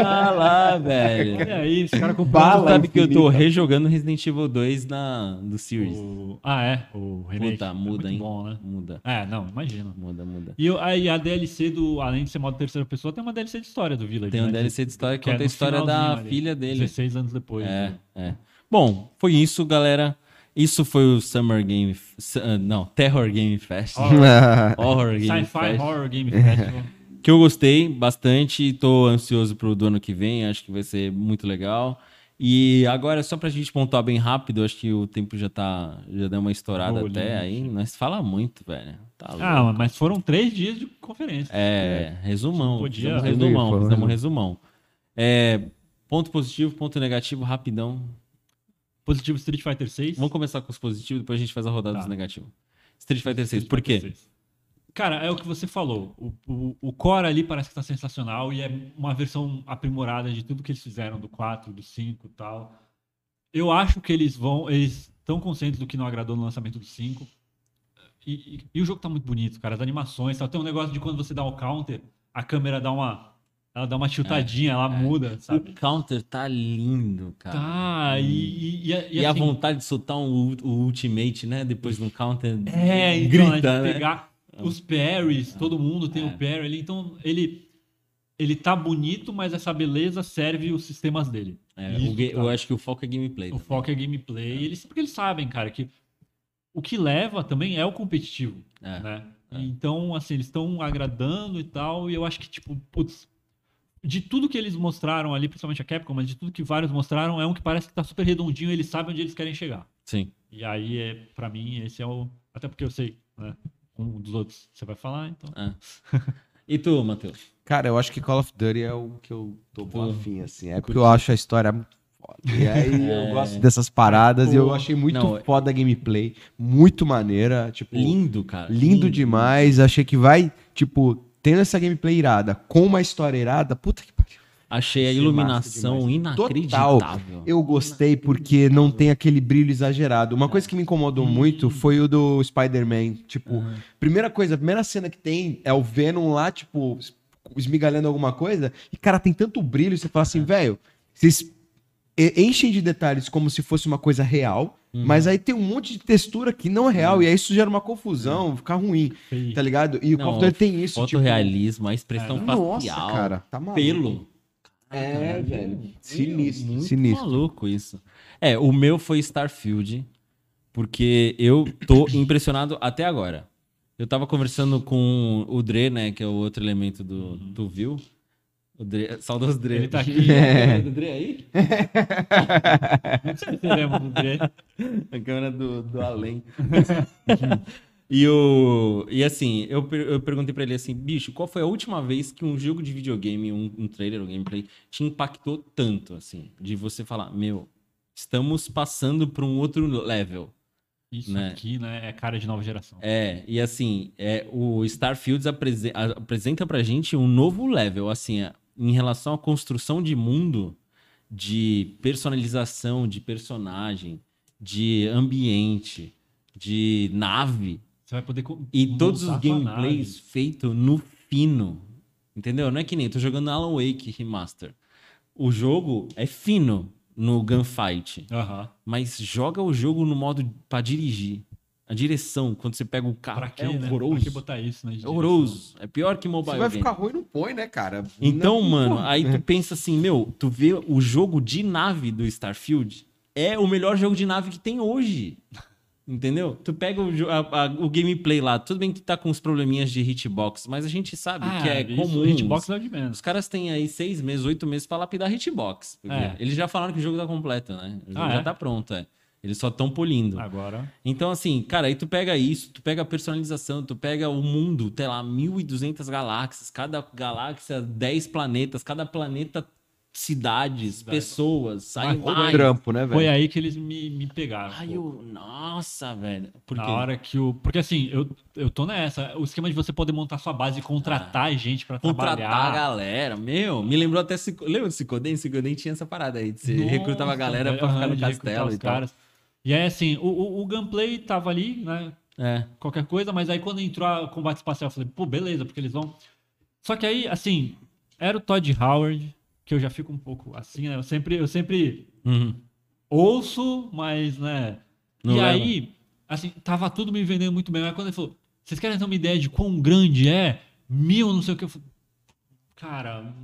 Speaker 1: Ah lá, velho.
Speaker 3: Olha aí, É esse cara comprou.
Speaker 1: Você
Speaker 2: Bala
Speaker 1: É. sabe que eu tô
Speaker 2: infinita.
Speaker 1: rejogando Resident Evil 2 na, do Series.
Speaker 3: O... Ah, é. O remake.
Speaker 1: Puta,
Speaker 3: É
Speaker 1: muda,
Speaker 3: muito
Speaker 1: hein?
Speaker 3: bom, né?
Speaker 1: Muda,
Speaker 3: É, não, imagino.
Speaker 1: muda, muda.
Speaker 3: E o- aí a DLC do. Além de ser modo terceira pessoa, tem uma DLC de história do Village.
Speaker 1: Tem um
Speaker 3: né?
Speaker 1: DLC de história que
Speaker 3: é
Speaker 1: conta a
Speaker 3: no
Speaker 1: história da
Speaker 3: finalzinho ali,
Speaker 1: filha dele.
Speaker 3: 16 anos depois.
Speaker 1: É, é.
Speaker 3: né?
Speaker 1: Bom, foi isso, galera. Isso foi o Summer Game... F- Su- ah, Não, Terror Game Fest.
Speaker 3: Horror-
Speaker 1: Horror Game
Speaker 3: Sci-Fi
Speaker 1: Fest.
Speaker 3: Horror Game Festival.
Speaker 1: Que eu gostei bastante e tô ansioso pro do ano que vem. Acho que vai ser muito legal. E agora, só pra gente pontuar bem rápido, acho que o tempo já tá... Já deu uma estourada
Speaker 3: Boa,
Speaker 1: até aí. Nós fala muito, velho. Tá louco.
Speaker 3: ah, mas foram três dias de conferência.
Speaker 1: É, resumão.
Speaker 3: Podia.
Speaker 1: Fizemos
Speaker 2: Resumir,
Speaker 1: resumão,
Speaker 2: falou,
Speaker 1: fizemos
Speaker 2: né?
Speaker 1: resumão. É, ponto positivo, ponto negativo, rapidão.
Speaker 3: Positivo Street Fighter 6.
Speaker 1: Vamos começar com os positivos, depois a gente faz a rodada
Speaker 3: Tá.
Speaker 1: dos negativos. Street Fighter 6, por quê?
Speaker 3: Cara, é o que você falou. O, o, o core ali parece que tá sensacional e é uma versão aprimorada de tudo que eles fizeram do 4, do 5 e tal. Eu acho que eles vão. Eles estão conscientes do que não agradou no lançamento do 5. E, e- e o jogo tá muito bonito, cara. As animações, tá? tem um negócio de quando você dá o counter, a câmera dá uma. Ela dá uma tiltadinha,
Speaker 1: É.
Speaker 3: ela muda,
Speaker 1: O
Speaker 3: sabe?
Speaker 1: counter tá lindo, cara.
Speaker 3: Tá, e, e, e, assim-
Speaker 1: E, a vontade de soltar um ult- o ultimate, né? Depois no counter.
Speaker 3: É, então, né, de
Speaker 1: grita, né?
Speaker 3: pegar os parries, todo mundo tem o
Speaker 1: É.
Speaker 3: parry ali, então ele ele tá bonito, mas essa beleza serve os sistemas dele.
Speaker 1: É,
Speaker 3: Isso,
Speaker 1: o ga-
Speaker 3: tá.
Speaker 1: Eu acho que o foco é gameplay.
Speaker 3: O
Speaker 1: também.
Speaker 3: foco é gameplay, e eles, porque eles sabem, cara, que o que leva também é o competitivo,
Speaker 1: É.
Speaker 3: né?
Speaker 1: é.
Speaker 3: Então, assim, eles estão agradando e tal, e eu acho que, tipo, putz, de tudo que eles mostraram ali, principalmente a Capcom, mas de tudo que vários mostraram, é um que parece que tá super redondinho, eles sabem onde eles querem chegar.
Speaker 1: Sim.
Speaker 3: E aí, é, pra mim, esse é o. Até porque eu sei, né? Um dos outros você vai falar, então.
Speaker 1: é. E tu, Matheus?
Speaker 2: Cara, eu acho que Call of Duty é o que eu tô
Speaker 1: Tu-
Speaker 2: bom afim, assim. É porque eu acho É. a história muito foda. E aí eu gosto dessas paradas. e eu achei muito
Speaker 1: Não,
Speaker 2: foda a gameplay. Muito maneira. Tipo,
Speaker 1: Lindo, cara.
Speaker 2: lindo demais. Achei que vai, tipo, tendo essa gameplay irada com uma história irada. Puta que pariu.
Speaker 1: Achei a
Speaker 2: Achei
Speaker 1: iluminação
Speaker 2: massa demais. Total.
Speaker 1: inacreditável.
Speaker 2: Eu gostei porque não tem aquele brilho exagerado. Uma coisa que me incomodou
Speaker 1: Uhum.
Speaker 2: muito foi o do Spider-Man. Tipo, primeira coisa, a primeira cena que tem é o Venom lá, tipo, es- esmigalhando alguma coisa. E, cara, tem tanto brilho, você
Speaker 1: É.
Speaker 2: fala assim, velho, vocês e- enchem de detalhes como se fosse uma coisa real,
Speaker 1: Uhum.
Speaker 2: mas aí tem um monte de textura que não é real. E aí isso gera uma confusão, fica ruim,
Speaker 3: Feio.
Speaker 2: tá ligado? E
Speaker 1: Uhum.
Speaker 2: o
Speaker 1: Não,
Speaker 2: Call of Duty tem isso, tipo.
Speaker 1: Fotorrealismo, a expressão facial.
Speaker 2: Nossa, cara, tá maluco.
Speaker 1: Pelo.
Speaker 2: É, velho. Sinistro.
Speaker 1: Muito
Speaker 2: sinistro.
Speaker 1: maluco isso. É, o meu foi Starfield, porque eu tô impressionado até agora. Eu tava conversando com o Dre, né, que é o outro elemento do, do View. O Dre, saudoso Dre.
Speaker 3: Uhum. Ele tá aqui.
Speaker 1: É. do Dre aí?
Speaker 3: Não sei se é um você lembra do Dre.
Speaker 1: A câmera do, do além. e, o, e assim, eu, per- eu perguntei pra ele assim, bicho, qual foi a última vez que um jogo de videogame, um, um trailer, um gameplay, te impactou tanto, assim, de você falar, meu, estamos passando pra um outro level.
Speaker 3: Isso
Speaker 1: Né?
Speaker 3: aqui, né, é cara de nova geração.
Speaker 1: É, e assim, é, o Starfields apresen- a- apresenta pra gente um novo level, assim, é, em relação à construção de mundo, de personalização de personagem, de ambiente, de nave.
Speaker 3: Você vai poder co-
Speaker 1: E todos os
Speaker 3: montar sua
Speaker 1: gameplays feitos no fino. Entendeu? Não é que nem eu tô jogando Alan Wake Remaster. O jogo é fino no gunfight
Speaker 3: nave. Aham.
Speaker 1: mas joga o jogo no modo pra dirigir. A direção, quando você pega o carro,
Speaker 3: Pra quê,
Speaker 1: é
Speaker 3: né?
Speaker 1: horroroso.
Speaker 3: Pra que botar isso, né? de
Speaker 1: É horroroso. É pior que
Speaker 2: Se
Speaker 1: mobile
Speaker 2: vai
Speaker 1: game.
Speaker 2: ficar ruim, não põe, né, cara?
Speaker 1: Então,
Speaker 2: Não- É.
Speaker 1: mano,
Speaker 2: Pô,
Speaker 1: aí tu pensa assim, meu, tu vê o jogo de nave do Starfield, é o melhor jogo de nave que tem hoje. Entendeu? Tu pega o, jo- a- a- o gameplay lá, tudo bem que tá com uns probleminhas de hitbox, mas a gente sabe
Speaker 3: Ah,
Speaker 1: que é
Speaker 3: isso,
Speaker 1: comum.
Speaker 3: Hitbox é o de menos.
Speaker 1: Os caras têm aí seis meses, oito meses pra lapidar hitbox. porque
Speaker 3: É.
Speaker 1: Eles já falaram que o jogo tá completo, né? O jogo
Speaker 3: Ah,
Speaker 1: já
Speaker 3: é? Ah.
Speaker 1: tá pronto, é. Eles só estão polindo.
Speaker 3: Agora,
Speaker 1: Então, assim, cara, aí tu pega isso, tu pega a personalização, tu pega o mundo, sei lá, 1.200 galáxias, cada galáxia 10 planetas, cada planeta cidades, pessoas, sai
Speaker 2: rouba
Speaker 1: mais.
Speaker 2: trampo, né,
Speaker 3: foi
Speaker 2: velho?
Speaker 3: aí que eles me, me pegaram.
Speaker 1: Ai,
Speaker 3: pô.
Speaker 1: eu... Nossa, velho. Por
Speaker 3: Na
Speaker 1: quê?
Speaker 3: hora que o. Porque assim, eu, eu tô nessa. O esquema de você poder montar sua base e contratar gente pra
Speaker 1: Ah. Contratar a
Speaker 3: trabalhar.
Speaker 1: galera, meu, me lembrou até. Cico- Lembra do Cicoden? Cicoden tinha essa parada aí, de você
Speaker 3: Nossa,
Speaker 1: recrutava a galera
Speaker 3: velho,
Speaker 1: pra ficar
Speaker 3: aham,
Speaker 1: no
Speaker 3: de recrutar
Speaker 1: castelo
Speaker 3: os
Speaker 1: e tal.
Speaker 3: caras. E aí, assim, o, o, o gameplay tava ali, né?
Speaker 1: É.
Speaker 3: Qualquer coisa, mas aí quando entrou a combate espacial, eu falei, pô, beleza, porque eles vão. Só que aí, assim, era o Todd Howard, que eu já fico um pouco assim, né? Eu sempre, eu sempre
Speaker 1: Uhum.
Speaker 3: ouço, mas, né?
Speaker 1: Não
Speaker 3: e
Speaker 1: leva.
Speaker 3: aí, assim, tava tudo me vendendo muito bem. Mas quando ele falou, vocês querem ter uma ideia de quão grande é? Mil, não sei o que. Eu falei, cara,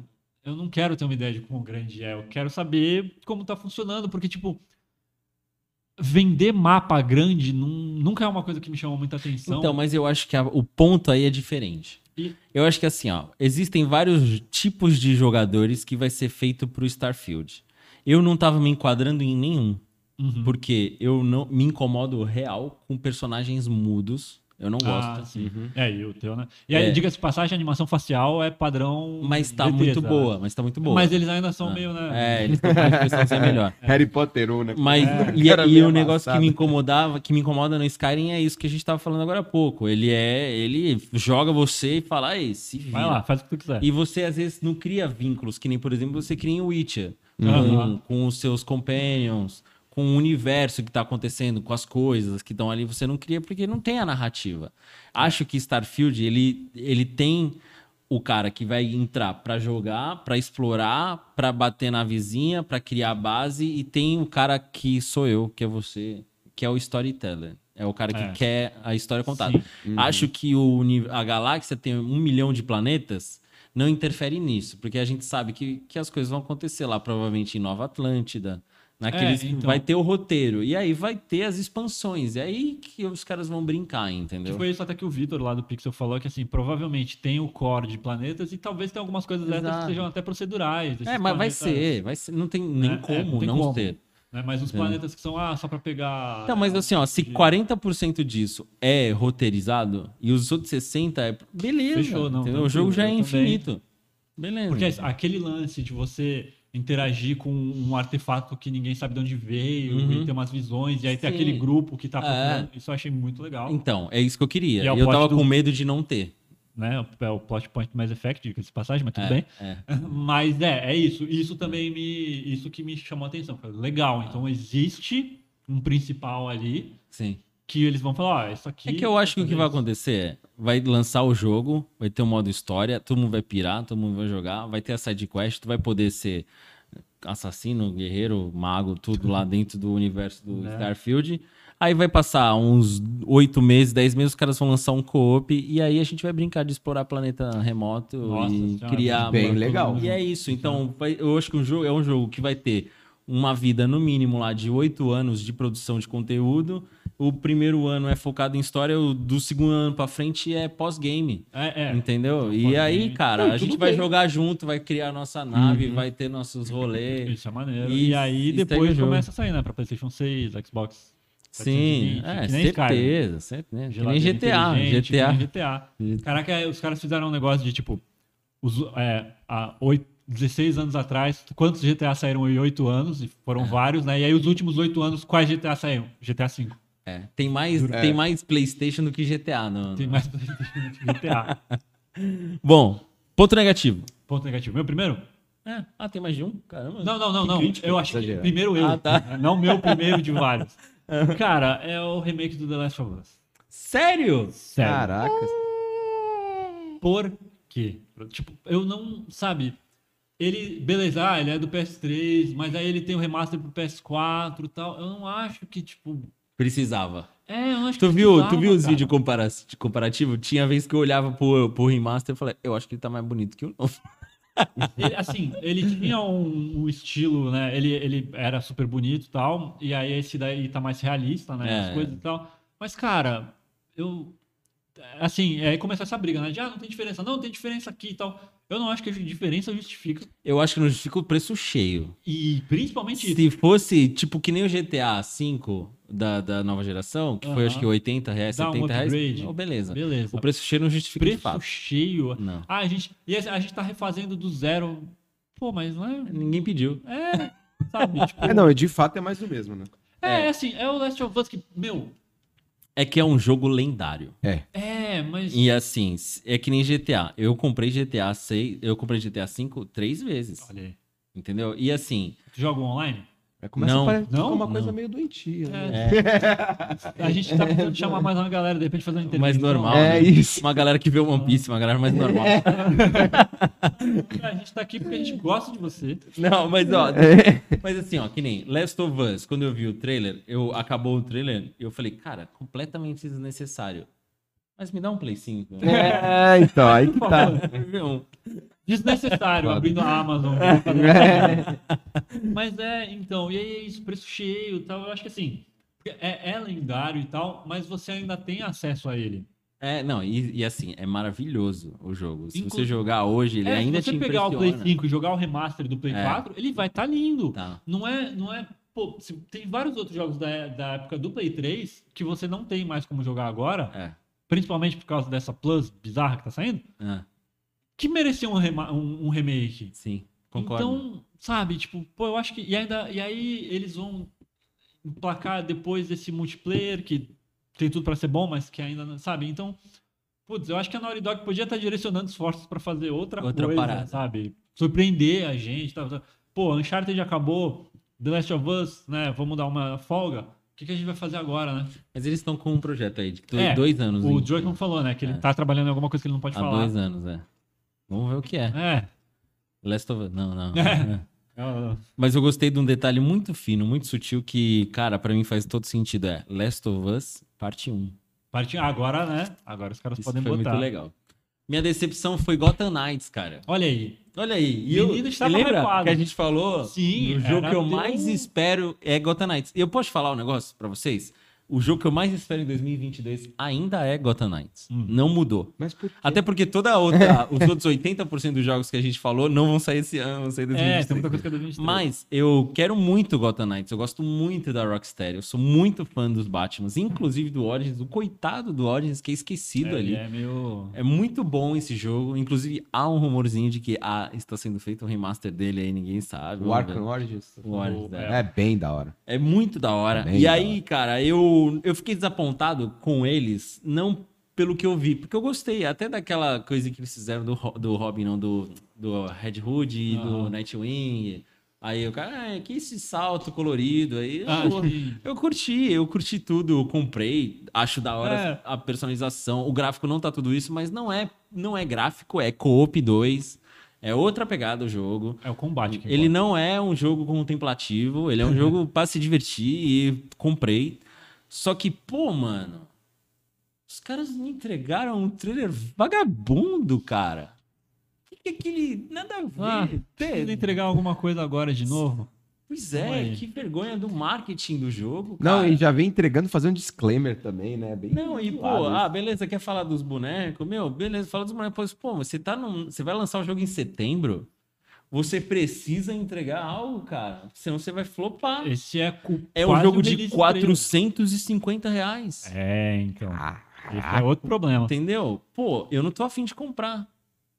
Speaker 3: eu não quero ter uma ideia de quão grande é. Eu quero saber como tá funcionando, porque, tipo. Vender mapa grande nun- nunca é uma coisa que me chama muita atenção.
Speaker 1: Então, mas eu acho que a- o ponto aí é diferente.
Speaker 3: E-
Speaker 1: Eu acho que assim, ó, existem vários tipos de jogadores que vai ser feito pro Starfield. Eu não tava me enquadrando em nenhum,
Speaker 3: Uhum.
Speaker 1: porque eu não me incomodo real com personagens mudos. Eu não
Speaker 3: Ah,
Speaker 1: gosto. Uhum.
Speaker 3: sim. É, e o teu, né? E aí,
Speaker 1: É.
Speaker 3: diga-se de passagem, a animação facial é padrão.
Speaker 1: Mas tá muito
Speaker 3: beleza, né?
Speaker 1: boa, mas tá muito boa.
Speaker 3: Mas eles ainda são
Speaker 1: Ah.
Speaker 3: meio, né?
Speaker 1: É, eles estão com a impressão de ser melhor.
Speaker 2: Harry Potter 1, né?
Speaker 1: Mas
Speaker 2: Cara,
Speaker 3: É,
Speaker 1: e,
Speaker 2: cara
Speaker 1: e
Speaker 2: meio
Speaker 1: o negócio que
Speaker 2: amassado.
Speaker 1: me incomodava, que me incomoda no Skyrim é isso que a gente tava falando agora há pouco. Ele é, ele joga você e fala, ei, se
Speaker 3: Vai
Speaker 1: vira."
Speaker 3: lá, faz o que tu quiser.
Speaker 1: E você, às vezes, não cria vínculos, que nem, por exemplo, você cria em Witcher. Com,
Speaker 3: Aham.
Speaker 1: com os seus companions, com o universo que tá acontecendo, com as coisas que estão ali, você não cria porque não tem a narrativa.
Speaker 3: É.
Speaker 1: Acho que Starfield, ele, ele tem o cara que vai entrar pra jogar, pra explorar, pra bater na vizinha, pra criar a base, e tem o cara que sou eu, que é você, que é o storyteller. É o cara que
Speaker 3: É.
Speaker 1: quer a história contada.
Speaker 3: Sim. Uhum.
Speaker 1: Acho que o, uni- a galáxia tem um milhão de planetas, não interfere nisso, porque a gente sabe que, que as coisas vão acontecer lá, provavelmente em Nova Atlântida, naqueles
Speaker 3: É, então.
Speaker 1: vai ter o roteiro, e aí vai ter as expansões, é aí que os caras vão brincar, entendeu?
Speaker 3: Que foi isso até que o Vitor lá do Pixel falou que assim, provavelmente tem o core de planetas e talvez tenha algumas coisas dessas
Speaker 1: Exato.
Speaker 3: que sejam até procedurais. desses
Speaker 1: É, mas vai
Speaker 3: planetas,
Speaker 1: ser, vai ser, não tem
Speaker 3: É,
Speaker 1: nem
Speaker 3: é,
Speaker 1: como
Speaker 3: não tem
Speaker 1: não
Speaker 3: como.
Speaker 1: ter.
Speaker 3: né? Mas uns planetas que são ah, só pra pegar. né?
Speaker 1: Então, mas assim, ó, se 40% disso é roteirizado e os outros 60 é beleza,
Speaker 3: Fechou, não,
Speaker 1: entendeu? O jogo
Speaker 3: tranquilo,
Speaker 1: já é
Speaker 3: eu também.
Speaker 1: infinito. Beleza.
Speaker 3: Porque aquele lance de você interagir com um artefato que ninguém sabe de onde veio,
Speaker 1: Uhum.
Speaker 3: e ter umas visões, e aí tem
Speaker 1: Sim.
Speaker 3: aquele grupo que tá
Speaker 1: É.
Speaker 3: procurando. Isso eu achei muito legal.
Speaker 1: Então, é isso que eu queria.
Speaker 3: E é o
Speaker 1: E eu
Speaker 3: plot
Speaker 1: tava
Speaker 3: do-
Speaker 1: com medo de não ter.
Speaker 3: Né? É o plot point do Mass Effect, diga-se de passagem, mas tudo
Speaker 1: É,
Speaker 3: bem.
Speaker 1: é.
Speaker 3: Mas é, é isso. Isso também me. Isso que me chamou a atenção. Falei, Legal, então existe um principal ali.
Speaker 1: Sim.
Speaker 3: que eles vão falar, ó, isso aqui.
Speaker 1: É que eu acho que o que vai acontecer é, vai lançar o jogo, vai ter um modo história, todo mundo vai pirar, todo mundo vai jogar, vai ter a side quest, tu vai poder ser assassino, guerreiro, mago, tudo lá dentro do universo do
Speaker 3: Né?
Speaker 1: Starfield. Aí vai passar uns oito meses, dez meses, os caras vão lançar um co-op e aí a gente vai brincar de explorar planeta remoto
Speaker 3: Nossa
Speaker 1: e
Speaker 3: Senhora,
Speaker 1: criar.
Speaker 2: bem
Speaker 1: mano,
Speaker 2: legal.
Speaker 1: E é isso.
Speaker 3: Uhum.
Speaker 1: Então, vai- eu acho que um jogo é um jogo que vai ter uma vida no mínimo lá de oito anos de produção de conteúdo. O primeiro ano é focado em história, o do segundo ano pra frente é pós-game.
Speaker 3: É, é.
Speaker 1: Entendeu? E
Speaker 3: pode
Speaker 1: aí,
Speaker 3: ir.
Speaker 1: cara,
Speaker 4: Não,
Speaker 1: a gente
Speaker 4: tudo
Speaker 1: vai
Speaker 4: bem.
Speaker 1: jogar junto, vai criar nossa nave, vai ter nossos rolês.
Speaker 3: Uhum. Isso é maneiro.
Speaker 1: E-
Speaker 3: E, aí
Speaker 1: e segue o
Speaker 3: depois
Speaker 1: jogo.
Speaker 3: começa a sair, né? Pra PlayStation 6, Xbox.
Speaker 1: Sim,
Speaker 3: 720,
Speaker 1: é,
Speaker 3: que nem Skyrim.
Speaker 1: certeza, certeza. É, Que nem
Speaker 3: Geladeira
Speaker 1: GTA,
Speaker 3: inteligente, que nem
Speaker 1: GTA.
Speaker 3: GTA.
Speaker 1: Hum.
Speaker 3: Caraca, é, os caras fizeram um negócio de tipo. Os, é, há oito- 16 anos atrás, quantos GTA saíram em 8 anos? E foram
Speaker 1: É.
Speaker 3: vários, né? E aí, os últimos 8 anos, quais GTA saíram? GTA V.
Speaker 1: É, Tem mais, tem mais PlayStation do que GTA, não.
Speaker 3: Tem mais PlayStation do que GTA.
Speaker 1: Bom, ponto negativo.
Speaker 3: Ponto negativo. Meu primeiro?
Speaker 1: É, Ah, tem mais de um? Caramba.
Speaker 3: Não, não, não, não.
Speaker 4: crítico
Speaker 3: eu acho que
Speaker 2: exagerado.
Speaker 3: primeiro eu. né?
Speaker 1: Ah, tá.
Speaker 3: Não meu primeiro de vários. Cara, é o remake do The Last of Us.
Speaker 1: Sério?
Speaker 3: Sério.
Speaker 2: Caraca.
Speaker 3: Por quê? Tipo, eu não, sabe? Ele, beleza, ah, ele é do PS3, mas aí ele tem o remaster pro PS4 e tal. Eu não acho que, tipo.
Speaker 1: Precisava.
Speaker 3: É, eu acho
Speaker 1: Tu
Speaker 3: que.
Speaker 1: viu, tu
Speaker 3: precisava,
Speaker 1: viu os
Speaker 3: cara.
Speaker 1: vídeos compara de comparativo? Tinha vez que eu olhava pro, pro remaster e falei, eu acho que ele tá mais bonito que o novo.
Speaker 3: Ele, assim, ele tinha um, um estilo, né? Ele, ele era super bonito e tal. E aí esse daí tá mais realista, né?
Speaker 1: É.
Speaker 3: As coisas e tal. Mas, cara, eu. Assim, aí começou essa briga, né? De ah, não tem diferença. Não, tem diferença aqui e tal. Eu não acho que a diferença justifica.
Speaker 1: Eu acho que não justifica o preço cheio.
Speaker 3: E principalmente.
Speaker 1: Se fosse, tipo, que nem o GTA V da, da nova geração, que foi
Speaker 3: Aham.
Speaker 1: acho que 80 reais,
Speaker 3: Dá um
Speaker 1: 70 reais.
Speaker 3: upgrade.
Speaker 1: Oh, beleza.
Speaker 3: Beleza.
Speaker 1: O preço cheio não justifica de
Speaker 3: preço
Speaker 1: fato.
Speaker 3: cheio.
Speaker 1: Não.
Speaker 3: Ah, a gente, e a a gente tá refazendo do zero. Pô, mas não é.
Speaker 1: Ninguém pediu.
Speaker 3: É, sabe? Tipo,
Speaker 2: É, não, de fato é mais do mesmo, né?
Speaker 3: é, assim, é o Last of Us que, meu,
Speaker 1: É que é um jogo lendário.
Speaker 3: é, mas.
Speaker 1: E assim, é que nem GTA. Eu comprei GTA 6, eu comprei GTA 5 três vezes.
Speaker 3: Olha aí.
Speaker 1: Entendeu? E assim,
Speaker 3: Tu joga online?
Speaker 2: É, Começa
Speaker 1: Não.
Speaker 2: a parecer
Speaker 3: Não?
Speaker 2: uma coisa
Speaker 1: Não.
Speaker 2: meio doentia. né?
Speaker 1: É.
Speaker 3: A gente tá tentando chamar mais uma galera, de repente fazer uma entrevista.
Speaker 1: mais normal. né?
Speaker 2: É isso.
Speaker 1: Uma galera que vê o One Piece, uma galera mais normal.
Speaker 3: É.
Speaker 1: É.
Speaker 3: A gente tá aqui porque a gente gosta de você.
Speaker 1: Não, mas ó,
Speaker 3: É.
Speaker 2: É.
Speaker 1: mas assim, ó, que nem Last of Us, quando eu vi o trailer, eu acabou o trailer e eu falei, cara, completamente desnecessário. Mas me dá um Play 5.
Speaker 2: É, então, aí que tá.
Speaker 3: É.
Speaker 1: um.
Speaker 3: Desnecessário, abrindo a Amazon. Mas é, então, e aí é isso, preço cheio e tal. Eu acho que assim, é, é lendário e tal, mas você ainda tem acesso a ele.
Speaker 1: É, não, e, e assim, é maravilhoso o jogo. Se
Speaker 3: Inclu-
Speaker 1: você jogar hoje, ele
Speaker 3: É,
Speaker 1: ainda
Speaker 3: se
Speaker 1: te
Speaker 3: você pegar
Speaker 1: impressiona.
Speaker 3: o Play 5 e jogar o remaster do Play
Speaker 1: É.
Speaker 3: 4, ele vai estar lindo.
Speaker 1: Tá.
Speaker 3: Não é. Não é pô, se- tem vários outros jogos da, da época do Play 3 que você não tem mais como jogar agora,
Speaker 1: É.
Speaker 3: principalmente por causa dessa Plus bizarra que tá saindo,
Speaker 1: Ah,
Speaker 3: que merecia um, rema- um- um remake.
Speaker 1: sim, concordo.
Speaker 3: Então, sabe, tipo, pô, eu acho que. E, ainda, e aí eles vão emplacar depois desse multiplayer que tem tudo pra ser bom, mas que ainda não. Sabe? Então, putz, eu acho que a Naughty Dog podia estar direcionando esforços pra fazer outra,
Speaker 1: Outra
Speaker 3: coisa,
Speaker 1: parada.
Speaker 3: sabe? Surpreender a gente. Tá, tá. Pô, Uncharted acabou, The Last of Us, né? Vamos dar uma folga. O que, que a gente vai fazer agora, né?
Speaker 1: Mas eles estão com um projeto aí de do-
Speaker 3: É,
Speaker 1: dois anos.
Speaker 3: O
Speaker 1: hein?
Speaker 3: Joey não falou, né? Que ele
Speaker 1: É.
Speaker 3: tá trabalhando em alguma coisa que ele não pode
Speaker 1: Há
Speaker 3: falar.
Speaker 1: dois anos, é. Vamos ver o que é.
Speaker 3: É.
Speaker 1: Last of Us. Não, não.
Speaker 3: É.
Speaker 1: Mas eu gostei de um detalhe muito fino, muito sutil, que, cara, pra mim faz todo sentido. É Last of Us, parte 1.
Speaker 3: Partiu agora, né? Agora os caras
Speaker 1: Isso
Speaker 3: podem
Speaker 1: foi
Speaker 3: botar.
Speaker 1: muito legal. Minha decepção foi Gotham Knights, cara.
Speaker 3: Olha aí.
Speaker 1: Olha aí. E eu,
Speaker 3: Menino estava
Speaker 1: e lembra
Speaker 3: hypado.
Speaker 1: que a gente falou?
Speaker 3: Sim,
Speaker 1: O jogo
Speaker 3: era um
Speaker 1: que eu
Speaker 3: teu-
Speaker 1: mais espero é Gotham Knights. E eu posso falar um negócio pra vocês? O jogo que eu mais espero em 2022 ainda é Gotham Knights.
Speaker 3: Hum.
Speaker 1: Não mudou.
Speaker 2: Mas por quê?
Speaker 1: Até porque toda a outra,
Speaker 2: É.
Speaker 1: os outros 80% dos jogos que a gente falou não vão sair esse ano, vão sair em
Speaker 3: É, tem
Speaker 1: 2023.
Speaker 3: muita coisa que é 2023.
Speaker 1: Mas eu quero muito Gotham Knights, eu gosto muito da Rocksteady, eu sou muito fã dos Batmans, inclusive do Origins, do coitado do Origins que é esquecido
Speaker 3: É,
Speaker 1: ali.
Speaker 3: ele É meio.
Speaker 1: É muito bom esse jogo, inclusive há um rumorzinho de que ah, está sendo feito um remaster dele aí, ninguém sabe.
Speaker 2: O
Speaker 1: vamos
Speaker 2: Arkham
Speaker 1: ver.
Speaker 2: Origins.
Speaker 1: O Origins, é.
Speaker 2: É bem da hora.
Speaker 1: É muito da hora.
Speaker 2: Bem
Speaker 1: e
Speaker 2: da
Speaker 1: aí, cara, eu, eu fiquei desapontado com eles, não pelo que eu vi, porque eu gostei até daquela coisa que eles fizeram do, Ro- do Robin, não, do, do Red Hood e do
Speaker 3: Aham.
Speaker 1: Nightwing. Aí o cara, ah, que esse salto colorido aí.
Speaker 3: Ah,
Speaker 1: eu,
Speaker 3: sim.
Speaker 1: eu curti, eu curti tudo, eu comprei, acho da hora
Speaker 3: É.
Speaker 1: a personalização. O gráfico não tá tudo isso, mas não é, não é gráfico, é co-op 2. É outra pegada o jogo.
Speaker 3: É o combate. que
Speaker 1: Ele
Speaker 3: importa.
Speaker 1: não é um jogo contemplativo, ele é um jogo para se divertir e comprei. Só que, pô, mano, os caras me entregaram um trailer vagabundo, cara. Que que aquele. Nada a ver.
Speaker 3: Ah,
Speaker 1: Pedro.
Speaker 3: Precisa entregar alguma coisa agora de novo?
Speaker 1: Pois é,
Speaker 3: Ué.
Speaker 1: que vergonha do marketing do jogo.
Speaker 2: Não,
Speaker 1: cara.
Speaker 2: e já vem entregando, fazendo disclaimer também, né? Bem
Speaker 1: Não, e pô,
Speaker 2: zoado isso.
Speaker 1: ah, beleza, quer falar dos bonecos? Meu, beleza, fala dos bonecos. Pois, pô, mas você tá num. Você vai lançar o jogo em setembro? Você precisa entregar algo, cara. Senão você vai flopar.
Speaker 3: Esse é cu-
Speaker 1: É um
Speaker 3: quase
Speaker 1: jogo de
Speaker 3: release
Speaker 1: 450 reais.
Speaker 3: trailer. É, então.
Speaker 1: ah,
Speaker 3: Esse é
Speaker 2: Caraca.
Speaker 3: outro problema.
Speaker 1: Entendeu? Pô, eu não tô afim de comprar.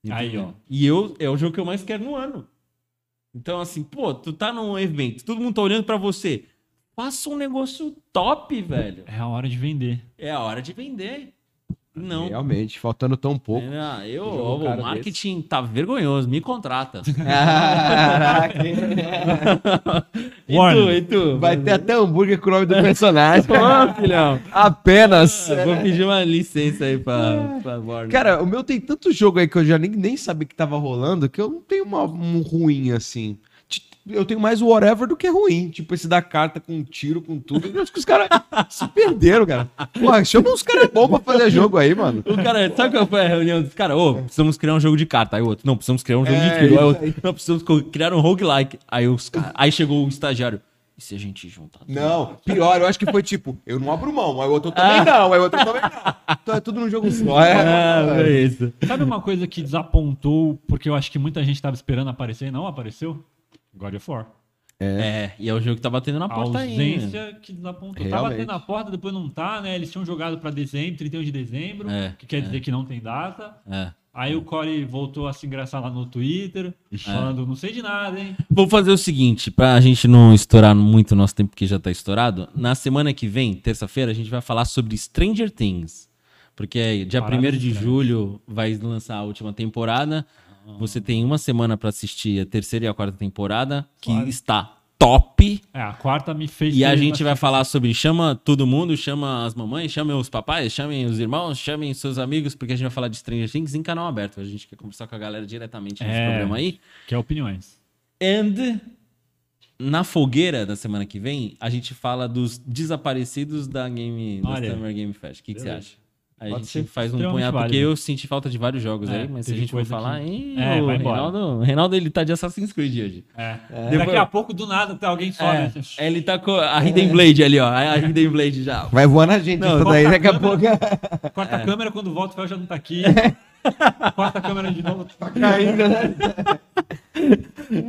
Speaker 3: Aí,
Speaker 1: Entendeu? E eu é o jogo que eu mais quero no ano. Então, assim, pô, tu tá num evento, todo mundo tá olhando pra você. Faça um negócio top, velho.
Speaker 3: É a hora de vender.
Speaker 1: É a hora de vender. Não.
Speaker 2: Realmente, faltando tão pouco.
Speaker 1: Ah, eu,
Speaker 2: é
Speaker 1: ó,
Speaker 2: Jogo caro
Speaker 1: o marketing tá vergonhoso, me contrata.
Speaker 2: Caraca.
Speaker 1: e tu,
Speaker 3: Warner.
Speaker 1: e tu?
Speaker 2: Vai ter até hambúrguer com o nome do personagem.
Speaker 1: Ô, filhão.
Speaker 2: Apenas.
Speaker 1: Eu Vou pedir uma licença aí pra, pra Warner.
Speaker 2: Cara, o meu tem tanto jogo aí que eu já nem, nem sabia que tava rolando que eu não tenho uma- um ruim assim. Ti- Eu tenho mais whatever do que ruim. Tipo, esse da carta com tiro, com tudo. Eu acho que os caras se perderam, cara. Porra, chama uns caras bons pra fazer jogo aí, mano.
Speaker 1: O cara, sabe qual foi a reunião dos caras? Ô, precisamos criar um jogo de carta. Aí o outro, não, precisamos criar um jogo
Speaker 2: É,
Speaker 1: de tiro. Aí o
Speaker 2: isso
Speaker 1: outro, não, precisamos co- criar um roguelike. Aí os caras, aí chegou o estagiário. E se a gente juntar? tudo?
Speaker 2: Não, pior, eu acho que foi tipo, eu não abro mão, aí o outro também não, aí o outro também não. Então é tudo num jogo só.
Speaker 1: Ah,
Speaker 2: Ah. É,
Speaker 1: é isso.
Speaker 3: Sabe uma coisa que desapontou, porque eu acho que muita gente tava esperando aparecer e não apareceu? God of War.
Speaker 1: É, e é o jogo que tá batendo na
Speaker 3: A
Speaker 1: porta ainda.
Speaker 3: ausência que desapontou. Tava
Speaker 2: Realmente.
Speaker 3: batendo na porta, depois não tá, né? Eles tinham jogado pra dezembro, 31 de dezembro,
Speaker 1: É,
Speaker 3: que quer dizer que não tem data.
Speaker 1: É.
Speaker 3: Aí o Corey voltou a se engraçar lá no Twitter, falando, não sei de nada, hein?
Speaker 1: Vou fazer o seguinte, pra gente não estourar muito o nosso tempo que já tá estourado, na semana que vem, terça-feira, a gente vai falar sobre Stranger Things. Porque é dia
Speaker 3: Parada
Speaker 1: 1 de
Speaker 3: estranha.
Speaker 1: julho vai lançar a última temporada.
Speaker 3: Ah.
Speaker 1: Você tem uma semana pra assistir a terceira e a quarta temporada, que
Speaker 3: Claro.
Speaker 1: está top.
Speaker 3: É, a quarta me fez...
Speaker 1: E a
Speaker 3: ter
Speaker 1: gente vai falar sobre chama todo mundo, chama as mamães, chamem os papais, chamem os irmãos, chamem seus amigos, porque a gente vai falar de Stranger Things em canal aberto. A gente quer conversar com a galera diretamente nesse
Speaker 3: É.
Speaker 1: programa aí.
Speaker 3: Que é opiniões.
Speaker 1: And na fogueira da semana que vem, a gente fala dos desaparecidos da Game da
Speaker 3: Olha.
Speaker 1: Summer Game Fest. O que, que você
Speaker 3: Beleza.
Speaker 1: acha? Aí a
Speaker 2: Pode
Speaker 1: gente
Speaker 2: ser
Speaker 1: faz um
Speaker 3: extremamente
Speaker 1: punhado, porque
Speaker 3: válido.
Speaker 1: eu senti falta de vários jogos
Speaker 3: É,
Speaker 1: aí, mas se a
Speaker 3: teve
Speaker 1: gente for
Speaker 3: coisa
Speaker 1: falar,
Speaker 3: que-
Speaker 1: "Ih,
Speaker 3: É,
Speaker 1: o
Speaker 3: vai embora."
Speaker 1: Reinaldo, Reinaldo, ele tá de Assassin's Creed hoje.
Speaker 3: É. Daqui
Speaker 1: Depois-
Speaker 3: a pouco, do nada, tá alguém sobe.
Speaker 1: É,
Speaker 3: assim,
Speaker 1: ele tá com a Hidden Blade ali, ó. A Hidden Blade já.
Speaker 2: Vai voando a gente,
Speaker 1: Não,
Speaker 2: isso daí daqui a pouco.
Speaker 3: Corta a câmera, quando volta o Fel já não tá aqui. Corta a câmera de novo. tá
Speaker 2: Ainda, né?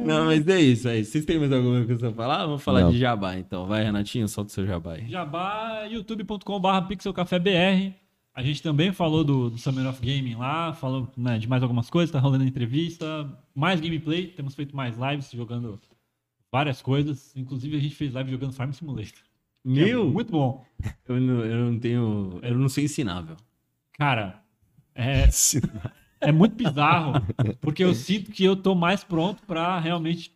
Speaker 1: Não, mas é isso aí. Vocês têm mais alguma coisa pra falar? Vamos falar
Speaker 2: Não.
Speaker 1: de jabá, então. Vai, Renatinho, solta o seu jabá aí.
Speaker 3: Jabá, youtube.com.br pixelcafébr. A gente também falou do, do Summer of Gaming lá, falou né, de mais algumas coisas, tá rolando entrevista, mais gameplay, temos feito mais lives jogando várias coisas. Inclusive a gente fez live jogando Farm Simulator. que é muito bom.
Speaker 1: Eu não, eu não tenho. Eu não sou ensinável.
Speaker 3: Cara, é, é muito bizarro, porque eu sinto que eu tô mais pronto pra realmente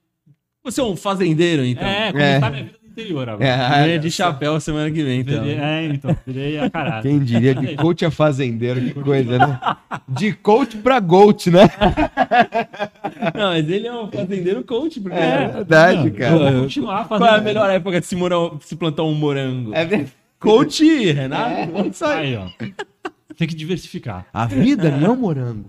Speaker 1: Você é um fazendeiro, então.
Speaker 3: é, começar
Speaker 2: É.
Speaker 3: minha vida no interior agora.
Speaker 1: É,
Speaker 2: É,
Speaker 1: de chapéu semana que vem, então.
Speaker 3: Virei- é, então, virei a caralho.
Speaker 2: quem diria, de coach a fazendeiro, que coisa, né? De coach pra goat, né?
Speaker 1: Não, mas ele é um fazendeiro coach, porque
Speaker 2: É verdade,
Speaker 3: Não,
Speaker 2: cara.
Speaker 3: Eu vou continuar fazendo.
Speaker 1: qual é a melhor época de se, morar- se plantar um morango? É.
Speaker 2: É verdade.
Speaker 1: Coach, Renato?
Speaker 2: Isso aí.
Speaker 3: Aí, ó. Tem que diversificar.
Speaker 2: A vida não né? morango.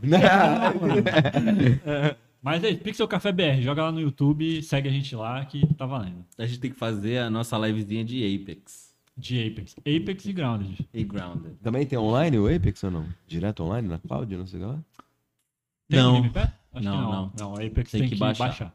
Speaker 3: Mas é Pixel Café BR, joga lá no YouTube, segue a gente lá que tá valendo.
Speaker 1: A gente tem que fazer a nossa livezinha de Apex
Speaker 3: De Apex. Apex e Grounded.
Speaker 1: e Grounded.
Speaker 2: Também tem online o Apex ou não? Direto online na cloud, não sei o que lá?
Speaker 3: Tem
Speaker 1: Não.
Speaker 3: no Game Pass? Acho
Speaker 1: Não,
Speaker 3: que
Speaker 1: não.
Speaker 3: Não, Apex tem, que, baixar.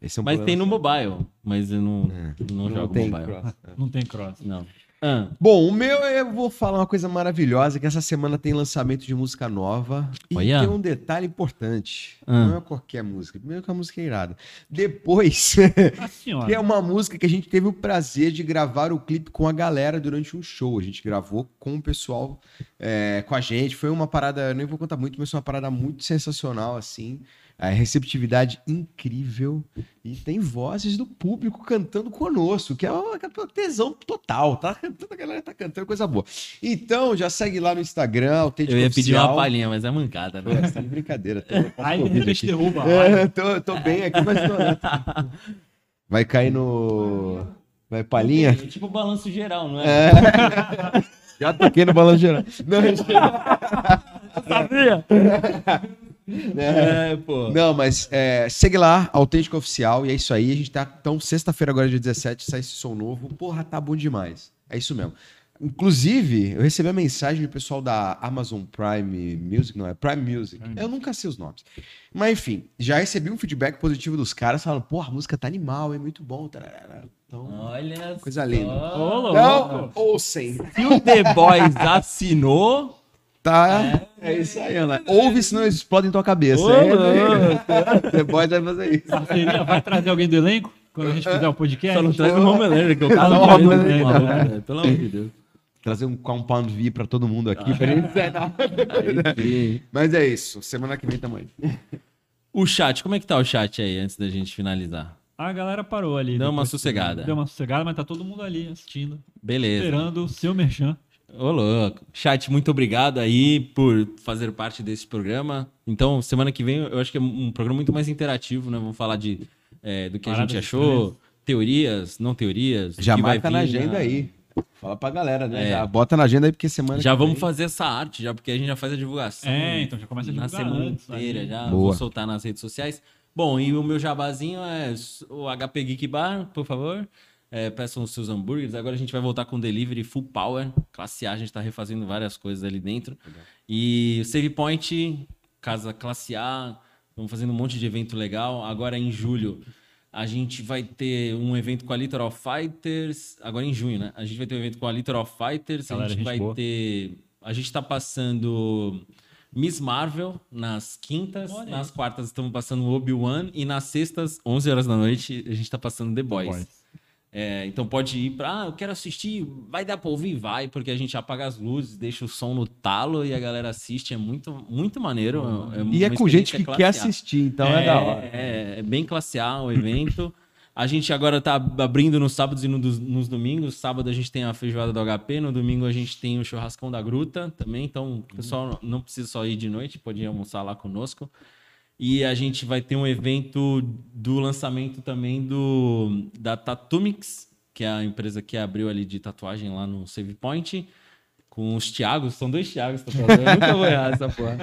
Speaker 2: Esse é um
Speaker 1: Mas tem
Speaker 2: problema.
Speaker 1: no mobile, mas eu não, É. não, jogo
Speaker 2: tem
Speaker 1: mobile.
Speaker 2: cross.
Speaker 3: Não tem cross.
Speaker 1: Não. Ah,
Speaker 2: Bom, o meu eu vou falar uma coisa maravilhosa, que essa semana tem lançamento de música nova. E
Speaker 1: Olha.
Speaker 2: tem um detalhe importante.
Speaker 1: Ah.
Speaker 2: Não é qualquer música. Primeiro que a música é irada. Depois,
Speaker 3: Ah, senhora.
Speaker 2: que é uma música que a gente teve o prazer de gravar o clipe com a galera durante um show. A gente gravou com o pessoal, é, com a gente. Foi uma parada, eu nem vou contar muito, mas foi uma parada muito sensacional, assim. A receptividade incrível. E tem vozes do público cantando conosco, que é uma que é uma tesão total, tá? Toda a galera tá cantando coisa boa. Então, já segue lá no Instagram, autêntico
Speaker 1: eu ia pedir uma
Speaker 2: Oficial.
Speaker 1: palhinha, mas é mancada,
Speaker 2: Pô,
Speaker 1: né?
Speaker 2: você tá de brincadeira. Tô, tô
Speaker 3: Aí de
Speaker 2: ouvindo
Speaker 3: repente
Speaker 2: aqui. né?
Speaker 3: derruba. lá.
Speaker 2: É, eu tô, eu tô bem aqui, mas tô. Vai cair né? no. Vai palhinha?
Speaker 1: É tipo balanço geral, não é?
Speaker 2: É. Já toquei no balanço geral. Não,
Speaker 3: Sabia?
Speaker 1: É, pô.
Speaker 2: Não, mas é, segue lá, Autêntico Oficial, e é isso aí. A gente tá, então, sexta-feira agora, dia 17, sai esse som novo. Porra, tá bom demais. É isso mesmo. Inclusive, eu recebi a mensagem do pessoal da Amazon Prime Music, não é? Prime Music. Eu nunca sei os nomes. Mas enfim, já recebi um feedback positivo dos caras falando, porra, a música tá animal, é muito bom. tarará. Então,
Speaker 1: Olha
Speaker 2: Coisa
Speaker 1: só.
Speaker 2: linda.
Speaker 3: Ô, louco.
Speaker 2: então ouçem.
Speaker 1: Se o The Boys assinou.
Speaker 2: Tá? É, isso aí, Ana. Ouve, senão eles explodem tua cabeça.
Speaker 1: Ô,
Speaker 2: é, The Boys vai fazer isso.
Speaker 3: Parceria, vai trazer alguém do elenco? Quando a gente fizer o podcast?
Speaker 1: Só não traz o Homelander, que
Speaker 3: Tá
Speaker 1: eu
Speaker 2: Só
Speaker 1: caso
Speaker 2: o
Speaker 1: o
Speaker 2: Homelander,
Speaker 1: Homelander. né? Pelo amor de Deus.
Speaker 2: Trazer um compound V pra todo mundo aqui. pra gente-
Speaker 1: Aí, sim.
Speaker 2: Mas é isso. Semana que vem tamo aí.
Speaker 1: O chat, como é que tá o chat aí antes da gente finalizar?
Speaker 3: A galera parou ali.
Speaker 1: Deu uma
Speaker 3: depois.
Speaker 1: sossegada.
Speaker 3: Deu uma sossegada, mas tá todo mundo ali assistindo,
Speaker 1: Beleza.
Speaker 3: esperando o seu merchan.
Speaker 1: Ô, louco. Chat, muito obrigado aí por fazer parte desse programa. Então, semana que vem eu acho que é um programa muito mais interativo, né? Vamos falar de, é, do que
Speaker 3: Paradas
Speaker 1: a gente achou, teorias, não teorias. o
Speaker 2: Já
Speaker 1: que vai
Speaker 2: marca na
Speaker 1: vir né?
Speaker 2: agenda aí. Fala pra galera, né?
Speaker 1: É.
Speaker 2: Já bota na agenda aí, porque semana
Speaker 1: Já
Speaker 2: que
Speaker 1: vamos
Speaker 2: vem-
Speaker 1: fazer essa arte, já, porque a gente já faz a divulgação.
Speaker 3: É, então já começa a
Speaker 1: Na
Speaker 3: divulgar
Speaker 1: semana
Speaker 3: antes, né?
Speaker 1: inteira,
Speaker 3: aí.
Speaker 1: já vou
Speaker 2: Boa.
Speaker 1: soltar nas redes sociais. Bom, e o meu jabazinho é s- o HP Geek Bar, por favor. É, peçam os seus hambúrgueres. Agora a gente vai voltar com delivery full power, classe A. A gente está refazendo várias coisas ali dentro. E o Save Point, casa classe A. Vamos fazendo um monte de evento legal. Agora é em julho a gente vai ter um evento com a Literal Fighters. Agora em junho, né? A gente vai ter um evento com a Literal Fighters.
Speaker 3: Galera,
Speaker 1: a gente
Speaker 3: gente
Speaker 1: vai
Speaker 3: boa.
Speaker 1: ter. A gente tá passando Miss Marvel nas quintas,
Speaker 3: Olha
Speaker 1: nas quartas estamos passando Obi-Wan e nas sextas, 11 horas da noite, a gente tá passando The Boys. É, então pode ir pra, ah, eu quero assistir, vai dar pra ouvir? Vai, porque a gente apaga as luzes, deixa o som no talo e a galera assiste, é muito, muito maneiro. é
Speaker 2: E é
Speaker 1: uma
Speaker 2: com gente
Speaker 1: experiência
Speaker 2: que
Speaker 1: classe
Speaker 2: quer
Speaker 1: A.
Speaker 2: assistir, então é, da hora.
Speaker 1: É, é bem classe A o evento. A gente agora tá abrindo nos sábados e no dos- nos domingos. Sábado a gente tem a feijoada do HP, no domingo a gente tem o churrascão da gruta também. Então, o pessoal não precisa só ir de noite, pode ir almoçar lá conosco. E a gente vai ter um evento do lançamento também do da Tatumix, que é a empresa que abriu ali de tatuagem lá no Save Point, com os Thiagos, são dois Thiagos tatuadores, eu nunca vou errar essa porra.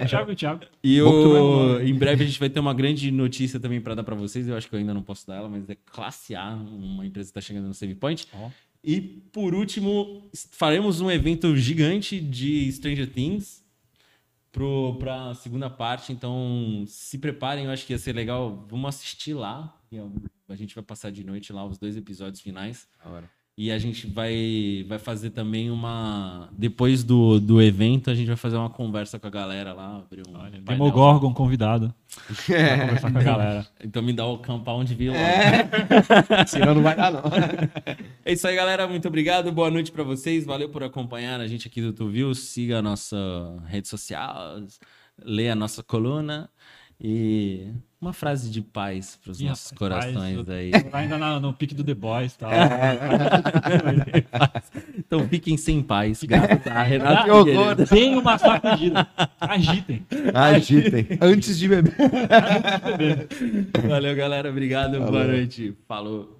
Speaker 3: É, Thiago e Thiago.
Speaker 1: E
Speaker 2: Bom que tu é
Speaker 1: o... em breve a gente vai ter uma grande notícia também para dar para vocês. Eu acho que eu ainda não posso dar ela, mas é classe A, uma empresa que está chegando no Save Point.
Speaker 3: Ó.
Speaker 1: E por último, s- faremos um evento gigante de Stranger Things para a segunda parte. Então se preparem, eu acho que ia ser legal. Vamos assistir lá. E eu- A gente vai passar de noite lá os dois episódios finais. E a gente vai, vai fazer também uma. Depois do, do evento, a gente vai fazer uma conversa com a galera lá. Abrir um
Speaker 3: Olha,
Speaker 1: painel.
Speaker 3: Demogorgon convidado. Pra conversar com a galera.
Speaker 1: Então me dá o compound view lá.
Speaker 2: Senão não vai dar, não.
Speaker 1: É isso aí, galera. Muito obrigado. Boa noite pra vocês. Valeu por acompanhar a gente aqui do Tuvil. Siga a nossa rede social, lê a nossa coluna e uma frase de paz pros
Speaker 3: Ih,
Speaker 1: nossos
Speaker 3: rapaz,
Speaker 1: corações
Speaker 3: paz,
Speaker 1: aí.
Speaker 3: Tá ainda na- no pique do The Boys e tal.
Speaker 1: Então fiquem sem paz, graças a Renato
Speaker 2: Ah, Que horror.
Speaker 1: Figueiredo.
Speaker 3: Deem uma sacudida. Agitem.
Speaker 2: Agitem. Antes de beber.
Speaker 1: Valeu, galera. Obrigado. Boa
Speaker 2: Valeu.
Speaker 1: noite. Falou.